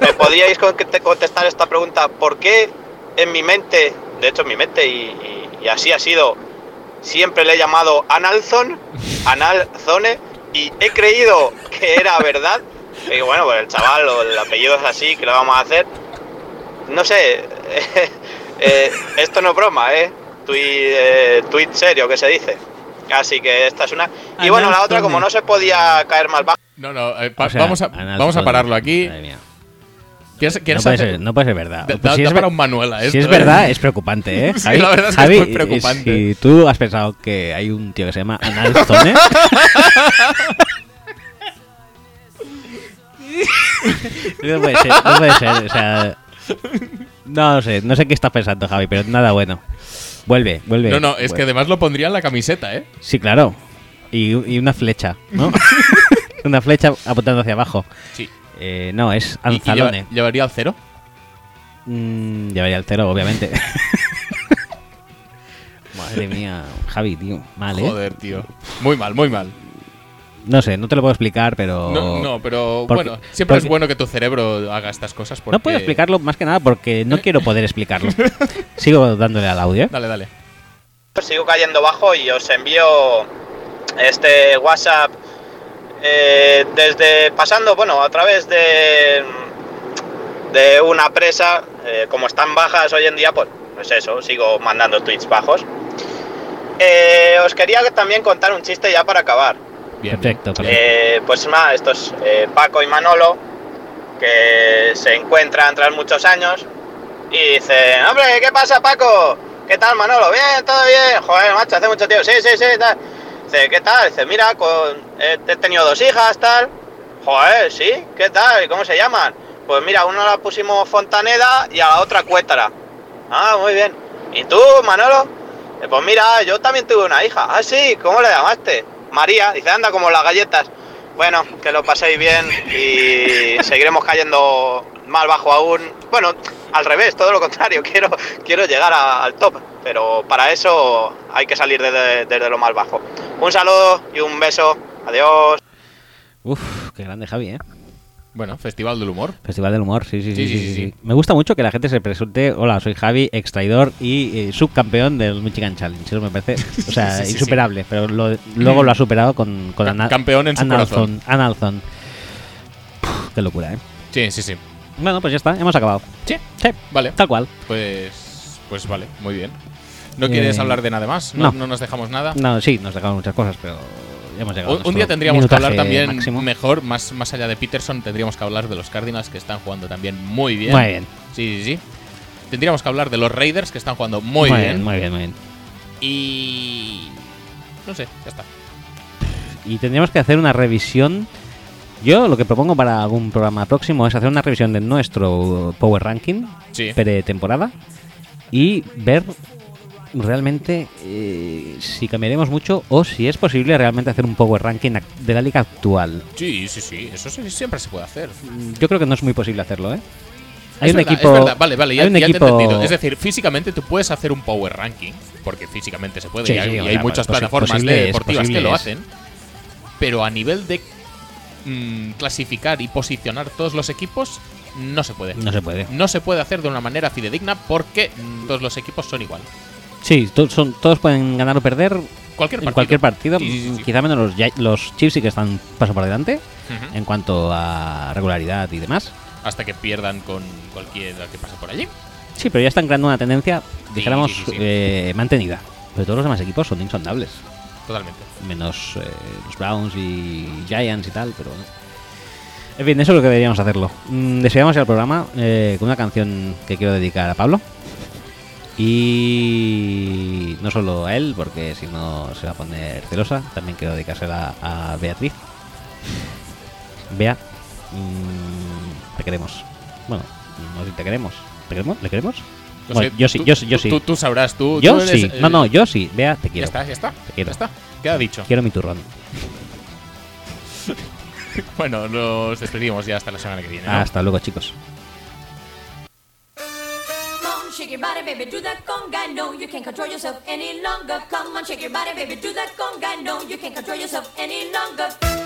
¿Me podríais con- te- contestar esta pregunta? ¿Por qué en mi mente, de hecho en mi mente, y, y- y así ha sido, siempre le he llamado Analzon, Analzone, y he creído que era verdad. Y bueno, pues el chaval, o el apellido es así, que lo vamos a hacer. No sé, eh, esto no es broma, ¿eh? Tweet, eh, tweet serio que se dice. Así que esta es una. Y bueno, la otra, como no se podía caer más bajo.
No, no, eh, pa-
O sea,
vamos, a,
Analfo-
vamos a pararlo aquí.
Madre mía.
¿Quieres,
No
quieres
puede,
hacer-
ser, no puede ser verdad.
Da-
Pues
da-
si
da
es ver-
para un manual a
Si
esto,
es
¿eh?
verdad, es preocupante, ¿eh?
Sí, la verdad es que es muy preocupante.
Si tú has pensado que hay un tío que se llama Analzone, no puede ser, no puede ser, o sea... No sé, no sé qué estás pensando, Javi, pero nada bueno. Vuelve, vuelve.
No, no, es que
vuelve.
además lo pondría en la camiseta, ¿eh?
Sí, claro. Y, y una flecha, ¿no? una flecha apuntando hacia abajo.
Sí.
Eh, no, es
Y- y lleva-
Anzalone.
¿Llevaría al cero?
Mm, llevaría el cero, obviamente. Madre mía, Javi, tío. Mal, ¿eh?
Joder, tío. Muy mal, muy mal.
No sé, no te lo puedo explicar, pero.
No, no, pero
Porque-
bueno, siempre es
porque-
bueno que tu cerebro haga estas cosas porque...
No puedo explicarlo más que nada porque no quiero poder explicarlo. Sigo dándole al audio.
Dale, dale.
Pues sigo cayendo bajo y os envío este WhatsApp eh, desde pasando, bueno, a través de, de una presa, eh, como están bajas hoy en día, pues, pues eso, sigo mandando tweets bajos. Eh, os quería también contar un chiste ya para acabar.
Bien.
Perfecto, perfecto.
Eh, pues nada, estos eh, Paco y Manolo que se encuentran tras muchos años y dicen, hombre, ¿qué pasa Paco? ¿Qué tal Manolo? Bien, todo bien. Joder, macho, hace mucho tiempo. Sí, sí, sí, tal. Dice, ¿qué tal? Dice, mira, con, eh, he tenido dos hijas, tal. Joder, sí, ¿qué tal? ¿Y cómo se llaman? Pues mira, a una la pusimos Fontaneda y a la otra Cuétara. Ah, muy bien. ¿Y tú, Manolo? Eh, Pues mira, yo también tuve una hija. Ah, sí, ¿cómo la llamaste? María. Dice, anda, como las galletas. Bueno, que lo paséis bien y seguiremos cayendo más bajo aún. Bueno, al revés, todo lo contrario. Quiero, quiero llegar a- al top, pero para eso hay que salir desde, desde lo más bajo. Un saludo y un beso. Adiós.
Uf, qué grande Javi, ¿eh?
Bueno, Festival del Humor.
Festival del humor, sí, sí, sí.
Sí,
sí,
sí,
sí,
sí,
sí.
sí.
Me gusta mucho que la gente se presente, hola, soy Javi, ex traidor y eh, subcampeón del Michigan Challenge. Eso me parece, o sea,
Sí, sí, sí,
insuperable, pero lo- luego lo ha superado con, con
Ca-
Ana-
campeón en su
Analzon. Analzon. Puf, Qué locura, ¿eh?
Sí, sí, sí.
Bueno, pues ya está, hemos acabado.
Sí,
Sí,
vale.
tal cual.
Pues, pues vale, muy bien. ¿No
Eh,
quieres hablar de nada más? ¿No,
no.
no nos dejamos nada?
No, sí, nos dejaron muchas cosas, pero ya hemos llegado. a
Ah. Un, un
nuestro
día tendríamos que hablar
minutaje
también
máximo.
mejor, más, más allá de Peterson, tendríamos que hablar de los Cardinals que están jugando también muy bien.
Muy bien.
Sí, sí, sí. Tendríamos que hablar de los Raiders que están jugando muy, bien.
Muy bien, muy bien.
Y. No sé, ya está.
y tendríamos que hacer una revisión. Yo lo que propongo para algún programa próximo es hacer una revisión de nuestro Power Ranking
Sí.
pretemporada y ver realmente eh, si cambiaremos mucho o si es posible realmente hacer un Power Ranking ac- de la liga actual.
Sí, sí, sí. Eso sí, siempre se puede hacer.
Mm, Yo creo que no es muy posible hacerlo, ¿eh? Hay
es
un
verdad,
equipo.
es verdad. Vale, vale, ya,
hay un
ya
equipo-
te he entendido. Es decir, físicamente tú puedes hacer un power ranking, porque físicamente se puede,
Sí,
y hay,
sí,
y
o
hay
sea, pues
muchas
posi-
plataformas
posible
de
es,
deportivas
posible
que
es.
lo hacen, pero a nivel de mm, clasificar y posicionar todos los equipos, no se puede.
No se puede.
No se puede hacer de una manera fidedigna porque mm, todos los equipos son igual.
Sí, to- son, todos pueden ganar o perder
Cualquier
en
partido.
cualquier partido. mm,
Sí, sí, sí.
Quizá menos los, Ya- los Chiefs sí que están un paso por delante
Ujú.
en cuanto a regularidad y demás.
Hasta que pierdan con cualquiera que pase por allí.
Sí, pero ya están creando una tendencia, dijéramos,
sí, sí, sí.
eh, mantenida. Pero todos los demás equipos son insondables.
Totalmente.
Menos eh, los Browns y Giants y tal, pero bueno. En fin, eso es lo que deberíamos hacerlo. Mm, Deseamos ir al programa eh, con una canción que quiero dedicar a Pablo. Y no solo a él, porque si no se va a poner celosa. También quiero dedicársela a Beatriz. Bea, mm, te queremos. Bueno, no sé si te queremos. ¿Te queremos? ¿Le queremos?
No
Bueno,
sé,
yo sí,
tú-
yo sí, yo
tú-
sí.
Tú, tú sabrás, tú.
Yo
tú eres,
sí.
eh,
No, no, yo sí. Vea, te
Ya
quiero.
está, ya está.
quiero.
Ya está. Queda dicho.
Quiero mi turrón.
Bueno, nos despedimos ya hasta la semana que viene. ¿no?
Ah, Hasta luego, chicos.
Come on, shake your body, baby, do that conga. No, you can't control yourself any longer. Come on, shake your body, baby, do that conga. No, you can't control yourself any longer.